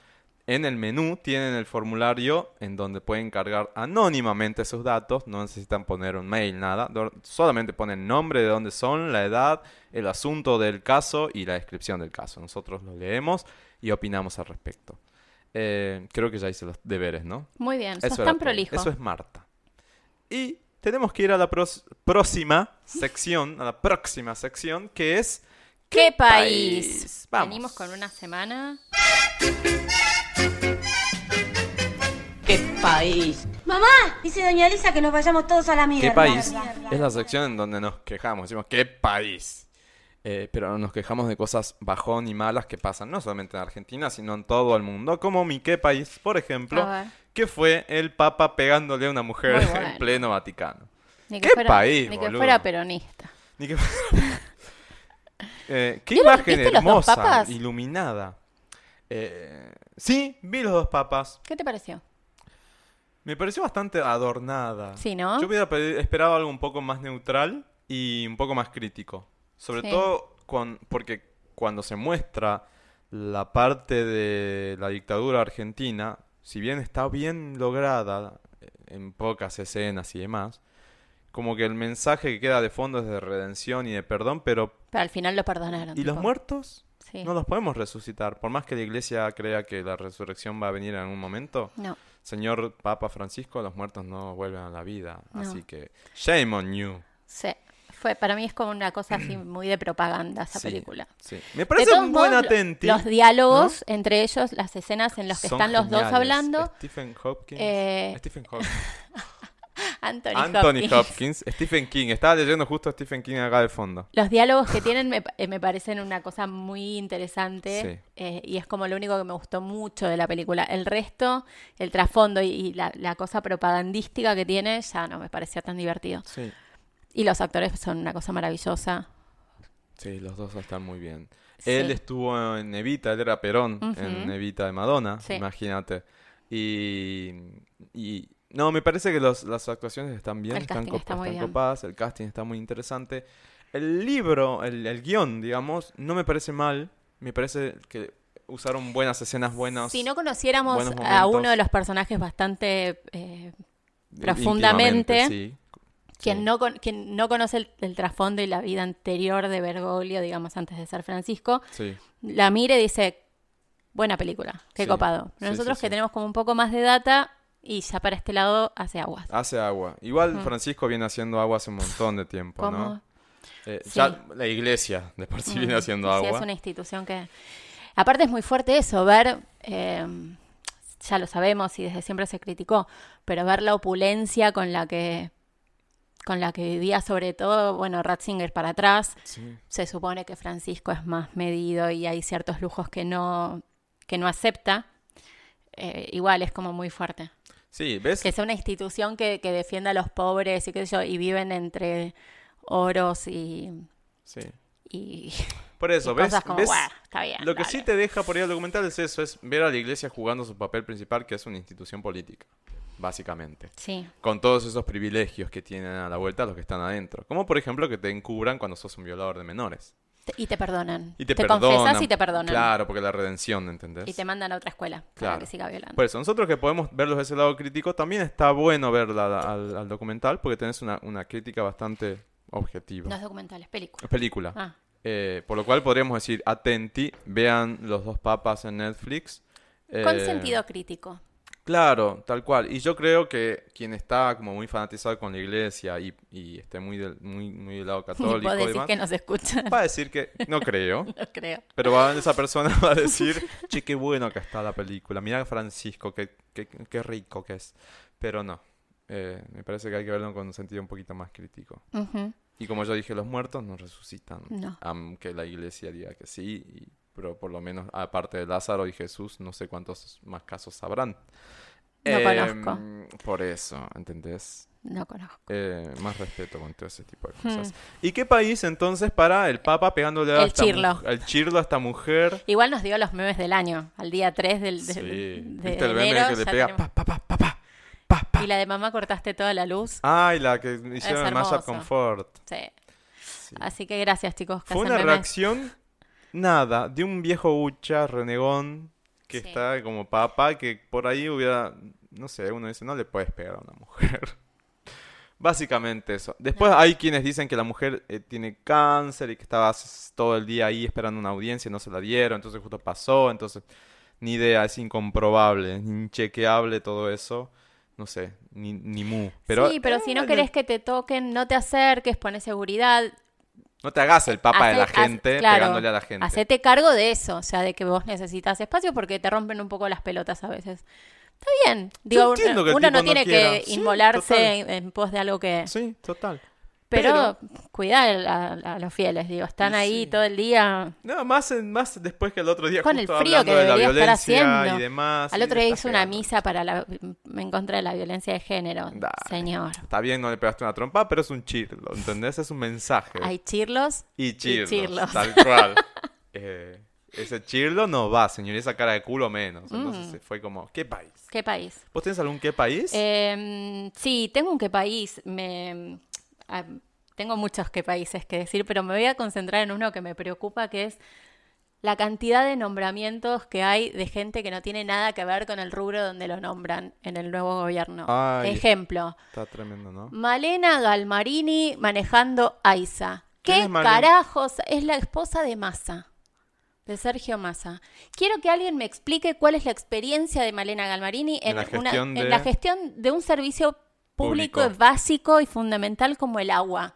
en el menú tienen el formulario en donde pueden cargar anónimamente sus datos, no necesitan poner un mail, nada, do- solamente ponen nombre de dónde son, la edad, el asunto del caso y la descripción del caso. Nosotros lo leemos y opinamos al respecto. Eh, creo que ya hice los deberes, ¿no? Muy bien, sos era tan todo. prolijo. Eso es Marta. Y tenemos que ir a la pros- próxima sección, a la próxima sección, que es... ¿Qué país? Vamos. Venimos con una semana. ¿Qué país? Mamá, dice doña Elisa que nos vayamos todos a la mierda. ¿Qué país? Es la sección en donde nos quejamos, decimos, ¿qué país? Eh, pero nos quejamos de cosas bajón y malas que pasan, no solamente en Argentina, sino en todo el mundo, como mi qué país, por ejemplo, A ver. que fue el Papa pegándole a una mujer Muy [LAUGHS] bueno. en pleno Vaticano. Ni que ¿Qué fuera, país, Ni que boludo? fuera peronista. Ni que- [LAUGHS] Eh, qué ¿Vieron- imagen viste los dos hermosa, papas? iluminada. Eh, sí, vi los dos papas. ¿Qué te pareció? Me pareció bastante adornada. Sí, ¿no? Yo hubiera pedi- esperado algo un poco más neutral y un poco más crítico. Sobre Sí. todo con, porque cuando se muestra la parte de la dictadura argentina, si bien está bien lograda eh, en pocas escenas y demás, como que el mensaje que queda de fondo es de redención y de perdón, pero Pero al final lo perdonaron. ¿y los tipo. muertos? Sí. No los podemos resucitar. Por más que la iglesia crea que la resurrección va a venir en algún momento, No. Señor Papa Francisco, los muertos no vuelven a la vida. No. Así que, shame on you. Sí. Fue, para mí es como una [CLEARS THROAT] cosa así muy de propaganda esa Sí, película. sí. Me De parece todos un modos, buen lo- atenti. Los diálogos entre ellos, las escenas en las que Son están los dos geniales. hablando. Stephen Hopkins. Eh, Stephen Hopkins. Anthony, Anthony Hopkins. Hopkins. Stephen King. Estaba leyendo justo a Stephen King acá de fondo. Los diálogos que tienen me, pa- eh, me parecen una cosa muy interesante eh, y es como lo único que me gustó mucho de la película. El resto, el trasfondo y, y la, la cosa propagandística que tiene ya no me parecía tan divertido. Sí. Y los actores son una cosa maravillosa. Sí, los dos están muy bien. Sí. Él estuvo en Evita, él era Perón en Ujú. Evita de Madonna, Sí. imagínate. Y, y- no, me parece que los- las actuaciones están bien, El están, casting está copa- muy están bien. copadas, el casting está muy interesante. El libro, el, el guión, digamos, no me parece mal. Me parece que usaron buenas escenas, buenas. si no conociéramos buenos a uno momentos. de los personajes bastante eh, eh, profundamente, íntimamente, sí. Quien, no, con- quien no conoce el, el trasfondo y la vida anterior de Bergoglio, digamos, antes de ser Francisco, Sí. la mire y dice, buena película, qué Sí, copado. sí, Nosotros sí, que sí. tenemos como un poco más de data y ya para este lado hace aguas. Hace agua. Igual Francisco viene haciendo agua hace un montón de tiempo, ¿Cómo? ¿no? Eh, Sí. Ya la iglesia de por sí viene haciendo Sí, agua. es una institución que... Aparte es muy fuerte eso, ver, eh, ya lo sabemos y desde siempre se criticó, pero ver la opulencia con la que con la que vivía sobre todo, bueno, Ratzinger para atrás, Sí. se supone que Francisco es más medido y hay ciertos lujos que no, que no acepta, eh, igual es como muy fuerte. Sí, ¿ves? Que sea una institución que, que defienda a los pobres y qué sé yo, y viven entre oros y... Sí. y- Por eso, y ¿ves? cosas como, ¿Ves? "Buah, está bien, Lo que dale". sí te deja por ahí el documental es eso, es ver a la iglesia jugando su papel principal, que es una institución política, básicamente. Sí, Con todos esos privilegios que tienen a la vuelta los que están adentro. Como por ejemplo que te encubran cuando sos un violador de menores. Te- y te perdonan. Y te, confesas y te perdonan. Claro, porque la redención, ¿entendés? Y te mandan a otra escuela para Claro. que siga violando. Por eso, nosotros que podemos verlos de ese lado crítico, también está bueno verla al, al documental porque tenés una, una crítica bastante objetiva. no es documental, es película. Es película. Ah, Eh, por lo cual podríamos decir, atenti, vean Los dos papas en Netflix. Eh, con sentido crítico. Claro, tal cual. Y yo creo que quien está como muy fanatizado con la iglesia y, y esté muy del, muy, muy del lado [LAUGHS] Y católico vos y decís demás, que nos escuchan, va a decir que no creo. [LAUGHS] no creo. Pero va, esa persona va a [LAUGHS] decir, che, qué bueno que está la película. Mirá a Francisco, qué, qué, qué rico que es. Pero no, Eh, me parece que hay que verlo con un sentido un poquito más crítico. Ujú. Y como yo dije, los muertos no resucitan. No. Aunque la iglesia diga que sí, y- pero por lo menos aparte de Lázaro y Jesús, no sé cuántos más casos sabrán. No conozco. Por eso, ¿entendés? No conozco. Eh, más respeto con todo ese tipo de cosas. ¿Y qué país entonces para el Papa pegándole a Hmm. El esta chirlo. mu- al chirlo a esta mujer? Igual nos dio los memes del año, al día 3 del, de, Sí. de- ¿Viste el de meme enero, que le ya pega tenemos- pa, pa, pa, pa, pa, pa, pa? Y la de mamá cortaste toda la luz. Ay, la que hicieron el mashup hermoso. con Ford. Sí. Así que gracias, chicos. que Fue hacen una memes. reacción, nada, de un viejo hucha, renegón, que Sí. está como papá, que por ahí hubiera, no sé, uno dice, no le puedes pegar a una mujer. [LAUGHS] Básicamente eso. Después hay quienes dicen que la mujer eh, tiene cáncer y que estaba s- todo el día ahí esperando una audiencia y no se la dieron, entonces justo pasó, entonces ni idea, es incomprobable, es inchequeable todo eso. No sé, ni, ni mu. Pero, sí, pero si no eh, querés que te toquen, no te acerques, pones seguridad, No te hagas el papa de la Hace- hace- gente claro, pegándole a la gente. Hacete cargo de eso, o sea, de que vos necesitas espacio porque te rompen un poco las pelotas a veces. Está bien. Digo, entiendo uno, que el uno tipo no no tiene quiera. que Sí, inmolarse total. en, en pos de algo que. Sí, total. pero, cuidar a, a los fieles, digo, están Y ahí sí. todo el día. No, más, en- más después que el otro día Con el justo frío que hablando de la debería estar violencia haciendo. y demás. Al y otro Ah, le día estás hizo una pegando. misa para la, en contra de la violencia de género. Dale. Señor. Está bien, no le pegaste una trompa, pero es un chirlo, ¿entendés? Es un mensaje. Hay chirlos. y chirlos, chirlos. tal [LAUGHS] cual. Eh, ese chirlo no va, señor, y esa cara de culo Mm. menos. Entonces se fue como, ¿qué país? ¿Qué país? ¿Vos tenés algún qué país? Eh, sí, tengo un qué país. Me, ah, tengo muchos qué países que decir, pero me voy a concentrar en uno que me preocupa, que es la cantidad de nombramientos que hay de gente que no tiene nada que ver con el rubro donde lo nombran en el nuevo gobierno. Ay. Ejemplo, Está tremendo, ¿no? Malena Galmarini manejando AISA. ¿Quién ¿Qué es Malena? carajos? Es la esposa de Massa, de Sergio Massa. Quiero que alguien me explique cuál es la experiencia de Malena Galmarini en, En la una- gestión en de- la gestión de un servicio público, Público. básico y fundamental como el agua.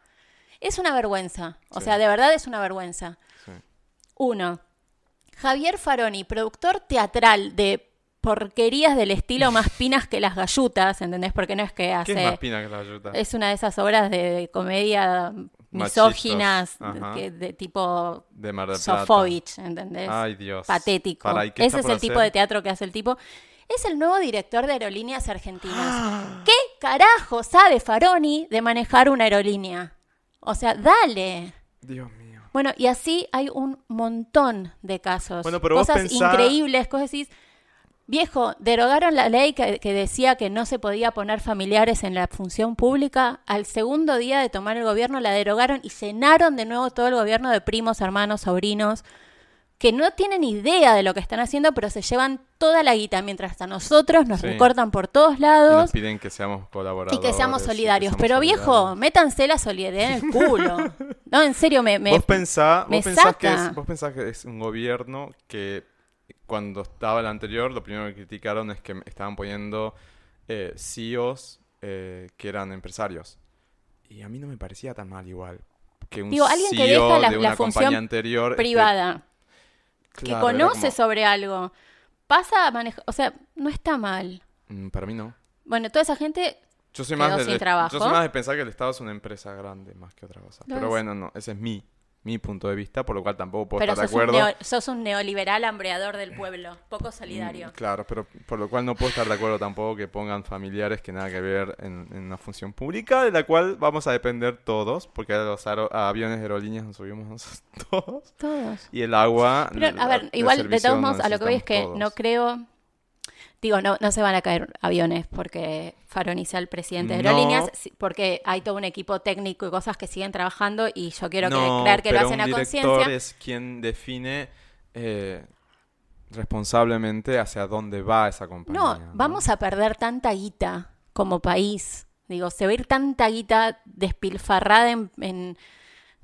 Es una vergüenza. O sea, de verdad es una vergüenza. Sí. Uno, Javier Faroni, productor teatral de porquerías del estilo más pinas que las gallutas, ¿entendés? Porque no es que hace... ¿Qué es más pina que la ayuda? eh, Es una de esas obras de comedia misóginas Machistas, ajá. que- de tipo De Mar del Plata. Sofovich, ¿entendés? Ay, Dios. Patético. Pará, ¿y qué está Ese es el por tipo hacer? de teatro que hace el tipo. Es el nuevo director de aerolíneas Ah. argentinas. ¿Qué carajo sabe Faroni de manejar una aerolínea? O sea, dale. Dios mío. Bueno, y así hay un montón de casos. Bueno, pero vos cosas pensá- increíbles, cosas decís, viejo, derogaron la ley que, que decía que no se podía poner familiares en la función pública. Al segundo día de tomar el gobierno la derogaron y cenaron de nuevo todo el gobierno de primos, hermanos, sobrinos. que no tienen idea de lo que están haciendo, pero se llevan toda la guita, mientras a nosotros nos Sí. recortan por todos Y lados nos piden que seamos y colaboradores. que seamos y que solidarios. seamos pero viejo, solidarios. métanse la solidaridad en el culo. [LAUGHS] No, en serio, me... me- ¿Vos, pensá, me vos, pensás que saca. es, vos pensás que es un gobierno que cuando estaba el anterior, lo primero que criticaron es que estaban poniendo eh, CEOs eh, que eran empresarios. Y a mí no me parecía tan mal igual. Que un Digo, alguien que CEO deja la- de la una función compañía anterior esté- privada. que Claro, era conoce sobre algo. Pasa a manejar, o sea, no está mal. como, "Mm, Para mí no. Bueno, toda esa gente, Yo soy, Quedó más sin de, trabajo. yo soy más de pensar que el Estado es una empresa grande más que otra cosa. Lo Pero es. bueno, no, ese es mi, mi punto de vista, por lo cual tampoco puedo pero estar de sos un, acuerdo. neo- sos un neoliberal hambreador del pueblo, poco solidario. Mm, Claro, pero por lo cual no puedo estar de acuerdo tampoco que pongan familiares que nada que ver en, en una función pública, de la cual vamos a depender todos, porque a los aero- a aviones aerolíneas nos subimos nosotros [LAUGHS] todos. Todos. Y el agua. Pero, la- a el ver, igual, de servicio todos lo modos, a lo que voy es que necesitamos no todos. creo. Digo, no, no se van a caer aviones porque faroniza el presidente de No. aerolíneas, si- porque hay todo un equipo técnico y cosas que siguen trabajando y yo quiero que- No, creer que lo pero hacen un a director conciencia. es quien define eh, responsablemente hacia dónde va esa compañía. No, vamos a perder tanta guita como país. Digo, se va a ir tanta guita despilfarrada en... en-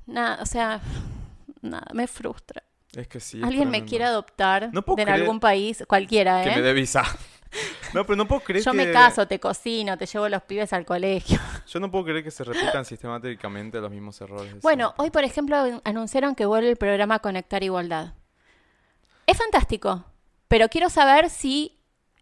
nada, o sea, [SIGHS] nada, me frustra. Es que sí. es Alguien me tremendo. quiere adoptar No puedo de en creer algún país, cualquiera, Que me ¿eh? dé [LAUGHS] visa. No, pero no puedo creer Yo que... me caso, te cocino, te llevo los pibes al colegio. Yo no puedo creer que se repitan sistemáticamente los mismos errores. de Bueno, siempre. hoy, por ejemplo, anunciaron que vuelve el programa Conectar Igualdad. Es fantástico, pero quiero saber si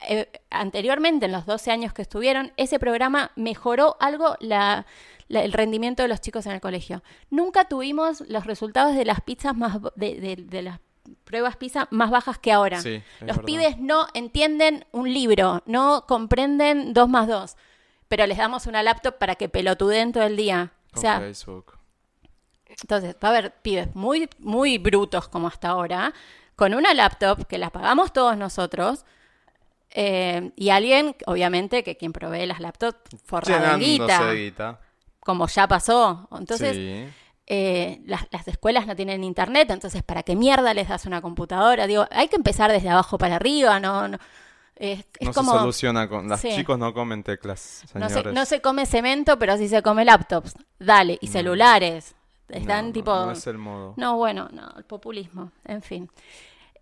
eh, anteriormente, en los 12 años que estuvieron, ese programa mejoró algo la- la- el rendimiento de los chicos en el colegio. Nunca tuvimos los resultados de las pizzas más b- de, de- de las pruebas pizza más bajas que ahora. Sí, es los verdad. pibes no entienden un libro, no comprenden 2 más 2, pero les damos una laptop para que pelotuden todo el día. O Con sea, Facebook. entonces, va a haber pibes muy, muy brutos como hasta ahora, con una laptop que la pagamos todos nosotros, eh, y alguien, obviamente, que quien provee las laptops, forrado en Llenándose guita, de guita. como ya pasó. Entonces, sí. eh, las, las escuelas no tienen internet, entonces, ¿para qué mierda les das una computadora? Digo, hay que empezar desde abajo para arriba, no... no- es es no como... se soluciona con... Los Sí. chicos no comen teclas, No señores. se, no se come cemento, pero sí se come laptops. Dale, y celulares. Están No, tipo... No, no es el modo. No, bueno, no, el populismo, en fin.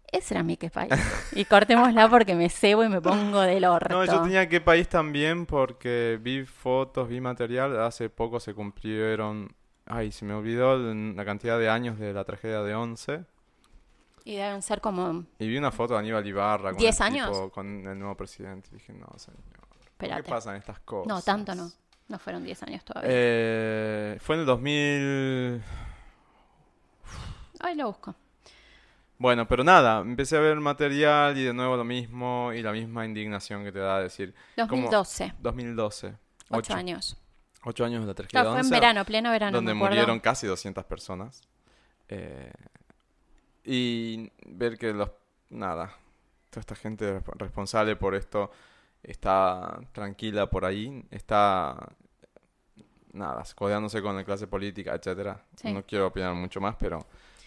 Ese era mi que país. Y cortémosla porque me cebo y me pongo del orto. No, yo tenía que país también porque vi fotos, vi material. Hace poco se cumplieron... Ay, se me olvidó el- la cantidad de años de la tragedia de 11. Y deben ser como, Y vi una foto de Aníbal Ibarra con, ¿Diez el años? tipo- con el nuevo presidente. Y dije, no, señor. ¿por espérate. ¿Qué pasan estas cosas? No, tanto no. No fueron 10 años todavía. Eh, fue en el 2000... Ay, lo busco. Bueno, pero nada, empecé a ver el material y de nuevo lo mismo y la misma indignación que te da decir. como- 2012, 2012. 8 años. Ocho años de la tragedia Claro, fue en 11, verano, pleno verano. donde me acuerdo. murieron casi 200 personas. Eh, y ver que los... Nada, toda esta gente resp- responsable por esto está tranquila por ahí, está... Nada, codeándose con la clase política, etcétera. Sí. No quiero opinar mucho más, pero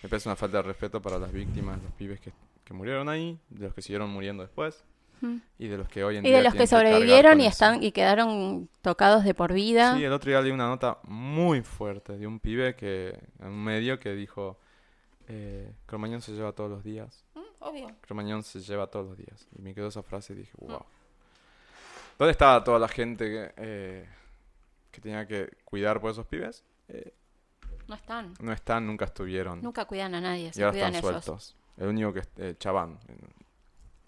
me parece una falta de respeto para las víctimas, los pibes que, que murieron ahí, de los que siguieron muriendo después Mm. y de los que hoy en Y día de los tienen que cargar sobrevivieron con y eso. están y quedaron tocados de por vida. Sí, el otro día leí una nota muy fuerte de un pibe que, en un medio que dijo, eh, Cromañón se lleva todos los días, Obvio. Cromañón se lleva todos los días. Y me quedó esa frase y dije, Mm. wow. ¿Dónde estaba toda la gente que, eh, que tenía que cuidar por esos pibes? No están. No están, nunca estuvieron. Nunca cuidan a nadie, y se ahora cuidan están ellos. sueltos. El único que... Eh, Chabán. En,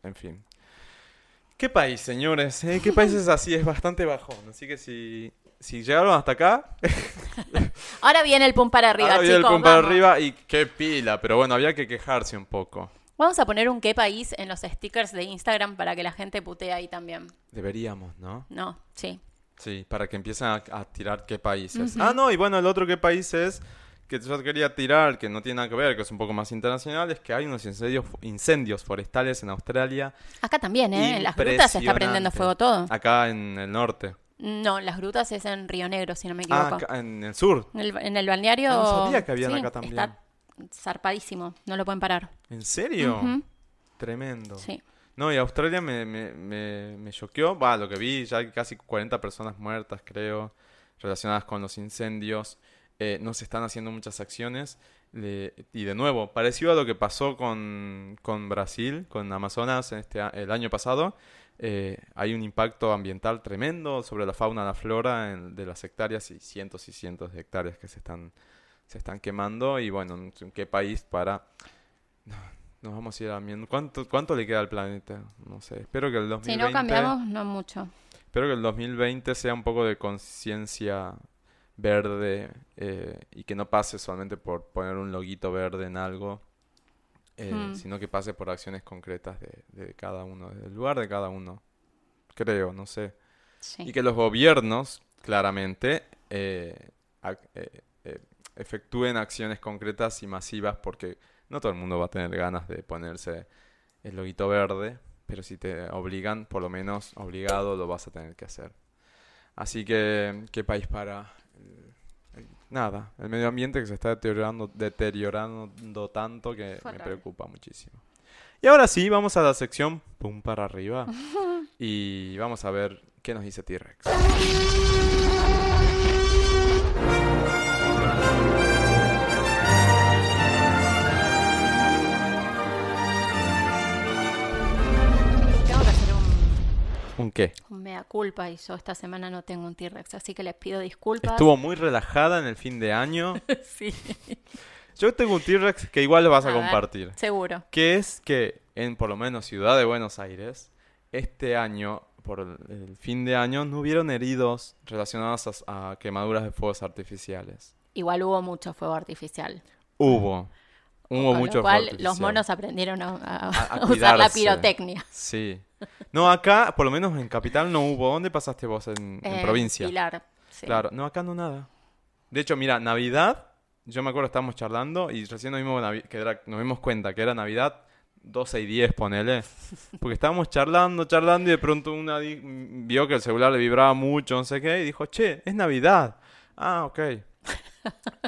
en fin. ¿Qué país, señores? eh? ¿Qué país es así? Es bastante bajón. Así que si, si llegaron hasta acá... Ahora viene el pum para arriba, Ahora viene el chicos, pum para vamos. arriba y qué pila, pero bueno, había que quejarse un poco. Vamos a poner un qué país en los stickers de Instagram para que la gente putee ahí también. Deberíamos, ¿no? No, sí. Sí, para que empiecen a, a tirar qué países. Ah, no, y bueno, el otro qué país es que yo quería tirar, que no tiene nada que ver, que es un poco más internacional, es que hay unos incendios, incendios forestales en Australia. Acá también, ¿eh? En las grutas se está prendiendo Impresionante. fuego todo. Acá en el norte. No, en las grutas es en Río Negro, si no me Ah, equivoco. acá en el sur. En, el, en el balneario. Ah, no sabía que habían acá está también. zarpadísimo, no lo pueden parar. ¿En serio? Ujú. Tremendo. Sí. No, y Australia me, me, me, me choqueó. Va, lo que vi, ya hay casi 40 personas muertas, creo, relacionadas con los incendios. Eh, no se están haciendo muchas acciones. Le- y de nuevo, parecido a lo que pasó con, con Brasil, con Amazonas en este, a- el año pasado, eh, hay un impacto ambiental tremendo sobre la fauna, la flora en- de las hectáreas y cientos y cientos de hectáreas que se están, se están quemando. Y bueno, ¿en qué país para nos vamos a ir a mien- ¿Cuánto, ¿Cuánto le queda al planeta? No sé. Espero que el Si 2020, no cambiamos, no mucho. espero que el 2020 sea un poco de conciencia verde eh, y que no pase solamente por poner un loguito verde en algo, eh, Mm. sino que pase por acciones concretas de, de cada uno, del lugar de cada uno. Creo, no sé. Sí. Y que los gobiernos, claramente, eh, ac- eh, eh, efectúen acciones concretas y masivas porque no todo el mundo va a tener ganas de ponerse el loguito verde, pero si te obligan, por lo menos obligado lo vas a tener que hacer. Así que, ¿qué país para? el- el- Nada, el medio ambiente que se está deteriorando, deteriorando tanto que me Fatal. preocupa muchísimo. Y ahora sí, vamos a la sección Pum para arriba. Y vamos a ver qué nos dice T-Rex. Tengo que hacer un, ¿Un qué? un mea culpa y yo esta semana no tengo un T-Rex, así que les pido disculpas. Estuvo muy relajada en el fin de año. [LAUGHS] Sí. Yo tengo un T-Rex que igual lo vas a, A ver. compartir. Seguro. Que es que en por lo menos Ciudad de Buenos Aires, este año, por el- el fin de año, no hubieron heridos relacionados a, a quemaduras de fuegos artificiales. Igual hubo mucho fuego artificial. Hubo. Hubo Con mucho fuego lo cual, artificial. los monos aprendieron a, a- A- a [LAUGHS] a usar la cuidarse. pirotecnia. Sí. No, acá, por lo menos en Capital no hubo. ¿Dónde pasaste vos en, en Eh, provincia? Pilar. sí. Claro, no, acá no nada. De hecho, mira, Navidad, yo me acuerdo estábamos charlando y recién nos vimos, Navi- que era- nos dimos cuenta que era Navidad 12 y 10, ponele. Porque estábamos charlando, charlando y de pronto una di- mm, vio que el celular le vibraba mucho, no sé qué, y dijo, che, es Navidad. Ah, [LAUGHS] ok.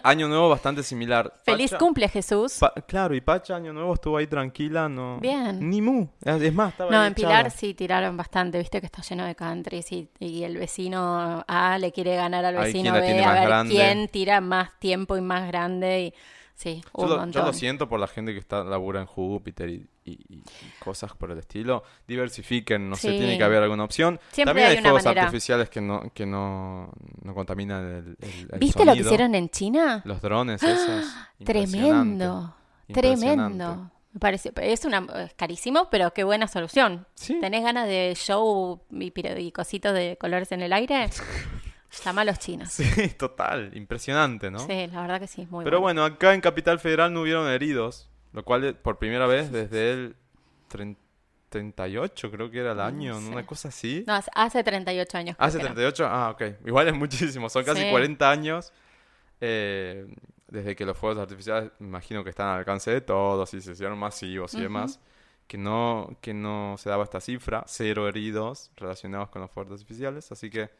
Año Nuevo bastante similar. Feliz Pacha- cumple, Jesús. Ah, Pa- claro, y Pacha Año Nuevo estuvo ahí tranquila, no... Bien. Ni mu. Es más, estaba No, ahí en echada. Pilar sí tiraron bastante, viste que está lleno de countries y, y el vecino A le quiere ganar al Ay, vecino ¿quién la tiene B a más ver grande? quién tira más tiempo y más grande y sí, Yo un lo, yo montón. lo siento por la gente que está labura en Júpiter y, y- y- y cosas por el estilo. Diversifiquen, no sé, Sí. tiene que haber alguna opción. Siempre También hay hay una fuegos manera. artificiales que no, que no, no contaminan el, el- el ¿Viste lo que sonido. hicieron en China? Los drones esos. [GASPS] Impresionante. Tremendo, Impresionante. tremendo. Me pareció, es una es carísimo, pero qué buena solución. Sí. ¿Tenés ganas de show y, piro- y cositos de colores en [LAUGHS] el aire? Llama a los chinos. Sí, Sí, [LAUGHS] total, impresionante, ¿no? la verdad que sí, muy Pero bueno. bueno, acá en Capital Federal no hubieron heridos, lo cual es por primera vez desde el 30 38 creo que era el año, ¿no? sé. una cosa así. No, hace- hace 38 años. creo ¿Hace que no. 38? Ah, ok. Igual es muchísimo. Son casi Sí. 40 años eh, desde que los fuegos artificiales, me imagino que están al alcance de todos y se hicieron masivos y demás. Que no, que no se daba esta cifra, cero heridos relacionados con los fuegos artificiales. Así que,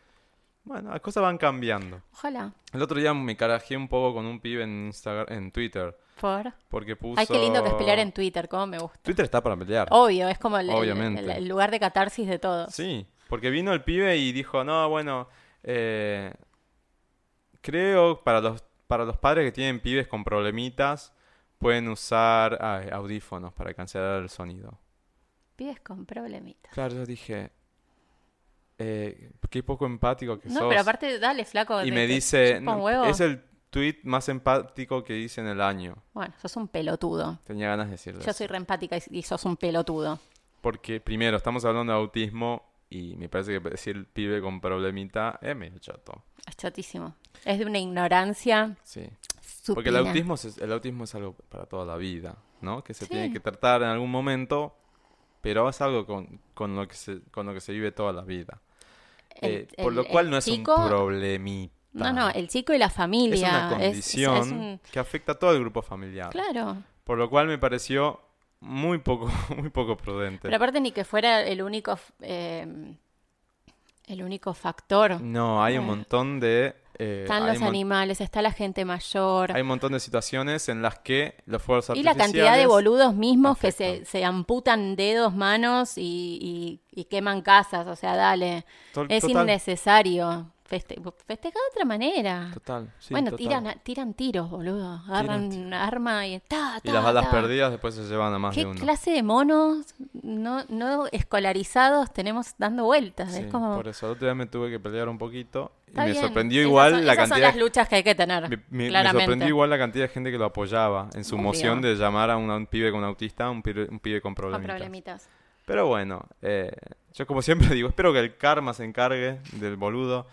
bueno, las cosas van cambiando. Ojalá. El otro día me carajé un poco con un pibe en Instagram, en Twitter, Por... porque puso... Ay, qué lindo que es pelear en Oh, Twitter, cómo me gusta. Twitter está para pelear. Obvio, es como el, el- Obviamente. el- el lugar de catarsis de todo. Sí, porque vino el pibe y dijo, no, bueno, eh, creo para los, para los padres que tienen pibes con problemitas, pueden usar ay, audífonos para cancelar el sonido. Pibes con problemitas. Claro, yo dije, eh, qué poco empático que No, sos. pero aparte, dale, flaco. Y te- me te dice, chupa un "No, huevo". es el tweet más empático que hice en el año. Bueno, sos un pelotudo. Tenía ganas de decirlo. Yo soy reempática y, y sos un pelotudo. Porque primero, estamos hablando de autismo y me parece que decir pibe con problemita es medio chato. Es chatísimo. Es de una ignorancia Sí. Porque supina. el autismo, es, el autismo es algo para toda la vida, ¿no? Que se tiene Sí. que tratar en algún momento, pero es algo con, con lo, que se, con lo que se vive toda la vida. El- Eh, por el- lo cual el no es chico- un problemita. No, no, el chico y la es una familia. condición Ah. es un- que afecta a todo el grupo familiar. Claro. Por lo cual me pareció muy poco, [LAUGHS] muy poco prudente. Pero aparte ni que fuera el único... eh, el único factor. No, hay un Eh. montón de eh, Están Mm, hay los mon- animales, está la gente mayor. Hay un montón de situaciones en las que los fuegos Y artificiales... la cantidad de boludos mismos que se, afectan. se amputan dedos, manos y, y- y queman casas. O sea, dale. Tol- es total. innecesario. Feste festeja de otra manera. Total, sí, bueno, total. tiran a- tiran tiros, boludo. Agarran tiros. un arma y... ta, Y ta, las balas ta. perdidas después se llevan a más ¿Qué de uno. clase de monos no, no escolarizados tenemos dando vueltas? Sí, es como... Por eso, el otro día me tuve que pelear un poquito. Y está me bien. sorprendió Esas igual son- la esas cantidad... son las luchas que hay que tener, me- me- me claramente. sorprendió igual la cantidad de gente que lo apoyaba en su Obvio. moción de llamar a un, a un pibe con autista, un pibe, un pibe con Con problemitas. problemitas. Pero bueno, eh, yo como siempre [LAUGHS] digo, espero que el karma se encargue del boludo.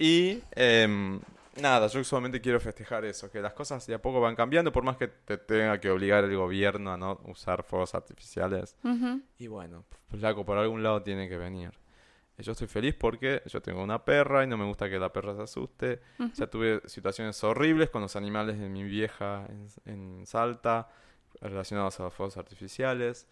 Y em, nada, yo solamente quiero festejar eso, que las cosas de a poco van cambiando, por más que te tenga que obligar el gobierno a no usar fuegos artificiales. Ujú. Y bueno, flaco, por algún lado tiene que venir. Eh, Yo estoy feliz porque yo tengo una perra y no me gusta que la perra se asuste. Ya tuve situaciones horribles con los animales de mi vieja en, en Salta, relacionados a los fuegos artificiales.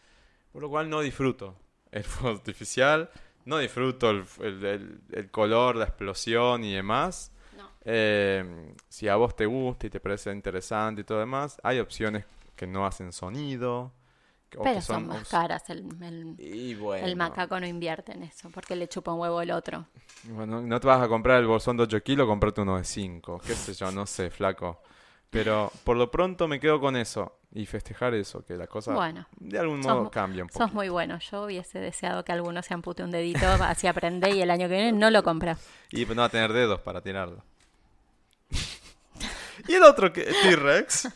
Por lo cual no disfruto el [LAUGHS] fuego artificial, no disfruto el, el- el- el color, la explosión y demás. No. Eh, si a vos te gusta y te parece interesante y todo demás, hay opciones que no hacen sonido. que- o que Pero son más os- caras. El, el- y bueno. el macaco no invierte en eso, porque le chupa un huevo el otro. Bueno, no te vas a comprar el bolsón de 8 kilos, comprate uno de 5. Qué sé yo, no sé, flaco. Pero por lo pronto me quedo con eso. Y festejar eso, que las cosas Bueno. de algún Sos modo mu- cambien un Sos poco. muy bueno. Yo hubiese deseado que alguno se ampute un dedito, [LAUGHS] así aprende y el año que viene no lo compra. Y pues no va a tener dedos para tirarlo. [LAUGHS] y el otro que- T-Rex.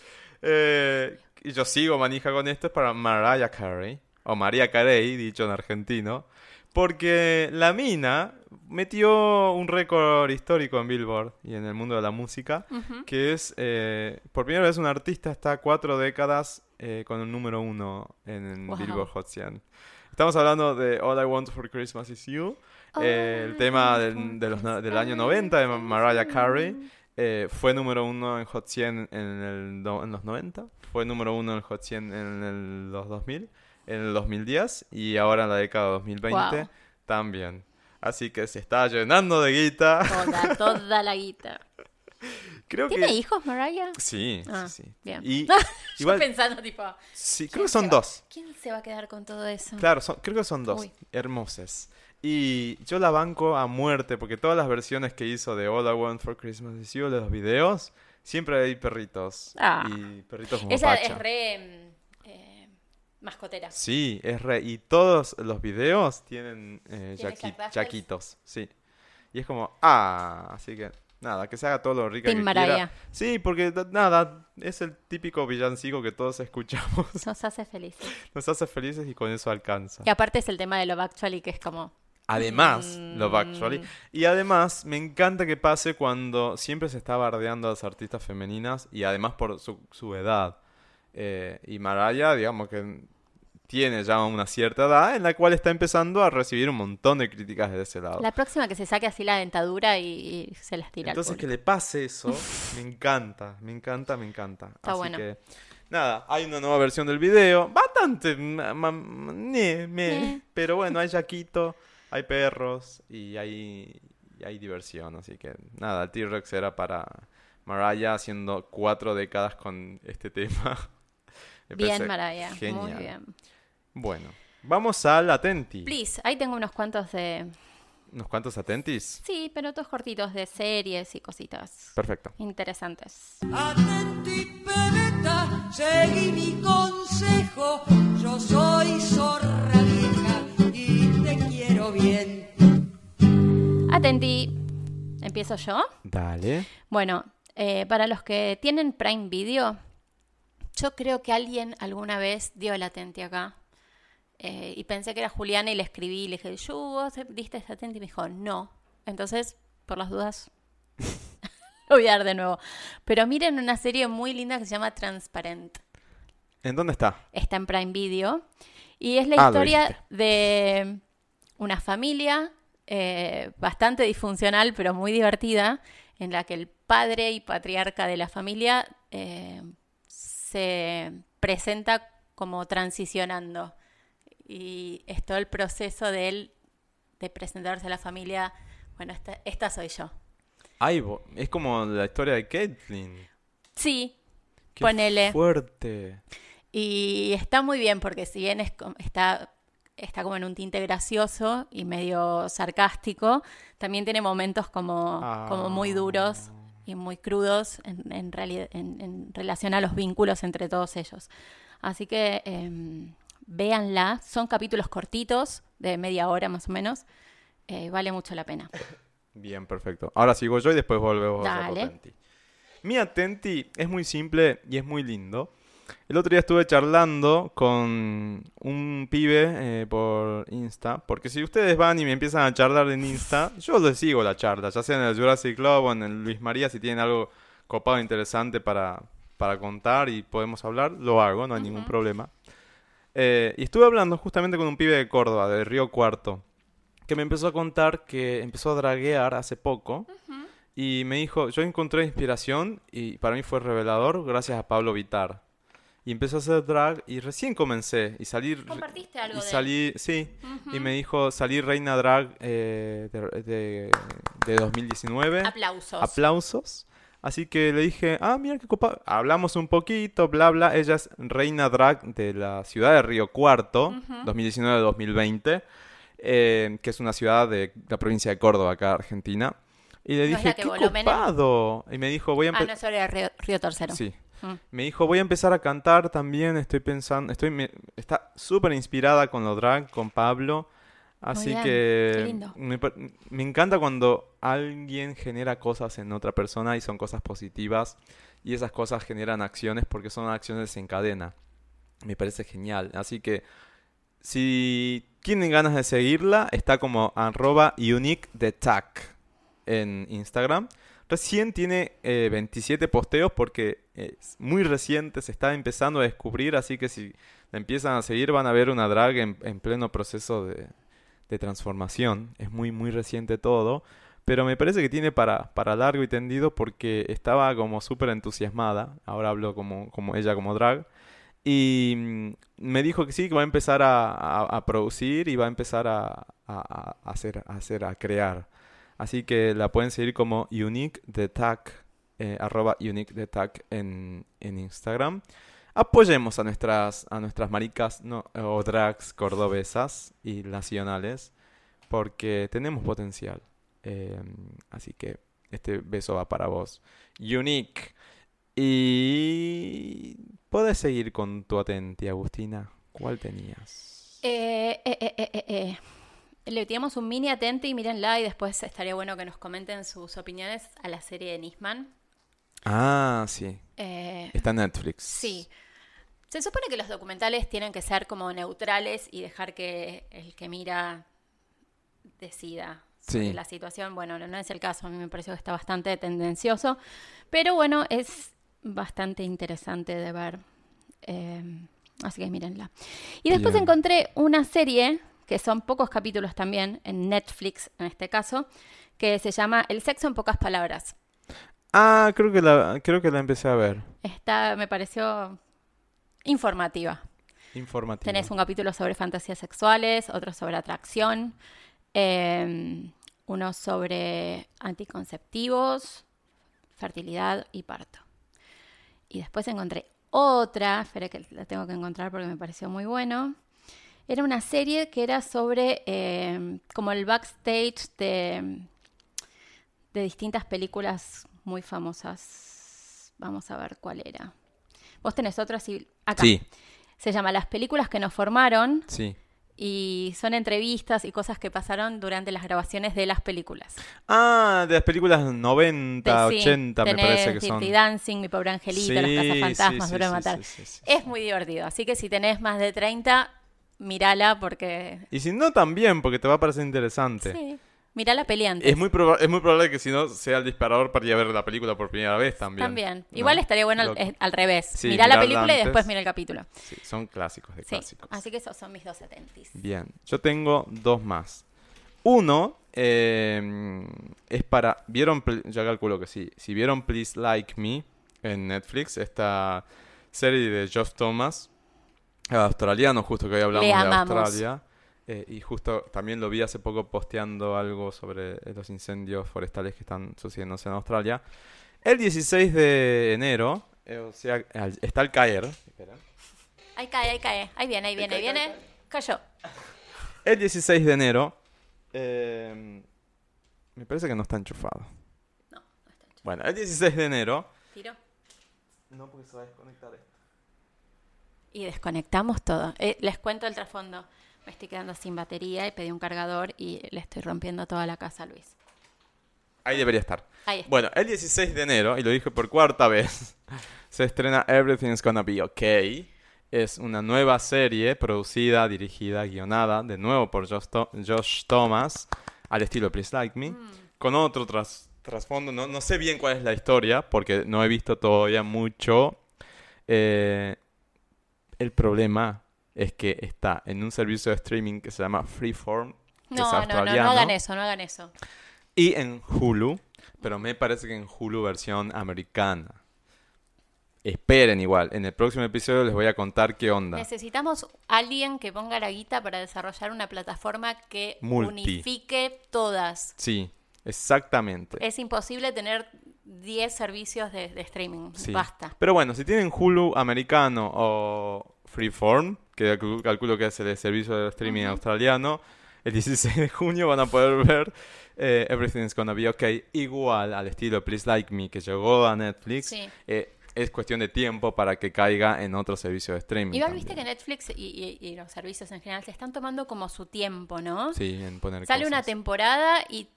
eh, y yo sigo manija con esto, es para Mariah Carey. O María Carey, dicho en argentino. Porque la mina metió un récord histórico en Billboard y en el mundo de la música. Que es, eh, por primera vez, un artista está cuatro décadas eh, con un número uno en Wow. Billboard Hot 100. Estamos hablando de All I Want for Christmas Is You, eh, el tema del, de los na- del año 90 de Ma- Mariah Carey. eh, fue número uno en Hot 100 en, el do- en los 90, fue número uno en Hot 100 en el- los 2000, en el 2010 y ahora en la década de 2020 Wow. también. Así que se está llenando de guita. Toda, toda la guita. Creo ¿Tiene que... hijos, Mariah? Sí, Ah, sí, sí. bien. Y [LAUGHS] Yo igual, pensando, tipo, sí, creo que son dos. ¿quién se va a quedar con todo eso? Claro, son- creo que son dos. Uy. Hermosas. Y yo la banco a muerte porque todas las versiones que hizo de All I Want for Christmas is You, los videos, siempre hay perritos. Ah. Y perritos como Ella Pacha. es re em, eh, mascotera. Sí, es re. Y todos los videos tienen eh, Tiene yaqui- Jack Russell. yaquitos. Sí. Y es como, ah, así que nada, que se haga todo lo rica Team que Mariah. quiera. Sí, porque da- nada, es el típico villancico que todos [LAUGHS] escuchamos. Nos hace felices. Nos hace felices y con eso alcanza. Y aparte es el tema de Love Actually, que es como... Además, Love Actually. Y además, me encanta que pase cuando siempre se está bardeando a las artistas femeninas y además por su, su edad. Eh, y Mariah, digamos que tiene ya una cierta edad en la cual está empezando a recibir un montón de críticas de ese lado. La próxima que se saque así la dentadura y, y se las tira al Entonces que público. le pase eso, me encanta, me encanta, me encanta. Está Así bueno. que, nada, hay una nueva versión del video, bastante, ma- ma- ne- me, Eh. pero bueno, hay yaquito, hay perros y hay, y hay diversión, así que nada, el T-Rex era para Mariah haciendo cuatro décadas con este tema. [LAUGHS] Me Bien, parece Mariah. Muy genial. bien. Bueno, vamos al Atenti. Please, ahí tengo unos cuantos de... ¿Unos cuantos Atentis? Sí, pero todos cortitos de series y cositas Perfecto. interesantes. Atenti, pebeta, seguí mi consejo. Yo soy zorra vieja y te quiero bien. Atenti. ¿Empiezo yo? Dale. Bueno, eh, para los que tienen Prime Video, yo creo que alguien alguna vez dio el atenti acá. Eh, y pensé que era Juliana y le escribí y le dije, ¿yo vos diste este atenti? Y me dijo, no. Entonces, por las dudas, [LAUGHS] lo voy a dar de nuevo. Pero miren una serie muy linda que se llama Transparent. ¿En dónde está? Está en Prime Video. Y es la Ah, lo historia de una familia eh, bastante disfuncional, pero muy divertida, en la que el padre y patriarca de la familia eh, se presenta como transicionando. Y es todo el proceso de él de presentarse a la familia. Bueno, esta, esta soy yo. Ay, bo- es como la historia de Caitlyn. Sí, Qué Ponele. Fuerte. Y está muy bien porque si bien es com- está, está como en un tinte gracioso y medio sarcástico, también tiene momentos como, como muy duros y muy crudos en, en reali- en- en relación a los vínculos entre todos ellos. Así que em, véanla, son capítulos cortitos, de media hora más o menos, eh, vale mucho la pena. Bien, perfecto. Ahora sigo yo y después volvemos a Dale. Potenti. Mi Atenti es muy simple y es muy lindo. El otro día estuve charlando con un pibe eh, por Insta, porque si ustedes van y me empiezan a charlar en Insta, yo les sigo la charla, ya sea en el Jurassic Club o en el Luis María, si tienen algo copado, interesante para, para contar y podemos hablar, lo hago, no hay ningún problema. Eh, y estuve hablando justamente con un pibe de Córdoba, de Río Cuarto, que me empezó a contar que empezó a draguear hace poco. Y me dijo, yo encontré inspiración y para mí fue revelador gracias a Pablo Vitar. Y empecé a hacer drag y recién comencé y salí re- Compartiste algo y de él. salí, sí, y me dijo, salí reina drag eh, de, de- de 2019. Aplausos. Aplausos. Así que le dije, ah, mira qué copado. Hablamos un poquito, bla, bla. Ella es reina drag de la ciudad de Río Cuarto, 2019-2020, eh, que es una ciudad de la provincia de Córdoba, acá Argentina. Y le ¿No es la dije, que qué voló Menem? copado. Y me dijo, voy a ah, empezar... no, sobre Río, Río Tercero. Sí. Mm. Me dijo, voy a empezar a cantar también, estoy pensando, estoy, me- está súper inspirada con lo drag, con Pablo. Así bien, que qué lindo. Me, pa- me encanta cuando alguien genera cosas en otra persona y son cosas positivas y esas cosas generan acciones porque son acciones en cadena. Me parece genial. Así que si tienen ganas de seguirla, está como arroba unique de tac en Instagram. Recién tiene eh, 27 posteos porque es muy reciente, se está empezando a descubrir, así que si la empiezan a seguir van a ver una drag en, en pleno proceso de, de transformación. Es muy, muy reciente todo, pero me parece que tiene para, para largo y tendido porque estaba como súper entusiasmada, ahora hablo como, como ella como drag, y mm, me dijo que sí, que va a empezar a, a- a producir y va a empezar a, a- a- a hacer, a hacer, a crear. Así que la pueden seguir como Unique de Tac, eh, arroba Unique de Tac en, en Instagram. Apoyemos a nuestras, a nuestras maricas no, o drags cordobesas y nacionales porque tenemos potencial. Eh, así que este beso va para vos. Unique. Y puedes seguir con tu atenti, Agustina. ¿Cuál tenías? Eh, eh, eh, eh, eh, eh. Le tiramos un mini atente y mírenla y después estaría bueno que nos comenten sus opiniones a la serie de Nisman. Ah, sí. Eh, Está en Netflix. sí. Se supone que los documentales tienen que ser como neutrales y dejar que el que mira decida sobre Sí. la situación. Bueno, no, no es el caso, a mí me pareció que está bastante tendencioso, pero bueno, es bastante interesante de ver. Eh, así que mírenla. Y después Bien. encontré una serie, que son pocos capítulos también, en Netflix en este caso, que se llama El sexo en pocas palabras. Ah, creo que la, creo que la empecé a ver. Esta me pareció informativa. Informativa. Tenés un capítulo sobre fantasías sexuales, otro sobre atracción, eh, uno sobre anticonceptivos, fertilidad y parto. Y después encontré otra, espera que la tengo que encontrar porque me pareció muy bueno. Era una serie que era sobre eh, como el backstage de, de distintas películas muy famosas. Vamos a ver cuál era. Vos tenés otra así acá. Sí, Se llama Las películas que nos formaron sí. y son entrevistas y cosas que pasaron durante las grabaciones de las películas. Ah, de las películas 90, Sí, 80 Ah, me tenés parece que son. Dirty Dancing, Mi Pobre Angelito, Los Sí, Cazafantasmas, sí, Duro de sí, sí, Matar. sí, sí, sí. Es muy divertido, así que si tenés más de 30, mírala porque... Y si no, también, porque te va a parecer interesante. Sí, mírala peleando. Es muy, proba- es muy probable que si no sea el disparador para ir a ver la película por primera vez también. También. ¿no? Igual estaría bueno eh, al, Lo- es- al revés. Sí, mirá la mirarla película y antes. después mira el capítulo. sí, son clásicos de Sí, clásicos. así que esos son mis dos atentis. Bien, yo tengo dos más. Uno eh, es para. ¿Vieron? Pl- Ya calculo que sí. Si vieron Please Like Me en Netflix, esta serie de Geoff Thomas, australiano, justo que hoy hablamos de amamos. Australia. Eh, y justo también lo vi hace poco posteando algo sobre eh, los incendios forestales que están sucediéndose en Australia. El 16 de enero, eh, o sea, al- está al caer. Ahí cae, ahí cae. Ahí viene, ahí viene, ahí viene. Cayó. El 16 de enero. eh, me parece que no está enchufado. No, no está hecho. Bueno, el 16 de enero. Tiro. No, porque se va a desconectar esto. Y desconectamos todo. Eh, les cuento el trasfondo. Me estoy quedando sin batería y pedí un cargador y le estoy rompiendo toda la casa a Luis. Ahí debería estar. Ahí está. Bueno, el 16 de enero, y lo dije por cuarta vez, [LAUGHS] se estrena Everything's Gonna Be Okay. Es una nueva serie producida, dirigida, guionada, de nuevo por Josh, To- Josh Thomas, al estilo Please Like Mm. Me, con otro tras- trasfondo. No, no sé bien cuál es la historia, porque no he visto todavía mucho. Eh, el problema es que está en un servicio de streaming que se llama Freeform. que es no, no, no, no australiano. hagan eso, no hagan eso. Y en Hulu, pero me parece que en Hulu versión americana. Esperen igual, en el próximo episodio les voy a contar qué onda. Necesitamos alguien que ponga la guita para desarrollar una plataforma que Multi. unifique todas. Sí, exactamente. Es imposible tener 10 servicios de, de streaming. Sí. Basta. Pero bueno, si tienen Hulu americano o Freeform, que calcu- calculo que es el servicio de streaming australiano, el 16 de junio van a poder ver eh, Everything's Gonna Be Okay, igual al estilo Please Like Me que llegó a Netflix. Sí. Eh, es cuestión de tiempo para que caiga en otro servicio de streaming. Igual viste que también. Netflix y, y- y los servicios en general se están tomando como su tiempo, ¿no? Sí, en poner Sale una cosas. temporada y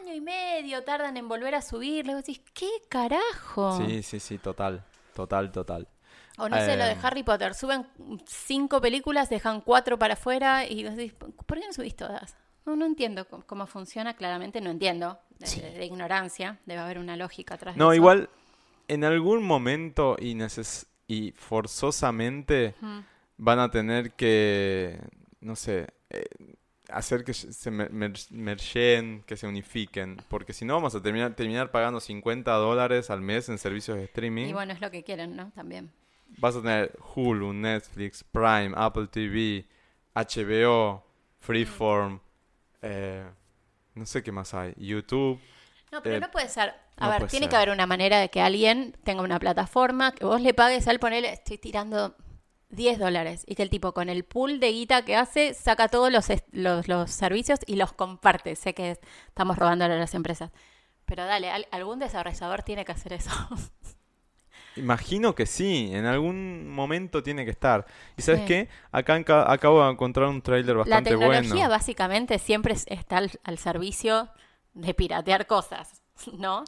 año y medio tardan en volver a subir. Luego decís, ¿qué carajo? Sí, sí, sí, total. Total, total. O no sé, lo de Eh, Harry Potter. Suben cinco películas, dejan cuatro para afuera y vos decís, ¿por qué no subís todas? No, no entiendo cómo, cómo funciona, claramente no entiendo. De, de- de ignorancia, debe haber una lógica atrás de No, eso. igual, en algún momento y, neces- y forzosamente van a tener que, no sé, eh, hacer que se mer- mer- mergen, que se unifiquen. Porque si no, vamos a terminar, terminar pagando 50 dólares al mes en servicios de streaming. Y bueno, es lo que quieren, ¿no? También. Vas a tener Hulu, Netflix, Prime, Apple TV, HBO, Freeform, eh, no sé qué más hay, YouTube. No, pero Eh, no puede ser. A no ver, puede tiene ser. que haber una manera de que alguien tenga una plataforma, que vos le pagues al ponerle, estoy tirando 10 dólares, y que el tipo con el pool de guita que hace saca todos los, est- los, los servicios y los comparte. Sé que estamos robándole a las empresas. Pero dale, al- algún desarrollador tiene que hacer eso. [LAUGHS] Imagino que sí, en algún momento tiene que estar. ¿Y sabes Sí. qué? Acá enca- acabo de encontrar un tráiler La bastante tecnología bueno. básicamente siempre es- está al, al servicio de piratear cosas, ¿no?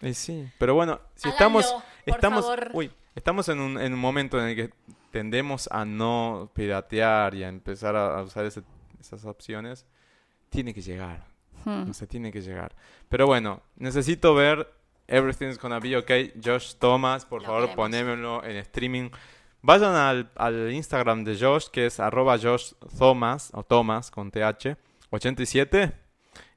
Y sí, pero bueno, si Háganlo, estamos por estamos favor. uy, estamos en un, en un momento en el que tendemos a no piratear y a empezar a, a usar ese- esas opciones, tiene que llegar. Hmm. No se tiene que llegar. Pero bueno, necesito ver Everything's Gonna Be Okay. Josh Thomas, por Lo favor, queremos. ponémelo en streaming. Vayan al, al Instagram de Josh, que es arroba Josh Thomas, o Thomas con TH, 87.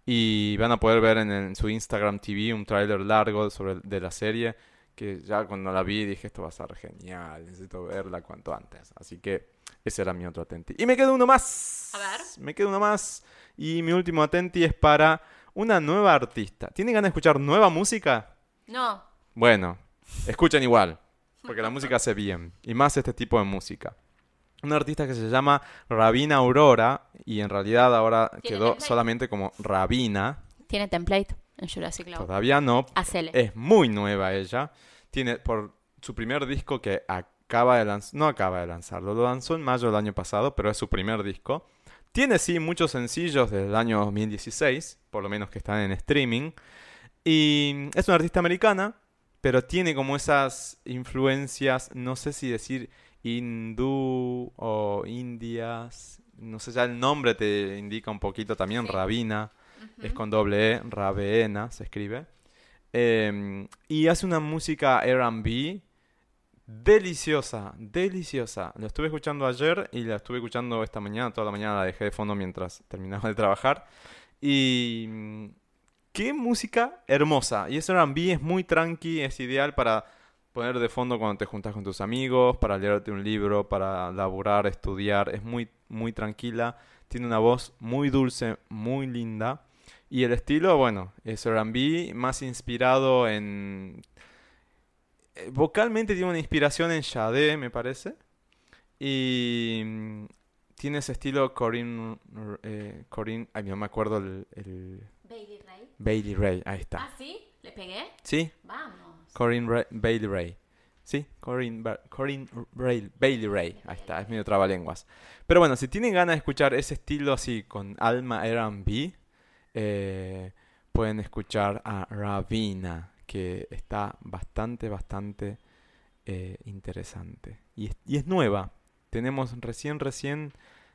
Y van a poder ver en, en su Instagram TV un tráiler largo sobre, de la serie. Que ya cuando la vi dije, esto va a ser genial, necesito verla cuanto antes. Así que ese era mi otro atenti. Y me queda uno más. A ver. Me queda uno más. Y mi último atenti es para una nueva artista. ¿Tienen ganas de escuchar nueva música? No, Bueno, escuchen igual. Porque la música hace bien. Y más este tipo de música. Una artista que se llama Rabina Aurora. Y en realidad ahora Tiene quedó template. solamente como Rabina. tiene template en Jurassic Club. Todavía no. Hacele. Es muy nueva ella. Tiene por su primer disco que acaba de lanzar. No acaba de lanzarlo, lo lanzó en mayo del año pasado, pero es su primer disco. Tiene sí muchos sencillos desde el año 2016, por lo menos que están en streaming. Y es una artista americana, pero tiene como esas influencias, no sé si decir hindú o indias, no sé, ya el nombre te indica un poquito también, Rabina, es con doble E, Rabeena se escribe. Eh, y hace una música RB deliciosa, deliciosa. Lo estuve escuchando ayer y la estuve escuchando esta mañana, toda la mañana la dejé de fondo mientras terminaba de trabajar. Y mm, qué música hermosa. Y ese RB es muy tranqui, es ideal para poner de fondo cuando te juntas con tus amigos, para leerte un libro, para laburar, estudiar. Es muy, muy tranquila. Tiene una voz muy dulce, muy linda. Y el estilo, bueno, es R&B, más inspirado en... eh, Vocalmente tiene una inspiración en Sade, me parece. Y mm, tiene ese estilo Corinne... eh, Corinne... Ay, no me acuerdo el... el- Baby Ray. Bailey Ray, ahí ¿Ah, está. sí? ¿Le pegué? ¿Sí? Vamos. Corinne Ra- Bailey Ray. Sí, Corinne, Ba- Corinne Ray- Bailey Ray. Ahí está, es medio trabalenguas. Pero bueno, si tienen ganas de escuchar ese estilo así con alma R&B, eh, pueden escuchar a Ravina, que está bastante, bastante eh, interesante. Y es, y es nueva. Tenemos recién, recién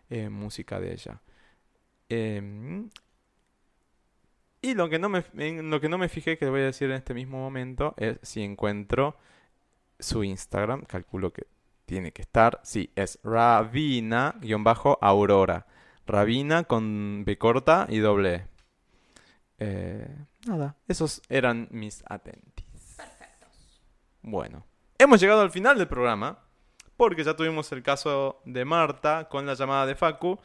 eh, música de ella. Em, y lo que no me, en lo que no me fijé, que voy a decir en este mismo momento, es si encuentro su Instagram. Calculo que tiene que estar. Sí, es Ravina-Aurora. Ravina con B corta y doble E. Eh, nada, esos eran mis atentis. Bueno, hemos llegado al final del programa. Porque ya tuvimos el caso de Marta con la llamada de Facu.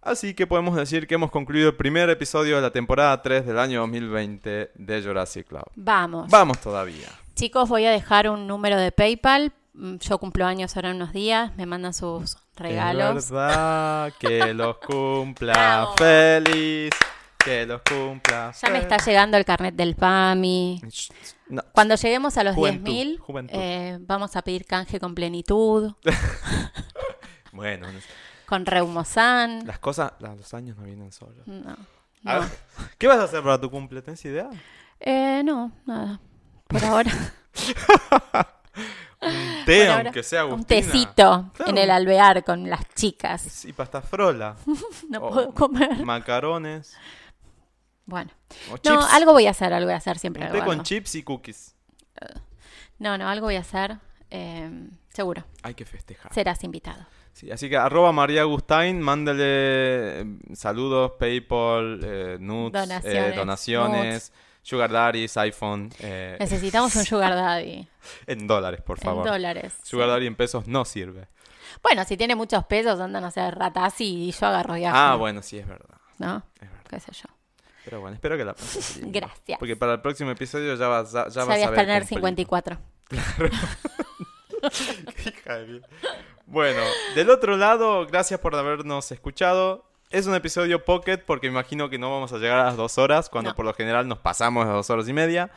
Así que podemos decir que hemos concluido el primer episodio de la temporada 3 del año 2020 de Jurassic Club. Vamos. Vamos todavía. Chicos, voy a dejar un número de PayPal. Mm, Yo cumplo años ahora en unos días. Me mandan sus regalos. Es verdad que [LAUGHS] los cumpla Bravo. feliz. Que los cumpla. Ya me está llegando el carnet del PAMI. feliz. No, Cuando lleguemos a los Juventud, 10.000, juventud. eh, vamos a pedir canje con plenitud, Bueno, con Reumosan. las cosas, la- los años no vienen solos. No, A no. ver, ¿Qué vas a hacer para tu cumple? ¿Tienes idea? Eh, no, nada. Por [LAUGHS] ahora. Un té, por ahora, aunque sea un Agustina. tecito Claro. en el alvear con las chicas. Sí, pastafrola. No O puedo comer. Macarones. Bueno. O chips. No, algo voy a hacer, algo voy a hacer siempre. Un algo, té con algo. chips y cookies. No, no, algo voy a hacer. eh, seguro. Hay que festejar. Serás invitado. Sí, así que arroba María Agustain, mándale eh, saludos, Paypal, eh, nudes, eh, Donaciones, donaciones, Sugar Daddies, iPhone, eh, Necesitamos [LAUGHS] un sugar daddy en dólares, por en favor. dólares. Sugar Daddy en pesos no sirve. Bueno, si tiene muchos pesos, andan a hacer ratazzi y yo agarro viaje. Ah, bueno, sí, es verdad. ¿No? Es verdad. ¿Qué sé yo? Pero bueno, espero que la [LAUGHS] pases lindo. Gracias. Porque para el próximo episodio ya vas, a- ya vas Ya a voy a ver tener cumplido. 54. [LAUGHS] Hija de mil. Bueno, del otro lado, gracias por habernos escuchado. Es un episodio pocket porque me imagino que no vamos a llegar a las dos horas, cuando No. por lo general nos pasamos las dos horas y media.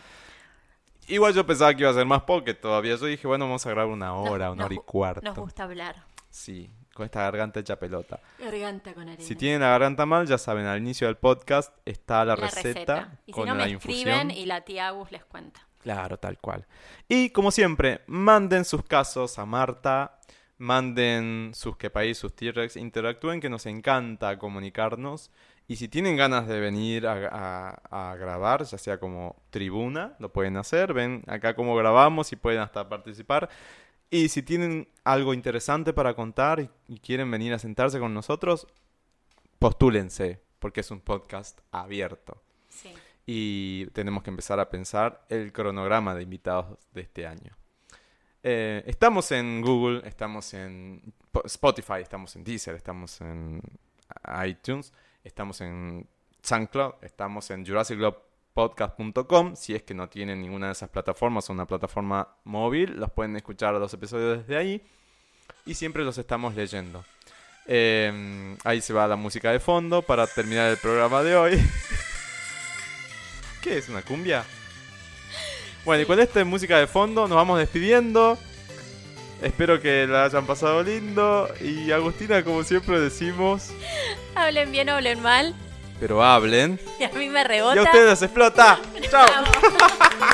Igual yo pensaba que iba a ser más pocket todavía. Yo dije, bueno, vamos a grabar una hora, Nos- una hora y nos gu- cuarto. Nos gusta hablar. Sí, con esta garganta hecha pelota. Garganta con arena. Si tienen la garganta mal, ya saben, al inicio del podcast está la, Y si con no, la me infusión. escriben y la tía Agus les cuenta. Claro, tal cual. Y como siempre, manden sus casos a Marta, manden sus qué país, sus T-Rex, interactúen que nos encanta comunicarnos. Y si tienen ganas de venir a, a- a grabar, ya sea como tribuna, lo pueden hacer. Ven acá cómo grabamos y pueden hasta participar. Y si tienen algo interesante para contar y, y quieren venir a sentarse con nosotros, postúlense, porque es un podcast abierto Sí. y tenemos que empezar a pensar el cronograma de invitados de este año. Eh, estamos en Google, estamos en Po- Spotify, estamos en Deezer, estamos en iTunes, estamos en SoundCloud, estamos en JurassicClubPodcast.com. Si es que no tienen ninguna de esas plataformas o una plataforma móvil, los pueden escuchar los episodios desde ahí. Y siempre los estamos leyendo. Eh, ahí se va la música de fondo para terminar el programa de hoy. [LAUGHS] ¿Qué es una cumbia? Bueno, y con esta música de fondo nos vamos despidiendo. Espero que la hayan pasado lindo. Y Agustina, como siempre decimos, Hablen bien, hablen mal. pero hablen. Y a mí me Y rebota. a ustedes los explota. Chao. No puedo parar.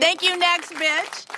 Thank you, next bitch.